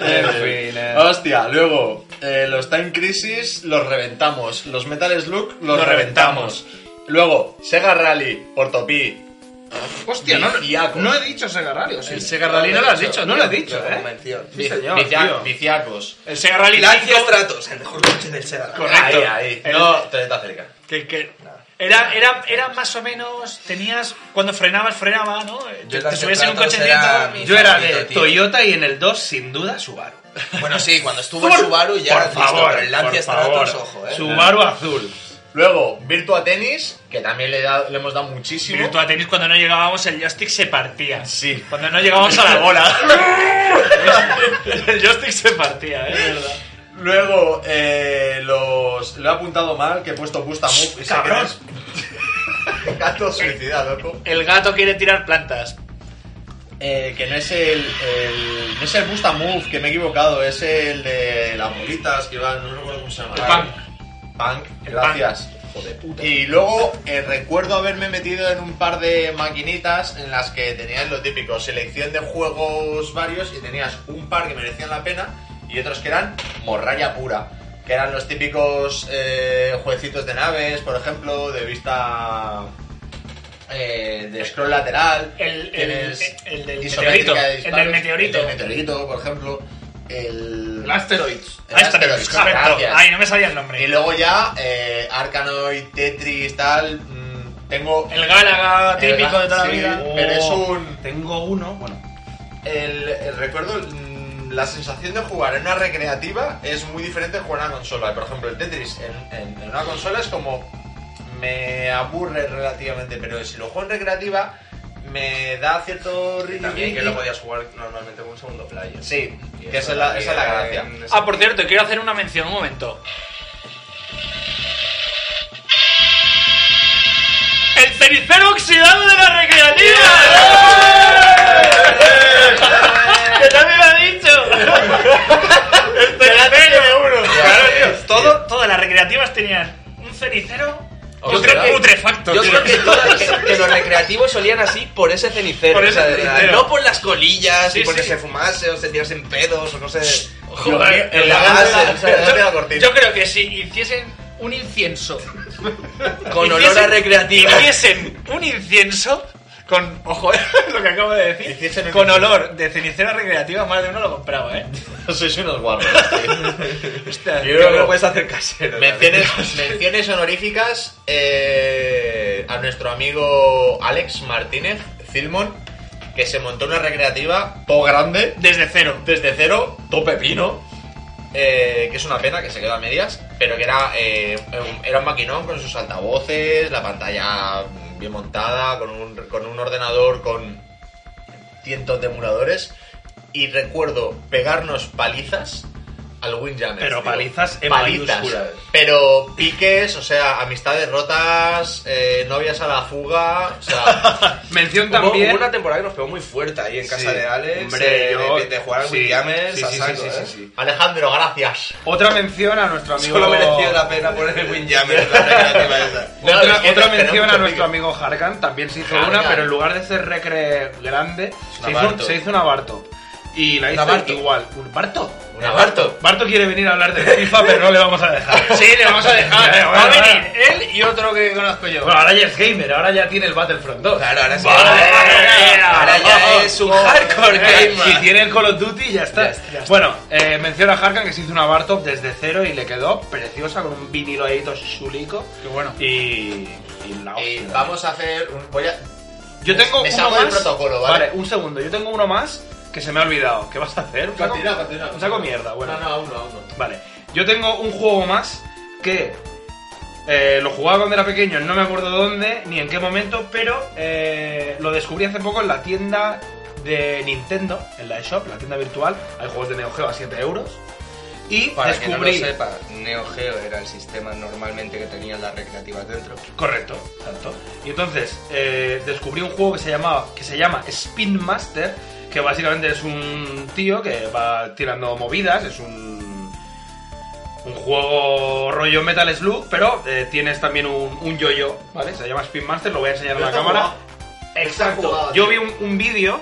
S2: En fin, eh.
S1: Hostia, luego, eh, los Time Crisis los reventamos. Los Metal Slug los reventamos. Luego, Sega Rally, Portopí.
S2: Hostia, no,
S1: Viciacos.
S2: no he dicho Sega Rally, ¿o sí?
S3: El Sega Rally no lo has dicho,
S2: No
S3: tío.
S2: lo he dicho,
S5: Como
S2: ¿eh?
S5: mención.
S2: Sí, señor,
S1: Vicia-
S2: tío.
S1: Viciacos.
S3: El Sega Rally
S5: Gracias,
S3: 5,
S5: Tratos. El mejor coche del Sega.
S3: Correcto.
S1: Ahí, ahí.
S3: El-
S1: No, te está cerca.
S3: que, que era, era, era más o menos. Tenías. Cuando frenabas, frenaba, ¿no? Te,
S5: Yo
S3: te
S5: las
S3: subías en un
S5: Stratos
S3: coche
S5: eran
S3: lento,
S5: mis
S2: Yo era de
S5: favoritos, tío.
S2: Toyota y en el 2, sin duda, Subaru.
S5: Bueno, sí, cuando estuvo en Subaru ya
S2: por
S5: has visto,
S2: favor,
S5: pero el Lancia
S2: por favor.
S5: Stratos, ojo, ¿eh?
S2: Subaru azul.
S1: Luego, Virtua Tennis, que también le, he dado- le hemos dado muchísimo.
S3: Virtua Tennis, cuando no llegábamos, el joystick se partía.
S1: Sí.
S3: [laughs] Cuando no llegábamos a la bola. el joystick se partía, ¿eh? de verdad.
S1: [laughs] Luego, eh, los. Lo he apuntado mal, que he puesto Busta Move y se
S3: cabrón.
S1: [laughs] queda- Gato suicida, loco.
S3: El gato quiere tirar plantas.
S1: Eh, que no es el, el- No es el Busta Move, que me he equivocado, es el de las bolitas que van. No recuerdo cómo se llama. Punk, gracias. Y luego eh, recuerdo haberme metido en un par de maquinitas en las que tenías lo típico, selección de juegos varios y tenías un par que merecían la pena y otros que eran morralla pura, que eran los típicos eh, jueguecitos de naves, por ejemplo, de vista eh, de scroll lateral.
S3: El- el-
S1: Tienes
S3: el del
S1: isométrica
S3: meteorito,
S1: de
S3: el
S1: disparos,
S3: del meteorito.
S1: el del meteorito, por ejemplo. El...
S5: Asteroids.
S1: el Asteroids,
S3: correcto.
S1: gracias.
S3: Ay, no me sabía el nombre.
S1: Y luego ya, eh, Arkanoid, Tetris, tal. mm, tengo.
S3: El Galaga típico de toda la
S1: sí,
S3: vida.
S1: Pero es un.
S2: Oh, Tengo uno, bueno.
S1: El, el recuerdo. mm, La sensación de jugar en una recreativa es muy diferente de jugar en una consola. Por ejemplo, el Tetris en, en- en una consola es como. Me aburre relativamente, pero si lo juego en recreativa, me da cierto ritmo.
S5: También que lo podías jugar normalmente con un segundo player.
S1: Sí,
S5: Y
S1: que esa
S5: eso
S1: es la, esa
S5: también
S1: es la gracia. [laughs]
S5: es-
S3: Ah, por cierto, quiero hacer una mención, un momento. ¡El cenicero oxidado de la recreativa! [laughs] ¡Que no me lo ha
S5: [laughs]
S3: dicho! ¡El cenicero! Claro, tío. Todo, todas las recreativas tenían un cenicero
S5: Yo creo que-
S3: putrefacto.
S5: Yo
S3: tío.
S5: creo que,
S2: [laughs]
S5: todas- que- que los recreativos solían así por ese cenicero.
S3: Por ese
S5: o sea, de-
S3: cenicero.
S5: No por las colillas,
S3: Sí,
S5: y porque
S3: sí.
S5: se fumase o se tirasen pedos o no sé.
S3: [laughs]
S5: eh,
S3: Joder,
S5: en la
S1: el-
S5: base, o sea,
S1: el- la cortina.
S3: Yo creo que si hiciesen un incienso
S5: [laughs] con olor
S3: hiciesen-
S5: a recreativo.
S3: Hiciesen un incienso con, ojo, [laughs] lo que acabo de decir,
S1: Hiciesen un
S3: con
S1: incienso.
S3: olor de cenicera recreativa, más de uno lo compraba, ¿eh?
S1: Sois unos [laughs] guarros,
S3: Hostia,
S1: Yo creo que lo
S5: puedes hacer casero.
S1: Menciones, menciones honoríficas eh, a nuestro amigo Alex Martínez Filmon, que se montó una recreativa todo grande,
S3: Desde cero.
S1: desde cero, todo pepino, eh, que es una pena que se quedó a medias, pero que era, eh, un- era un maquinón con sus altavoces, la pantalla bien montada, con un, con un ordenador con cientos de emuladores, y recuerdo pegarnos palizas al Windjammer.
S2: Pero
S1: tío.
S2: palizas en
S1: Palizas.
S2: mayúsculas.
S1: Pero piques, o sea, amistades rotas, eh, novias a la fuga,
S2: [laughs]
S1: o sea...
S2: Mención
S5: Hubo,
S2: también.
S5: hubo una temporada que nos pegó muy fuerte ahí en casa
S2: Sí.
S5: de Alex.
S2: Hombre,
S5: eh,
S2: yo-
S5: de, de jugar al
S2: sí,
S5: Windjammer
S2: sí,
S5: a
S2: sí, sí,
S5: saco,
S2: sí, sí,
S5: ¿eh?
S2: sí.
S1: Alejandro, gracias.
S2: Otra mención a nuestro amigo.
S5: Solo mereció la pena poner el Windjammer en la recreativa esa.
S1: No,
S2: Otra,
S1: es que
S2: otra
S1: tenemos
S2: mención a
S1: mucho
S2: nuestro
S1: pique.
S2: amigo Harkan, también se hizo
S1: Harkan.
S2: una, pero en lugar de ser recre grande, se hizo,
S1: Barto.
S2: se hizo una Barto. Y la hizo
S5: Barto.
S2: igual. ¿Un Barto?
S1: Un abarto.
S2: Barto quiere venir a hablar de FIFA, pero no le vamos a dejar.
S3: Sí, le vamos a [laughs] dejar.
S2: Vale,
S3: Va a
S2: vale,
S3: venir él y otro que conozco yo.
S2: Bueno, ahora ya es gamer, ahora ya tiene el Battlefront 2.
S5: Claro, ahora sí.
S2: Vale.
S5: Ahora ya es un hardcore
S2: Eh,
S5: gamer.
S2: Si tiene el Call of Duty, ya está. Bueno, eh, menciona a Harkan que se hizo una bar top desde cero y le quedó preciosa con un vinilo ahí todo chulico.
S3: Qué bueno.
S2: Y. y la
S1: Y
S2: hostia.
S1: Eh, vamos a hacer... un- voy a-
S2: Yo
S1: me-
S2: tengo
S1: me
S2: uno
S1: salgo
S2: más.
S1: del protocolo, ¿vale?
S2: un segundo. Yo tengo uno más que se me ha olvidado. ¿Qué vas a hacer? ¿Un saco-
S1: Continúa, continúa.
S2: Un saco mierda, bueno.
S1: No, no, a uno, a uno.
S2: Vale. Yo tengo un juego más que eh, lo jugaba cuando era pequeño, no me acuerdo dónde ni en qué momento, pero eh, lo descubrí hace poco en la tienda de Nintendo, en la eShop, la tienda virtual. Hay juegos de Neo Geo a 7 euros. Y
S5: Para que no lo
S2: descubrí.
S5: sepa, Neo Geo era el sistema normalmente que tenían las recreativas dentro.
S2: Correcto, tanto. Y entonces eh, descubrí un juego que se llamaba que se llama Spin Master, que básicamente es un tío que va tirando movidas, es un un juego rollo Metal Slug, pero eh, tienes también un, un yo-yo, ¿vale? Se llama Spin Master, lo voy a enseñar a la
S1: Está
S2: cámara.
S1: jugado.
S2: Exacto.
S1: Está jugado,
S2: Yo
S1: tío.
S2: vi un, un vídeo,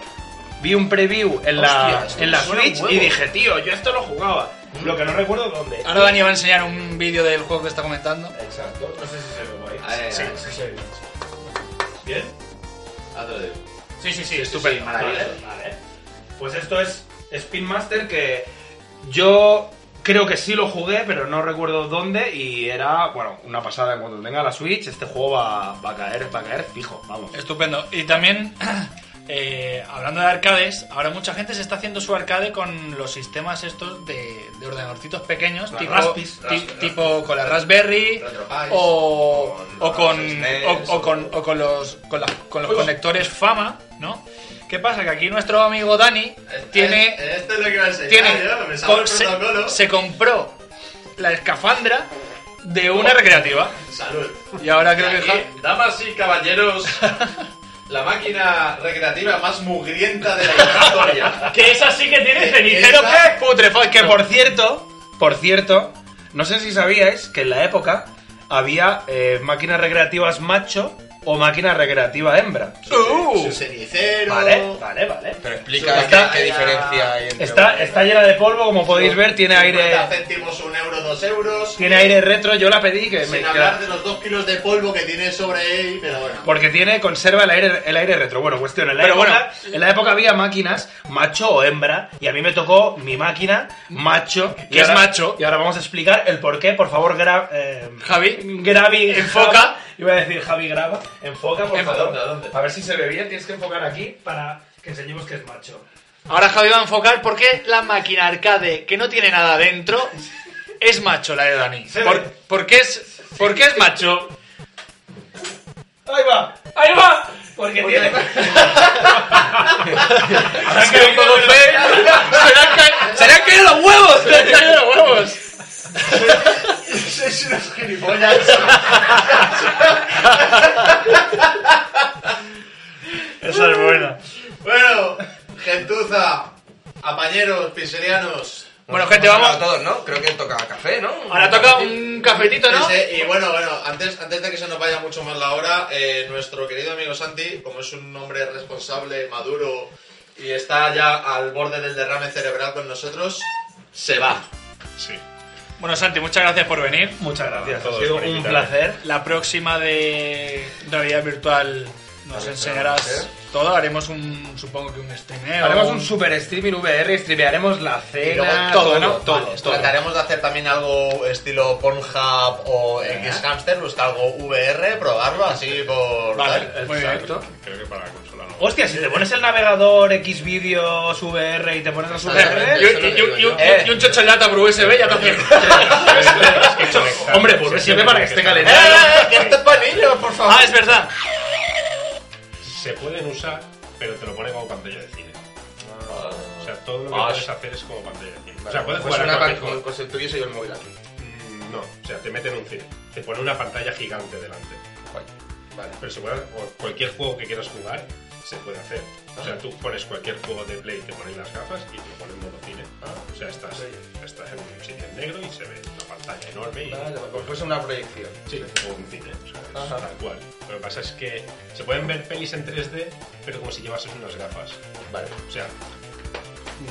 S2: vi un preview en
S1: Hostia,
S2: la,
S1: es que
S2: en
S1: me
S2: la
S1: suena un
S2: Switch
S1: huevo. Mm. Ah,
S2: y dije, tío, yo esto lo jugaba. Lo que no recuerdo dónde.
S3: Ahora Dani va a enseñar un vídeo del juego que está comentando.
S2: Exacto, no sé si se ve ahí.
S1: A ver, a ver.
S2: ¿Bien?
S1: Hazlo de-
S2: Sí, sí, sí.
S1: estupendo. Maravilloso.
S2: Vale, vale. Pues esto es Spin Master que yo creo que sí lo jugué, pero no recuerdo dónde y era, bueno, una pasada. En cuanto tenga la Switch, este juego va, va a caer, va a caer fijo, vamos.
S3: Estupendo. Y también, eh, hablando de arcades, ahora mucha gente se está haciendo su arcade con los sistemas estos de, de ordenadorcitos pequeños, tipo,
S2: Raspis,
S3: ti- tipo con la Raspberry
S1: Retropie,
S3: o,
S1: con
S3: o con,
S1: los SNES,
S3: o- o con- o con los, con la- con los conectores Fama, ¿no? ¿Qué pasa? Que aquí nuestro amigo Dani tiene...
S1: Este es lo que iba a enseñar
S3: tiene
S1: yo, me salgo
S3: con-
S1: el
S3: se,
S1: protocolo.
S3: se compró
S2: la escafandra de una recreativa.
S1: Salud.
S2: Y ahora creo que...
S1: Aquí,
S2: Ja-
S1: eh, damas y caballeros,
S5: [laughs]
S1: la máquina recreativa más mugrienta
S5: [laughs]
S1: de la historia.
S2: Que esa sí que [laughs] tiene
S1: cenicero, ¿qué?
S2: Putrefacto. Que por cierto, por cierto, no sé si sabíais que en la época había eh, máquinas recreativas macho o máquina recreativa hembra. Uh.
S1: Su cenicero.
S2: Vale, vale, vale.
S5: Pero Uh. explica
S1: Está-
S5: qué, qué diferencia hay entre...
S2: Está, está llena de polvo, como podéis ver, tiene
S1: 50
S2: aire.
S1: céntimos, un euro, dos euros.
S2: Tiene aire retro, yo la pedí que me
S1: Sin hablar de los dos kilos de polvo que tiene sobre él, pero bueno.
S2: Porque tiene, conserva el aire, el aire retro. Bueno, cuestión, en la,
S5: Pero
S2: época, en la época había máquinas, macho o hembra, y a mí me tocó mi máquina, macho,
S3: Que es macho.
S2: Y ahora vamos a explicar el por qué, por favor, gra, eh,
S3: Javi,
S2: Gravi,
S3: Enfoca.
S2: graba. [laughs] Iba a decir Javi, graba, enfoca, por
S1: ¿En
S2: favor.
S1: dónde, dónde?
S2: A ver si se ve bien, tienes que enfocar aquí.
S3: para que enseñemos que es macho.
S2: Ahora Javi va a enfocar por qué la máquina arcade, que no tiene nada dentro, es macho la de Dani.
S3: Por-
S2: qué es, macho?
S3: ¡Ahí va!
S2: ¡Ahí va! Porque tiene...
S3: ¡Serán que un poco feo! ¡Serán que los huevos! ¡Serán que los huevos!
S1: Es unos gilipollas.
S2: Esa es buena.
S1: Bueno, gentuza, apañeros, piserianos.
S3: Bueno, gente, vamos.
S5: a todos, ¿no? Creo que toca café, ¿no?
S3: Ahora toca un cafetito, ¿no?
S1: Ese- y bueno, bueno, antes, antes de que se nos vaya mucho más la hora, eh, nuestro querido amigo Santi, como es un hombre responsable, maduro y está ya al borde del derrame cerebral con nosotros, se va.
S6: Sí.
S3: Bueno, Santi, muchas gracias por venir.
S2: Muchas gracias,
S6: A todos
S2: ha sido
S6: por
S2: un
S6: invitarme.
S2: placer.
S3: La próxima de realidad virtual nos enseñarás todo. Haremos un, supongo que un streameo.
S2: Haremos un super streaming VR, streamearemos la
S1: Y luego
S2: cena,
S1: todo,
S2: ¿no?
S1: vale,
S2: Todo, todo.
S1: Trataremos de hacer también algo estilo Pornhub o X Hamster, buscar algo VR, probarlo así por.
S2: Vale,
S1: tal.
S2: muy
S6: Exacto.
S2: bien.
S6: Creo que para la consola no.
S2: Hostia, si te pones el navegador Xvideos VR y te pones las
S1: [laughs]
S5: Exactamente.
S2: VR...
S3: Y, un- y un- y un-
S5: eh,
S3: y
S2: Eh.
S3: un chocho en lata por USB ya también.
S6: [laughs]
S2: Hombre, pues me sirve para que
S6: este
S2: esté
S1: ¡Eh,
S2: calentado.
S1: eh, eh, que esto es para niños, por favor!
S3: Ah, es verdad.
S6: Se pueden usar, pero te lo pone como pantalla de cine. O sea, todo lo que
S1: Ah,
S6: puedes
S1: sí.
S6: hacer es como pantalla de cine. O sea,
S5: Vale,
S6: puedes
S5: pues
S6: jugar a
S5: una
S6: cualquier
S5: pan- como
S6: cosa.
S5: como si tuviese yo el móvil aquí.
S6: Mm, No, o sea, te meten un cine. Te pone una pantalla gigante delante.
S5: Vale.
S6: Pero se puede, o cualquier juego que quieras jugar, se puede hacer. O sea, tú pones cualquier juego de Play, te pones las gafas y te lo ponen modo cine.
S5: Ah.
S6: O sea, estás, estás en un sitio en negro y se ve una pantalla enorme y
S5: Vale, como si fuese una proyección.
S6: Sí, o un cine, o sea, es
S5: Ajá.
S6: tal cual. Lo que pasa es que se pueden ver pelis en 3D, pero como si llevases unas gafas.
S5: Vale.
S6: O sea,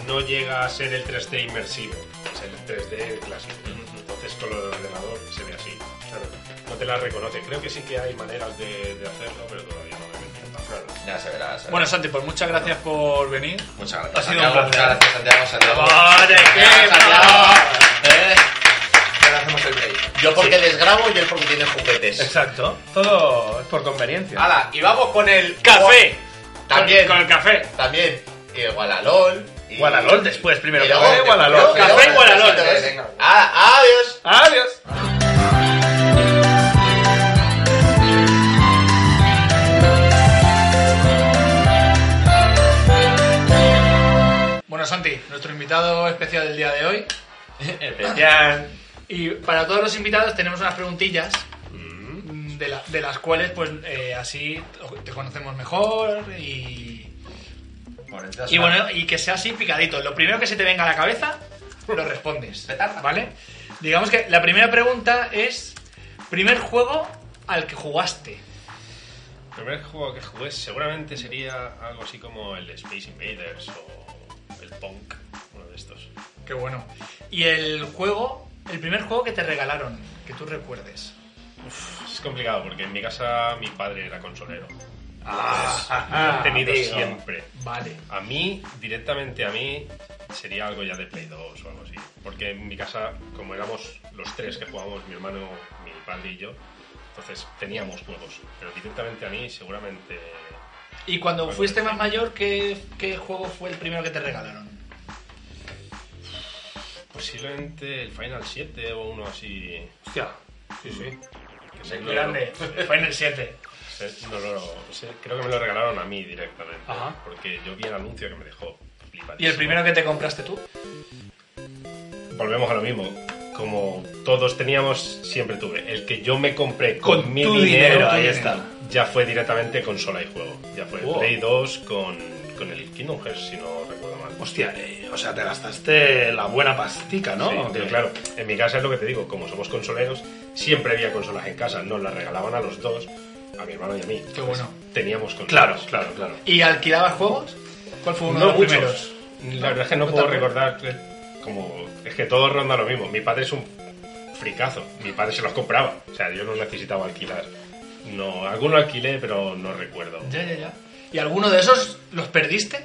S6: no llega a ser el 3D inmersivo, es el 3D clásico. Entonces con el ordenador se ve así. Claro, no te la reconoce. Creo que sí que hay maneras de, de hacerlo, pero todavía no me he metido. Claro.
S1: Ya se verá, se verá.
S3: Bueno, Santi, pues muchas gracias por venir.
S1: muchas gracias.
S3: ha sido un
S1: Santiago,
S3: placer.
S1: Muchas gracias, Santiago. Santiago.
S3: ¡Vale,
S1: Gracias,
S2: Ah,
S1: Santiago. Eh,
S5: Ahora hacemos el break.
S1: Yo porque desgrabo y él porque tiene juguetes.
S2: Exacto, todo es por conveniencia.
S6: Ah,
S1: Hala, y vamos con el.
S3: ¡Café!
S1: También.
S3: Con, con el café.
S1: También. Y Gualalol. y-
S2: Gualalol después, primero
S1: y luego-
S2: café, Gualalol.
S1: y luego-
S3: Café, Gualalol.
S5: Venga.
S1: Ah, adiós.
S2: Adiós.
S3: Bueno, Santi, nuestro invitado especial del día de hoy.
S2: Ya.
S3: [laughs] Y para todos los invitados tenemos unas preguntillas mm, de, la- de las cuales pues eh, así te conocemos mejor y, y bueno y que sea así picadito. Lo primero que se te venga a la cabeza lo [laughs] respondes, ¿vale? Digamos que la primera pregunta es primer juego al que jugaste.
S6: El primer juego que jugué seguramente sería algo así como el Space Invaders o el Punk, uno de estos.
S3: Qué bueno. Y el juego, el primer juego que te regalaron, que tú recuerdes.
S6: Es complicado porque en mi casa mi padre era consolero. he tenido siempre.
S3: Vale.
S6: A mí, directamente a mí, sería algo ya de Play 2 o algo así. Porque en mi casa, como éramos los tres que jugábamos, mi hermano, mi padre y yo, entonces teníamos juegos. Pero directamente a mí, seguramente.
S3: Y cuando
S6: Bueno,
S3: fuiste
S6: sí.
S3: más mayor, ¿qué, qué juego fue el primero que te regalaron?
S6: Posiblemente el Final 7 o uno así.
S2: Hostia.
S6: Sí, sí. [laughs]
S3: Grande, Final 7.
S6: Eh, no lo- sí, creo que me lo regalaron a mí directamente.
S3: Ajá.
S6: Porque yo vi el anuncio que me dejó.
S3: ¿Y el
S6: flipadísimo.
S3: primero que te compraste tú?
S6: Volvemos a lo mismo. como todos teníamos, siempre tuve. El que yo me compré con,
S4: Con
S6: mi
S4: tu
S6: dinero,
S4: dinero,
S6: ahí
S4: tu
S6: está,
S4: dinero.
S6: ya fue directamente consola y juego. Ya fue
S2: Wow.
S6: Play 2 con, con el Kingdom Hearts, si no recuerdo mal.
S2: Hostia, eh, o sea, te gastaste la buena pastica, ¿no?
S6: Sí,
S2: ¿O
S6: pero
S2: qué?
S6: claro, en mi casa es lo que te digo, como somos consoleros, siempre había consolas en casa, nos las regalaban a los dos, a mi hermano y a mí. Qué
S4: bueno.
S6: Teníamos
S2: Claro,
S6: consolas. Claro, claro,
S4: ¿Y alquilabas juegos? ¿Cuál fue uno de los primeros?
S6: La verdad es que no puedo recordar eh, como es que todo ronda lo mismo. Mi padre es un fricazo, mi padre se los compraba, o sea, yo no necesitaba alquilar. No, alguno alquilé, pero no recuerdo.
S4: Ya, ya, ya. ¿Y alguno de esos los perdiste?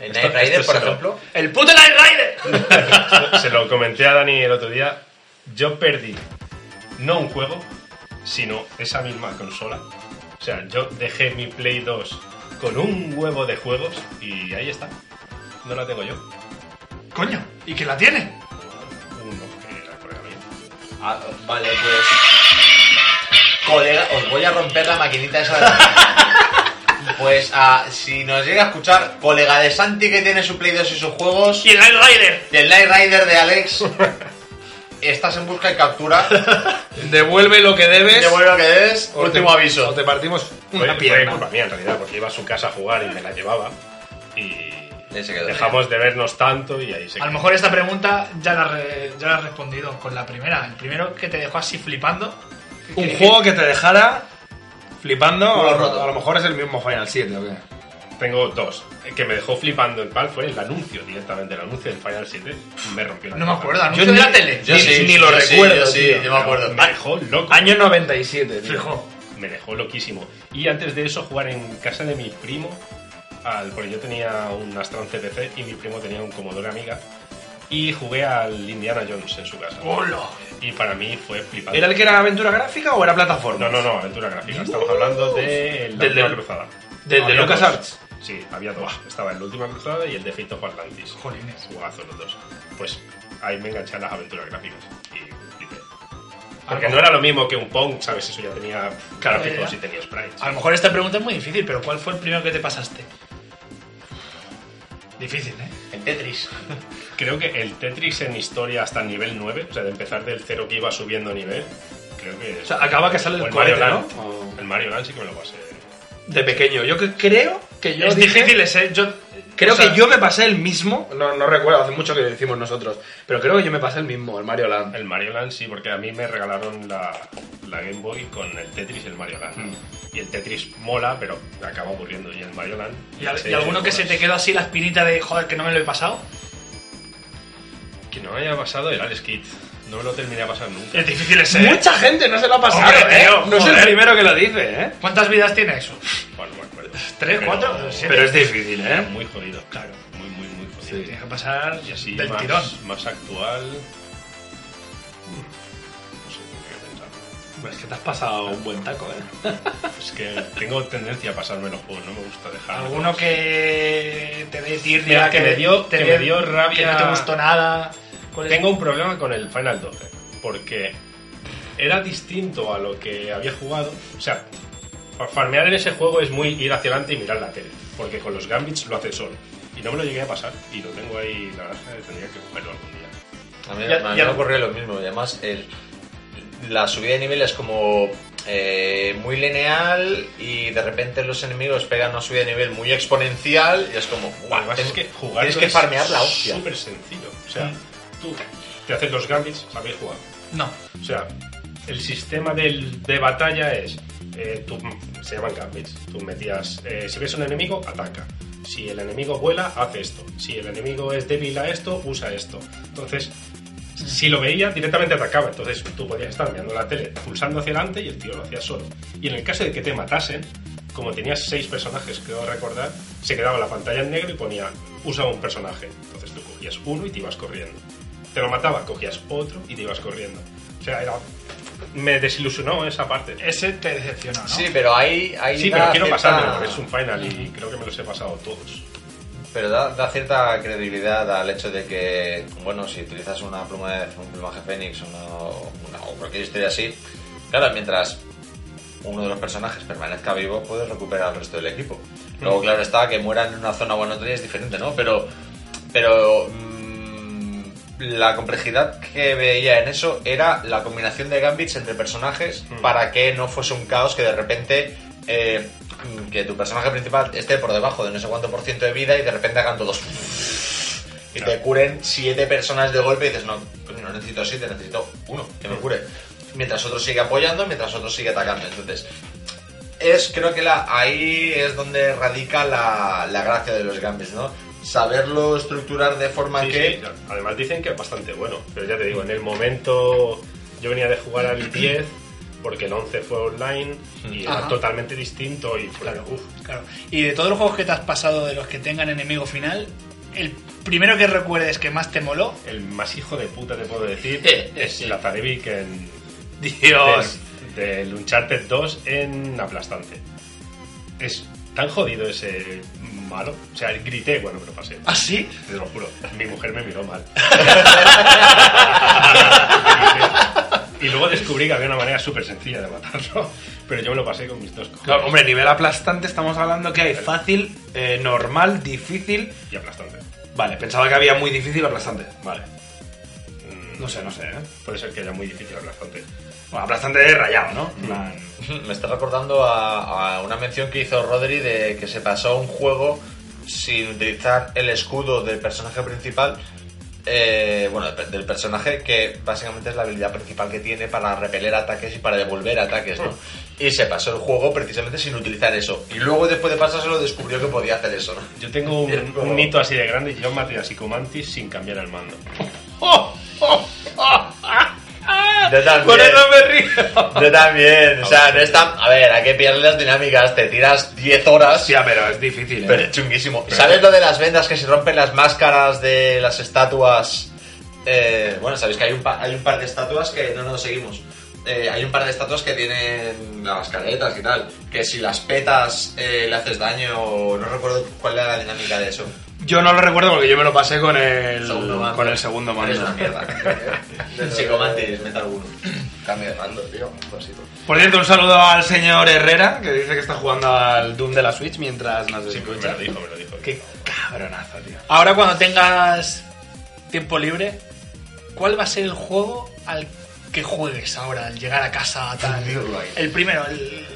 S1: En
S6: Esto-
S1: Night Rider,
S6: esto
S1: por
S6: es cero.
S1: ejemplo.
S4: ¡El puto Night
S6: [laughs]
S4: Rider!
S6: se lo comenté a Dani el otro día. Yo perdí no un juego, sino esa misma consola. O sea, yo dejé mi Play 2 con un huevo de juegos y ahí está. No la tengo yo.
S4: Coño, ¿y quién la tiene?
S6: Uno que era colega mío.
S1: Ah, vale, pues. Colega, os voy a romper la maquinita esa de [laughs] la- Pues ah, si nos llega a escuchar, colega de Santi que tiene su Play 2 y sus juegos,
S4: ¡Y el Night Rider!
S1: del Night Rider de Alex, estás en busca y captura,
S2: Devuelve lo que debes.
S1: devuelve lo que debes,
S2: o te-
S1: último aviso.
S2: O te partimos
S6: Fue,
S2: una
S6: fue
S2: pierna.
S6: culpa mía en realidad, porque iba a su casa a jugar y me la llevaba. Y
S1: Ahí se quedó. ¿eh?
S6: dejamos de vernos tanto y ahí se
S4: A lo
S6: quedó.
S4: mejor esta pregunta ya la, re- ya la has respondido con la primera. El primero que te dejó así flipando.
S2: Un juego que te dejara flipando.
S1: Culo
S2: A
S1: roto.
S2: lo, a lo mejor es el mismo Final 7, ¿o qué?
S6: Tengo dos. El que me dejó flipando el pal fue el anuncio directamente, el anuncio del Final 7. Me rompió la
S4: No me
S6: cabeza.
S4: acuerdo, anuncio de la tele.
S1: Yo
S2: ni-
S1: sí,
S2: ni lo
S1: yo sí,
S2: recuerdo,
S1: yo sí,
S2: tío.
S1: yo me acuerdo.
S6: Me dejó loco.
S2: Año 97, tío.
S4: Fijo.
S6: Me dejó loquísimo. Y antes de eso, jugar en casa de mi primo. Al, porque yo tenía un Astron CPC y mi primo tenía un Commodore Amiga. Y jugué al Indiana Jones en su casa.
S4: ¡Hola!
S6: Y para mí fue flipante.
S2: ¿Era el que era aventura gráfica o era plataforma?
S6: No, no, no, aventura gráfica. Estamos hablando de la
S2: Del-
S6: última
S2: del-
S6: cruzada.
S2: del de
S6: Había dos.
S2: LucasArts.
S6: Sí, había dos. Estaba el la última cruzada y el de Fate of Atlantis.
S4: Jolines.
S6: Jugazos los dos. Pues ahí me enganché a las aventuras gráficas. Y flipé. Porque Ah, no era lo mismo que un Pong, ¿sabes? Eso ya Ah. tenía gráficos y tenía sprites.
S4: A lo mejor esta pregunta es muy difícil, pero ¿cuál fue el primero que te pasaste? Difícil, ¿eh?
S1: El Tetris.
S6: Creo que el Tetris en historia hasta el nivel 9, o sea, de empezar del cero que iba subiendo nivel, creo que...
S2: O sea, acaba que sale el
S6: o Mario
S2: cohete,
S6: Land.
S2: ¿no? O-
S6: El Mario Land sí que me lo pasé.
S2: De pequeño. Yo que- creo que yo
S4: es
S2: dije-
S4: difícil ese. Yo,
S3: eh.
S2: Creo
S4: o sea,
S2: que yo me pasé el mismo, no, no recuerdo, hace mucho que lo hicimos nosotros, pero creo que yo me pasé el mismo, el Mario Land.
S6: El Mario Land sí, porque a mí me regalaron la, la Game Boy con el Tetris y el Mario Land.
S4: Mm.
S6: Y el Tetris mola, pero acaba aburriendo. Y el Mario Land...
S4: ¿Y, al-
S6: sí,
S4: y alguno que
S6: mola.
S4: se te quedó así la espinita de joder, que no me lo he pasado?
S6: Que no me haya pasado el Alex Kid. No me lo terminé de pasar nunca.
S4: Es difícil ese. ¿eh?
S2: Mucha gente no se lo ha pasado,
S4: Hombre,
S2: ¿eh?
S4: tío,
S2: no es el
S4: joder.
S2: primero que lo dice, ¿eh?
S4: ¿Cuántas vidas tiene eso?
S6: Bueno, me acuerdo.
S4: ¿Tres,
S6: Pero-
S4: cuatro? ¿Siete?
S2: Pero es difícil,
S6: Era
S2: ¿eh?
S6: muy jodido, claro. Muy, muy, muy jodido.
S4: Tienes que pasar
S6: Y así
S4: del
S6: más,
S4: tirón.
S6: más actual. Mm. No sé, tengo que pensar.
S2: Es que te has pasado un buen taco, ¿eh?
S6: Es que tengo tendencia a pasarme los juegos, no me gusta dejar.
S4: ¿Alguno que te dé tirria?
S6: Mira, que me dio-
S4: te
S6: que
S4: dé-
S6: me dio
S4: Que
S6: rabia-
S4: no te gustó nada. ¿Cuál es?
S6: Tengo un problema con el Final 12, porque era distinto a lo que había jugado. O sea, fa- farmear en ese juego es muy ir hacia adelante y mirar la tele, porque con los gambits lo hace solo. Y no me lo llegué a pasar, y lo tengo ahí, la verdad, es que tendría que cogerlo algún día.
S1: A mí,
S4: Ya-
S1: a mí
S4: ya-
S1: me ocurrió lo mismo. y además, el- la subida de nivel es como eh, muy lineal y de repente los enemigos pegan una subida de nivel muy exponencial y es como, guau,
S6: Además, es que jugar
S1: tienes que farmear la hostia.
S6: súper sencillo. O sea, tú te haces los gambits, sabéis jugar.
S4: No.
S6: O sea, el sistema del- de batalla es. eh, tú- se llaman gambits. Tú metías. eh, si ves un enemigo, ataca. Si el enemigo vuela, haz esto. Si el enemigo es débil a esto, usa esto. Entonces, si lo veía, directamente atacaba. Entonces tú podías estar mirando la tele, pulsando hacia adelante y el tío lo hacía solo. Y en el caso de que te matasen, como tenías seis personajes, creo recordar, se quedaba la pantalla en negro y ponía usa un personaje. Entonces tú cogías uno y te ibas corriendo. Te lo mataba, cogías otro y te ibas corriendo. O sea, era... me desilusionó esa parte.
S4: Ese te decepcionó, ¿no?
S1: Sí, pero ahí, ahí
S6: Sí,
S1: da
S6: pero quiero
S1: cierta-
S6: pasármelo porque es un final y creo que me los he pasado todos.
S1: Pero da, da cierta credibilidad al hecho de que, bueno, si utilizas una pluma de, un plumaje fénix o, una- una- o cualquier historia así, claro, mientras uno de los personajes permanezca vivo, puedes recuperar al resto del equipo. Luego, claro, está que mueran en una zona o en otra y es diferente, ¿no? Pero, pero mm, la complejidad que veía en eso era la combinación de gambits entre personajes para que no fuese un caos que de repente eh, que tu personaje principal esté por debajo de no sé cuánto por ciento de vida y de repente hagan todos y te curen siete personas de golpe y dices no, pues no necesito siete, necesito uno que
S6: Mm.
S1: me cure. Mientras otro sigue apoyando, mientras otro sigue atacando. Entonces, es creo que la, ahí es donde radica la, la gracia de los gambits, ¿no? Saberlo estructurar de forma
S6: Sí,
S1: que...
S6: sí, además dicen que es bastante bueno, pero ya te digo, en el momento yo venía de jugar al 10 porque el 11 fue online y era
S3: Ajá.
S6: totalmente distinto y fue uf,
S3: Claro. Y de todos los juegos que te has pasado, de los que tengan enemigo final, el primero que recuerdes que más te moló.
S6: el más hijo de puta te puedo decir
S3: Eh, eh,
S6: es
S3: sí.
S6: la Zarevic en
S2: Dios.
S6: del, del Uncharted 2 en aplastante. Es tan jodido ese malo, o sea, grité cuando me lo pasé.
S3: ¿Ah, sí?
S6: Te lo juro, mi mujer me
S2: [laughs]
S6: miró mal. y luego descubrí que había una manera súper sencilla de matarlo, pero yo me lo pasé con mis dos cojones.
S2: Claro, hombre, nivel aplastante estamos hablando que hay fácil, eh, normal, difícil.
S6: Y aplastante.
S2: Vale, pensaba que había muy difícil aplastante.
S6: Vale. Mm,
S2: No sé, no sé, ¿eh?
S6: Puede ser que haya muy difícil aplastante.
S2: Bueno, aplastante es rayado, ¿no? En plan,
S1: Me está recordando a, a una mención que hizo Rodri de que se pasó un juego sin utilizar el escudo del personaje principal. eh, bueno, del- del personaje que básicamente es la habilidad principal que tiene para repeler ataques y para devolver ataques, ¿no? Y se pasó el juego precisamente sin utilizar eso. Y luego después de pasárselo descubrió que podía hacer eso, ¿no?
S6: Yo tengo un,
S1: Bien,
S6: un hito así de grande y yo maté a Psicomantis sin cambiar el mando.
S1: [laughs] Yo también.
S2: Con eso me río.
S1: Yo también. O sea, no es tan- A ver, hay que pillarle las dinámicas. Te tiras 10 horas.
S2: Hostia, pero es difícil, ¿eh?
S1: Pero es chunguísimo. ¿Sabes lo de las vendas que se rompen las máscaras de las estatuas? Eh, bueno, sabéis que hay un, pa- hay un par de estatuas que no nos seguimos. Eh, hay un par de estatuas que tienen las caretas y tal. Que si las petas eh, le haces daño o no recuerdo cuál era la dinámica de eso.
S2: Yo no lo recuerdo porque yo me lo pasé con el,
S1: Segundo mando.
S2: con el segundo mando.
S1: Eres una mierda.
S2: [laughs]
S1: El psicomantis, metal uno.
S5: Cambio de mando, tío. Cosito.
S2: Por cierto, un saludo al señor Herrera, que dice que está jugando al Doom de la Switch mientras nos
S6: pues Me
S2: escucha.
S6: lo dijo, me lo dijo.
S2: Qué cabronazo, tío.
S3: Ahora cuando tengas tiempo libre, ¿cuál va a ser el juego al que juegues ahora, al llegar a casa tal? El primero, el...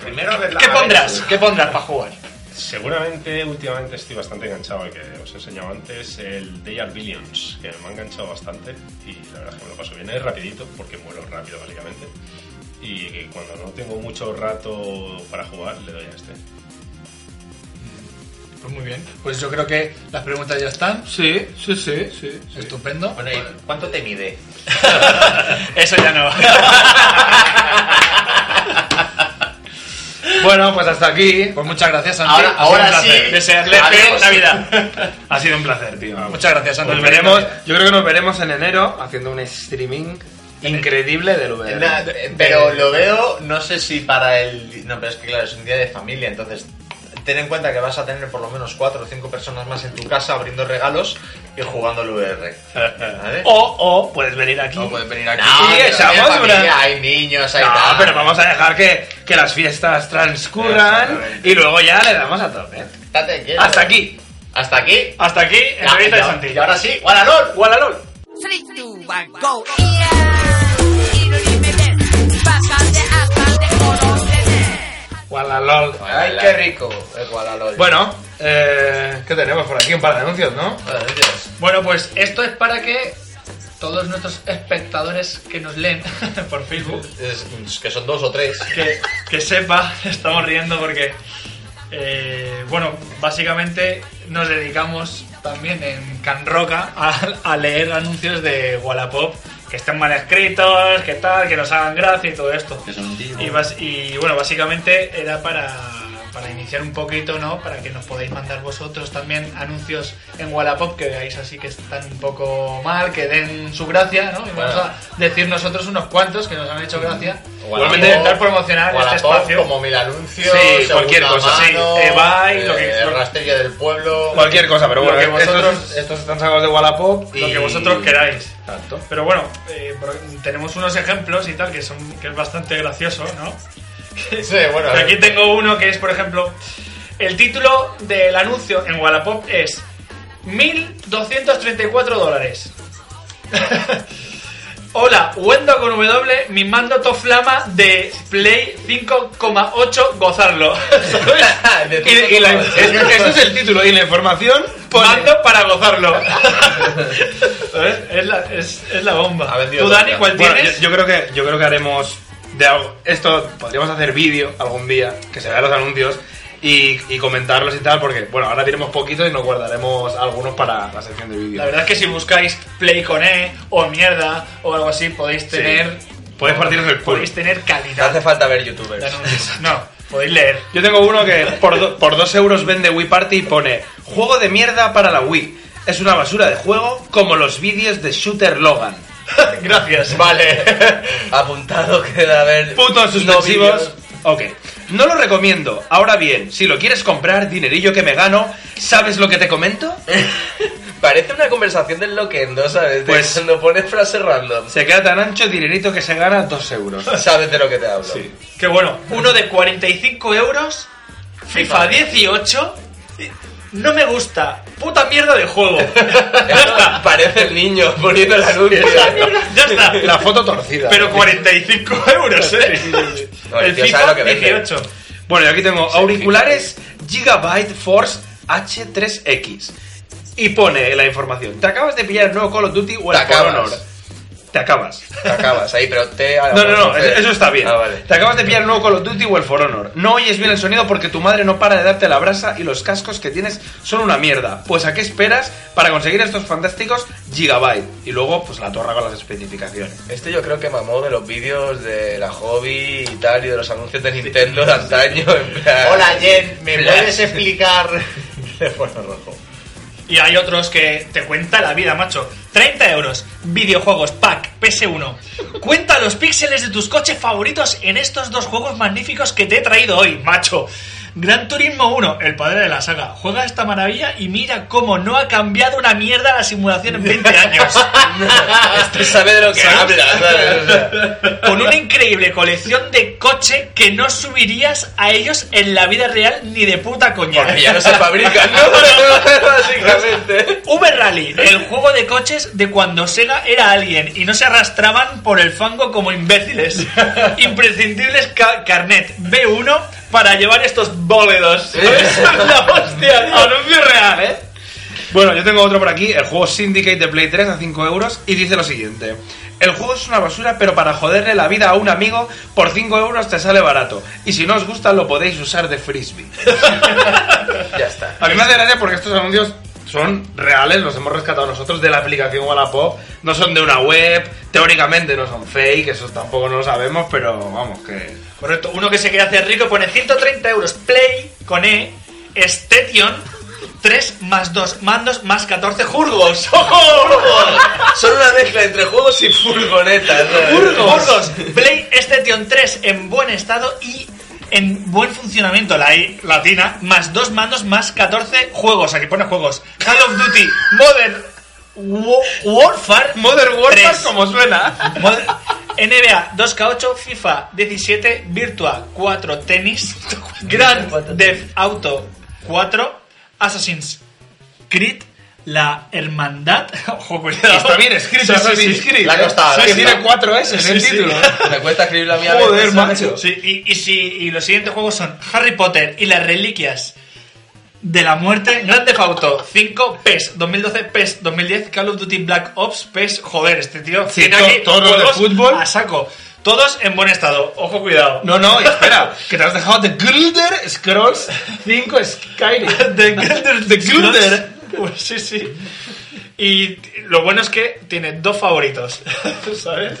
S1: Primero ver la-
S3: ¿Qué pondrás? ¿Qué pondrás para jugar?
S6: Seguramente últimamente estoy bastante enganchado al que os he enseñado antes, el Day Are Billions, que me ha enganchado bastante y la verdad es que me lo paso bien. Es rapidito, porque muero rápido básicamente. Y cuando no tengo mucho rato para jugar, le doy a este.
S3: Pues muy bien. Pues yo creo que las preguntas ya están.
S2: Sí, sí, sí, sí.
S3: Estupendo.
S1: Bueno, ¿y cuánto te mide?
S3: Eso ya no va.
S2: Bueno, pues hasta aquí.
S3: Pues muchas gracias, Santi.
S1: Ahora-
S3: Ha sido un [laughs]
S1: ahora
S3: placer.
S1: sí.
S3: Desearle
S1: Adiós.
S3: feliz Navidad. [laughs]
S2: Ha sido un placer, tío.
S3: Muchas gracias, Santi.
S2: Nos veremos, yo creo que nos veremos en enero haciendo un streaming increíble del VR.
S1: Na- eh, pero lo veo, no sé si para el... No, pero es que claro, es un día de familia, entonces ten en cuenta que vas a tener por lo menos cuatro o cinco personas más en tu casa abriendo regalos y jugando al VR. ¿Vale?
S2: [laughs] O, o puedes venir aquí.
S1: No pueden venir aquí.
S2: Oh, Sí,
S1: pero
S2: echamos
S1: hay familia,
S2: una-
S1: Hay niños, hay
S2: No,
S1: tal.
S2: pero vamos a dejar que, que las fiestas transcurran
S1: Exactamente.
S2: y luego ya le damos a tope.
S1: Estate quieto.
S2: Hasta aquí.
S1: Hasta aquí.
S2: Hasta aquí,
S1: Ya,
S2: entrevista de
S1: Ah, ya.
S2: Santi.
S1: Y ahora sí, ¡Guaralol!
S2: Gualalol.
S9: Three, two, one, go. Y lo dime bien. Bastante, bastante, conocer.
S2: Gualalol.
S5: Ay, qué rico. Es Guadalol.
S2: Bueno, eh, ¿qué tenemos por aquí? Un par de anuncios, ¿no?
S3: Bueno, pues esto es para que todos nuestros espectadores que nos
S4: [laughs]
S3: leen por Facebook
S1: Es- es que son dos o tres.
S4: que, que sepa, [laughs] estamos riendo porque, eh, bueno, básicamente nos dedicamos también en Can Roca a, a leer anuncios de Wallapop que estén mal escritos, que tal, que nos hagan gracia y todo esto. Y, bas- y, bueno, básicamente era para, para iniciar un poquito, ¿no? Para que nos podáis mandar vosotros también anuncios en Wallapop que veáis así que están un poco mal, que den su gracia, ¿no? Y vamos
S1: Claro.
S4: a decir nosotros unos cuantos que nos han hecho gracia.
S1: Wallapop,
S4: Igualmente intentar promocionar este
S1: Wallapop,
S4: espacio.
S1: Como mil anuncios,
S2: Sí, cualquier
S1: segunda
S2: cosa, sí.
S1: mano,
S4: Ebay, lo que-
S1: eh, Rastrillo del pueblo.
S2: Cualquier cosa, pero
S4: Lo
S2: bueno,
S4: que vosotros-
S2: estos, estos están sacados de Wallapop.
S4: Lo
S2: y-
S4: que vosotros queráis.
S2: Exacto.
S4: Pero bueno, eh, por- tenemos unos ejemplos y tal que, son, que es bastante gracioso, ¿no?
S10: [laughs]
S1: Sí, bueno. a
S4: Pero
S1: ver.
S4: aquí tengo uno que es, por ejemplo, el título del anuncio en Wallapop es 1.234 dólares.
S3: [laughs] Hola, Wendo con W, mi mando toflama de Play 5,8, gozarlo. [laughs] ¿Sabes?
S1: De
S3: Y- y la-
S2: Ese es el título y la información pone-
S3: Mando para [laughs] gozarlo. ¿Sabes? Es la, es, es la bomba.
S10: Ha vendido
S3: ¿Tú,
S10: dos
S3: Dani,
S10: ya.
S3: cuál
S2: Bueno, yo,
S3: tienes?
S2: yo creo que yo creo que haremos de algo- esto podríamos hacer vídeo algún día que se vean los anuncios y, y comentarlos y tal porque bueno ahora tenemos poquitos y nos guardaremos algunos para la sección de vídeo.
S3: La verdad es que si buscáis Play con E o mierda o algo así, podéis
S2: Sí.
S3: tener,
S2: Podéis partiros el culo.
S3: podéis tener
S1: No hace
S3: calidad.
S1: falta
S10: [laughs]
S1: ver
S3: de
S1: youtubers.
S3: anuncios. No, podéis leer.
S2: Yo tengo uno que por, do- por dos euros vende Wii Party y pone juego de mierda para la Wii. Es una basura de juego como los vídeos de Shooter Logan.
S3: Gracias.
S1: Vale. [laughs] Apuntado queda a ver.
S2: Putos
S1: no
S2: suspensivos.
S1: vídeos.
S2: ok. No lo recomiendo. Ahora bien, si lo quieres comprar, dinerillo que me gano, ¿sabes lo que te comento?
S1: ¿Eh? Parece una conversación del loquendo, ¿sabes? De
S2: Pues-
S1: [laughs] cuando pones frases random.
S2: Se queda tan ancho dinerito que se gana 2 euros.
S1: Sabes de lo que te hablo.
S3: Qué bueno. Uno de 45 euros, FIFA 18. No me gusta. Puta mierda de juego. [laughs] Ya
S1: [laughs]
S3: está.
S1: Parece el niño poniendo el anuncio.
S3: Ya está.
S2: La foto torcida.
S3: Pero 45 euros, eh.
S1: No, el
S3: el
S1: tío sabe
S3: FIFA
S1: lo que vende.
S3: 18.
S2: Bueno, y aquí tengo auriculares Gigabyte Force H3X. Y pone la información. Te acabas de pillar el nuevo Call of Duty o el
S1: Te
S2: For
S1: acabas.
S2: Honor. Te acabas.
S1: Te acabas ahí, pero te.
S2: No, no, no, eso eso está bien.
S1: Ah, vale.
S2: Te acabas de pillar el nuevo Call of Duty o el For Honor. No oyes bien el sonido porque tu madre no para de darte la brasa y los cascos que tienes son una mierda. Pues ¿a qué esperas para conseguir estos fantásticos Gigabyte? Y luego, pues la torra con las especificaciones.
S1: Este yo creo que mamó de los vídeos de la hobby y tal y de los anuncios de Nintendo de antaño. en plan-
S10: Hola Jen, ¿me
S1: [laughs] Flash.
S10: puedes
S1: [laughs]
S10: explicar?
S1: Bueno, rojo.
S3: Y hay otros que te cuenta la vida, macho. 30 euros. Videojuegos, pack, PS1. Cuenta los píxeles de tus coches favoritos en estos dos juegos magníficos que te he traído hoy, macho. Gran Turismo 1, el padre de la saga. Juega a esta maravilla y mira cómo no ha cambiado una mierda la simulación en 20 años.
S1: Este sabe de lo que habla, ¿sabes? O sea,
S3: Con una increíble colección de coche que no subirías a ellos en la vida real ni de puta coña. [laughs]
S1: porque ya no se fabrican, ¿no? [laughs] Básicamente. [laughs]
S3: Uber Rally, el juego de coches de cuando Sega era alguien y no se arrastraban por el fango como imbéciles. Imprescindibles ca- carnet B1 para llevar estos bóledos. Es la hostia, tío.
S2: Ah.
S3: anuncio real, ¿eh?
S2: Bueno, yo tengo otro por aquí, el juego Syndicate de Play 3 a 5 euros y dice lo siguiente. El juego es una basura, pero para joderle la vida a un amigo, por 5 euros te sale barato. Y si no os gusta, lo podéis usar de frisbee.
S1: [laughs] Ya está.
S2: A mí me hace gracia porque estos anuncios son reales, los hemos rescatado nosotros de la aplicación Wallapop, no son de una web, teóricamente no son fake, eso tampoco no lo sabemos, pero vamos que...
S3: Correcto, uno que se quiere hacer rico pone 130 euros Play con E, Station, 3 más 2 mandos más 14 [laughs] jurgos.
S1: Son una mezcla entre juegos y furgonetas. ¿sabes?
S3: Burgos, Play Station 3 en buen estado y en buen funcionamiento, la I latina, más dos mandos, más 14 juegos. Aquí pone juegos. Call of Duty, Modern Wa- Warfare.
S2: Modern Warfare
S3: Tres.
S2: como suena.
S3: Modern- NBA 2K8, FIFA 17, Virtua 4, Tennis, Grand Theft Auto 4, Assassin's Creed, La Hermandad. [laughs] Ojo, cuidado.
S2: Está bien escrito,
S3: Sí, sí,
S2: está bien
S3: sí.
S10: Le
S2: escrito.
S10: ha costado,
S2: Sí,
S10: ¿eh?
S2: tiene cuatro S en el
S3: Sí, sí.
S2: título.
S1: Me cuesta escribir la mía. a
S2: Joder,
S1: veces, ¿sabes?
S2: macho.
S3: Sí, y, y si, y los siguientes juegos son Harry Potter y las reliquias de la muerte, Grand Theft Auto 5, PES 2012, PES 2010, Call of Duty Black Ops, PES, joder, este tío
S2: Sí,
S3: tiene
S2: to-
S3: aquí
S2: todo de
S3: juegos
S2: fútbol.
S3: a saco. Todos en buen estado, ojo cuidado.
S2: No, no, y espera, que te has dejado The Gilder Scrolls 5 Skyrim.
S3: The Gilder,
S2: The Gilder.
S3: [laughs] Pues sí, sí. Y t- lo bueno es que tiene dos favoritos, ¿sabes?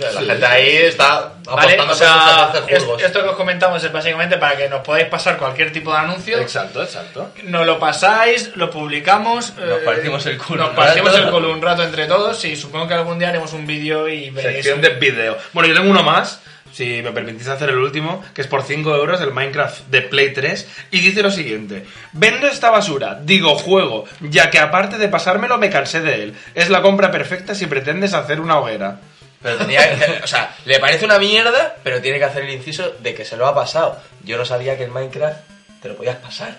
S10: [laughs] La gente ahí está
S3: Vale,
S10: apostando
S3: o sea,
S10: por estos
S3: es-
S10: juegos.
S3: esto que os comentamos es básicamente para que nos podáis pasar cualquier tipo de anuncio.
S2: Exacto, exacto.
S3: Nos lo pasáis, lo publicamos.
S1: Nos
S3: eh,
S1: partimos el culo
S3: Nos
S1: un
S3: partimos
S1: rato.
S3: el culo un rato entre todos y supongo que algún día haremos un vídeo y veréis.
S2: Sección de video. Bueno, yo tengo uno más, si me permitís hacer el último, que es por 5 euros el Minecraft de Play 3. Y dice lo siguiente: Vendo esta basura, digo juego, ya que aparte de pasármelo me cansé de él. Es la compra perfecta si pretendes hacer una hoguera.
S1: Pero tenía que- O sea, le parece una mierda, pero tiene que hacer el inciso de que se lo ha pasado. Yo no sabía que en Minecraft te lo podías pasar.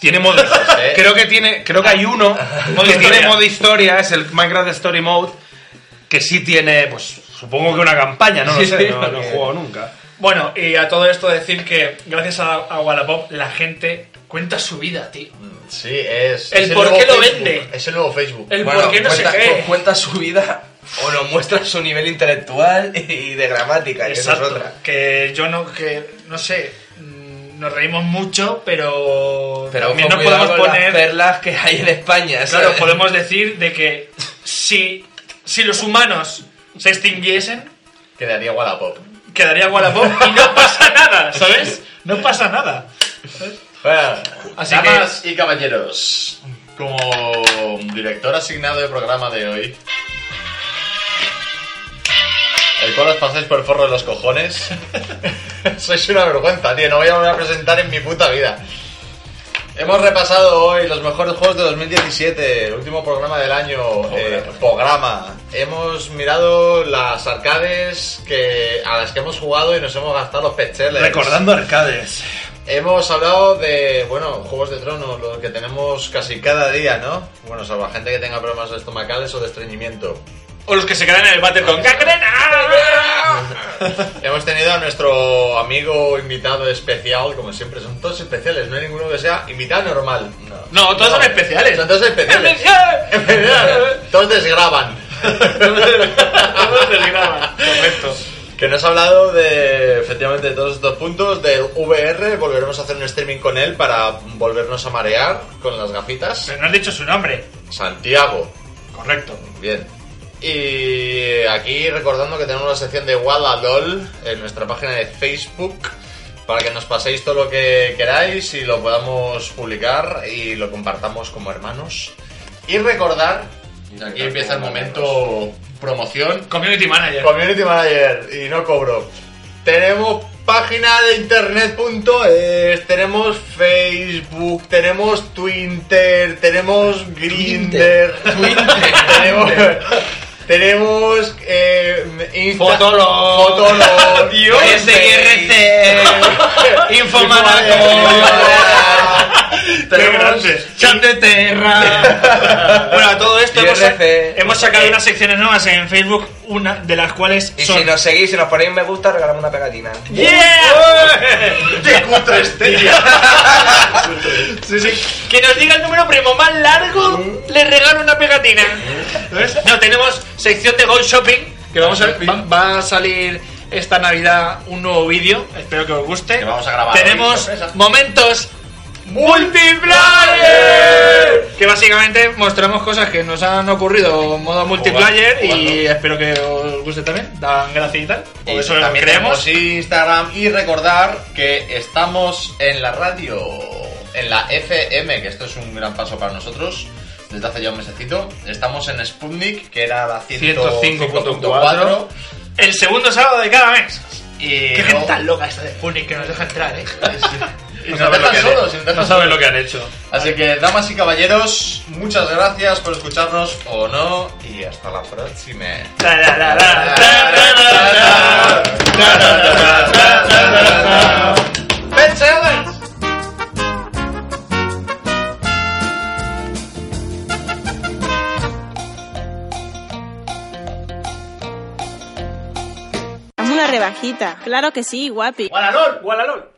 S2: Tiene modo.
S10: sé.
S2: creo que tiene, creo que hay uno que
S3: historia.
S2: tiene modo historia, es el Minecraft Story Mode. que sí tiene, pues supongo que una campaña, no lo
S5: Sí,
S2: sé,
S5: sí,
S2: no, no he
S5: porque-
S2: jugado nunca.
S3: Bueno, y a todo esto decir que gracias a, a Wallapop la gente cuenta su vida, tío.
S1: Sí, es.
S3: El
S1: es
S3: por
S1: nuevo
S3: qué lo
S1: Facebook.
S3: vende.
S1: Es el nuevo Facebook.
S3: El
S5: Bueno,
S3: por qué no
S5: cuenta,
S3: sé qué.
S5: cu- cuenta su vida o nos muestra su nivel intelectual y de gramática, que esa es
S3: Exacto,
S5: otra. [laughs]
S3: Que yo no, que no sé, mm, nos reímos mucho, pero,
S5: Pero
S3: también
S5: ojo,
S3: nos
S5: cuidado
S3: podemos
S5: con las
S3: poner,
S5: perlas que hay en España. ¿sabes?
S3: claro, podemos decir de que si, si los humanos se extinguiesen,
S1: Quedaría Wallapop.
S3: quedaría Wallapop y no pasa nada, ¿sabes? No pasa nada.
S1: Bueno,
S3: Así
S1: damas y caballeros, como director asignado del programa de hoy, el cual os pasáis por el forro de los cojones, [laughs] sois una vergüenza, tío. No voy a volver a presentar en mi puta vida. Hemos repasado hoy los mejores juegos de 2017, el último programa del año, eh, programa. Hemos mirado las arcades que, a las que hemos jugado y nos hemos gastado los pecheles.
S2: Recordando arcades.
S1: Hemos hablado de, bueno, Juegos de Tronos, lo que tenemos casi cada día, ¿no? Bueno, salvo a gente que tenga problemas estomacales o de [laughs] estreñimiento.
S3: O los que se quedan en el váter con ¡Cacrena!
S1: Hemos tenido a nuestro amigo invitado especial, como siempre, son todos especiales, no hay ninguno que sea invitado normal.
S3: No, todos son especiales.
S1: Son todos especiales. [laughs] todos desgraban.
S3: Todos desgraban. Correcto.
S1: Que nos ha hablado de, efectivamente, de todos estos puntos, del VR, volveremos a hacer un streaming con él para volvernos a marear con las gafitas.
S3: Pero no has dicho su nombre.
S1: Santiago.
S3: Correcto.
S1: Bien. Y aquí recordando que tenemos una sección de Walladol en nuestra página de Facebook para que nos paséis todo lo que queráis y lo podamos publicar y lo compartamos como hermanos. Y recordar, y aquí empieza el momento promoción,
S3: Community manager.
S1: Community Manager y no cobro. Tenemos página de internet.es, tenemos Facebook, tenemos Twitter, tenemos Grinder, [laughs] tenemos, tenemos eh, Insta-
S2: Fotolog. [laughs]
S1: Fotolog,
S2: Dios.
S3: este,
S1: IRC, Infomanaco. tenemos
S3: Chat de Terra. bueno, a todo esto hemos,
S5: IRC.
S3: hemos sacado unas secciones nuevas en Facebook, una de las cuales
S5: Y
S3: son.
S5: si nos seguís y nos ponéis me gusta, regalamos una pegatina.
S2: Uh,
S3: ¡Yeah!
S1: ¡Qué cutres, tío!
S3: Sí, sí. Que nos diga el número primo más largo, le regalo una pegatina. ¿Ves? No, tenemos sección de Gold Shopping, que vamos a, va, va a salir esta Navidad un nuevo vídeo, espero que os
S1: [laughs]
S3: guste.
S1: Que vamos a grabar hoy,
S3: Tenemos
S1: sorpresa.
S3: momentos multiplayer, que básicamente mostramos cosas que nos han ocurrido en modo multiplayer y
S1: jugando.
S3: espero que os guste también, dan gracias y tal. Por
S1: Y
S3: eso lo
S1: también
S3: creemos.
S1: tenemos Instagram y recordar que estamos en la radio, en la FM, que esto es un gran paso para nosotros desde hace ya un mesecito. Estamos en Sputnik, que era la 105.4.
S2: 105.4.
S3: El segundo sábado de cada mes.
S1: Y
S3: Qué
S1: no-
S3: gente tan loca esta de Sputnik que nos deja entrar, eh.
S1: y
S2: No saben
S1: nos
S2: lo
S1: dejan
S2: que han
S1: solos, y
S2: hecho.
S1: nos dejan
S2: No saben lo que han hecho.
S1: Así que, damas y caballeros, muchas gracias por escucharnos o no, y hasta la próxima.
S11: Hazme una rebajita. Claro que sí, guapi.
S3: Gualalol, gualalol.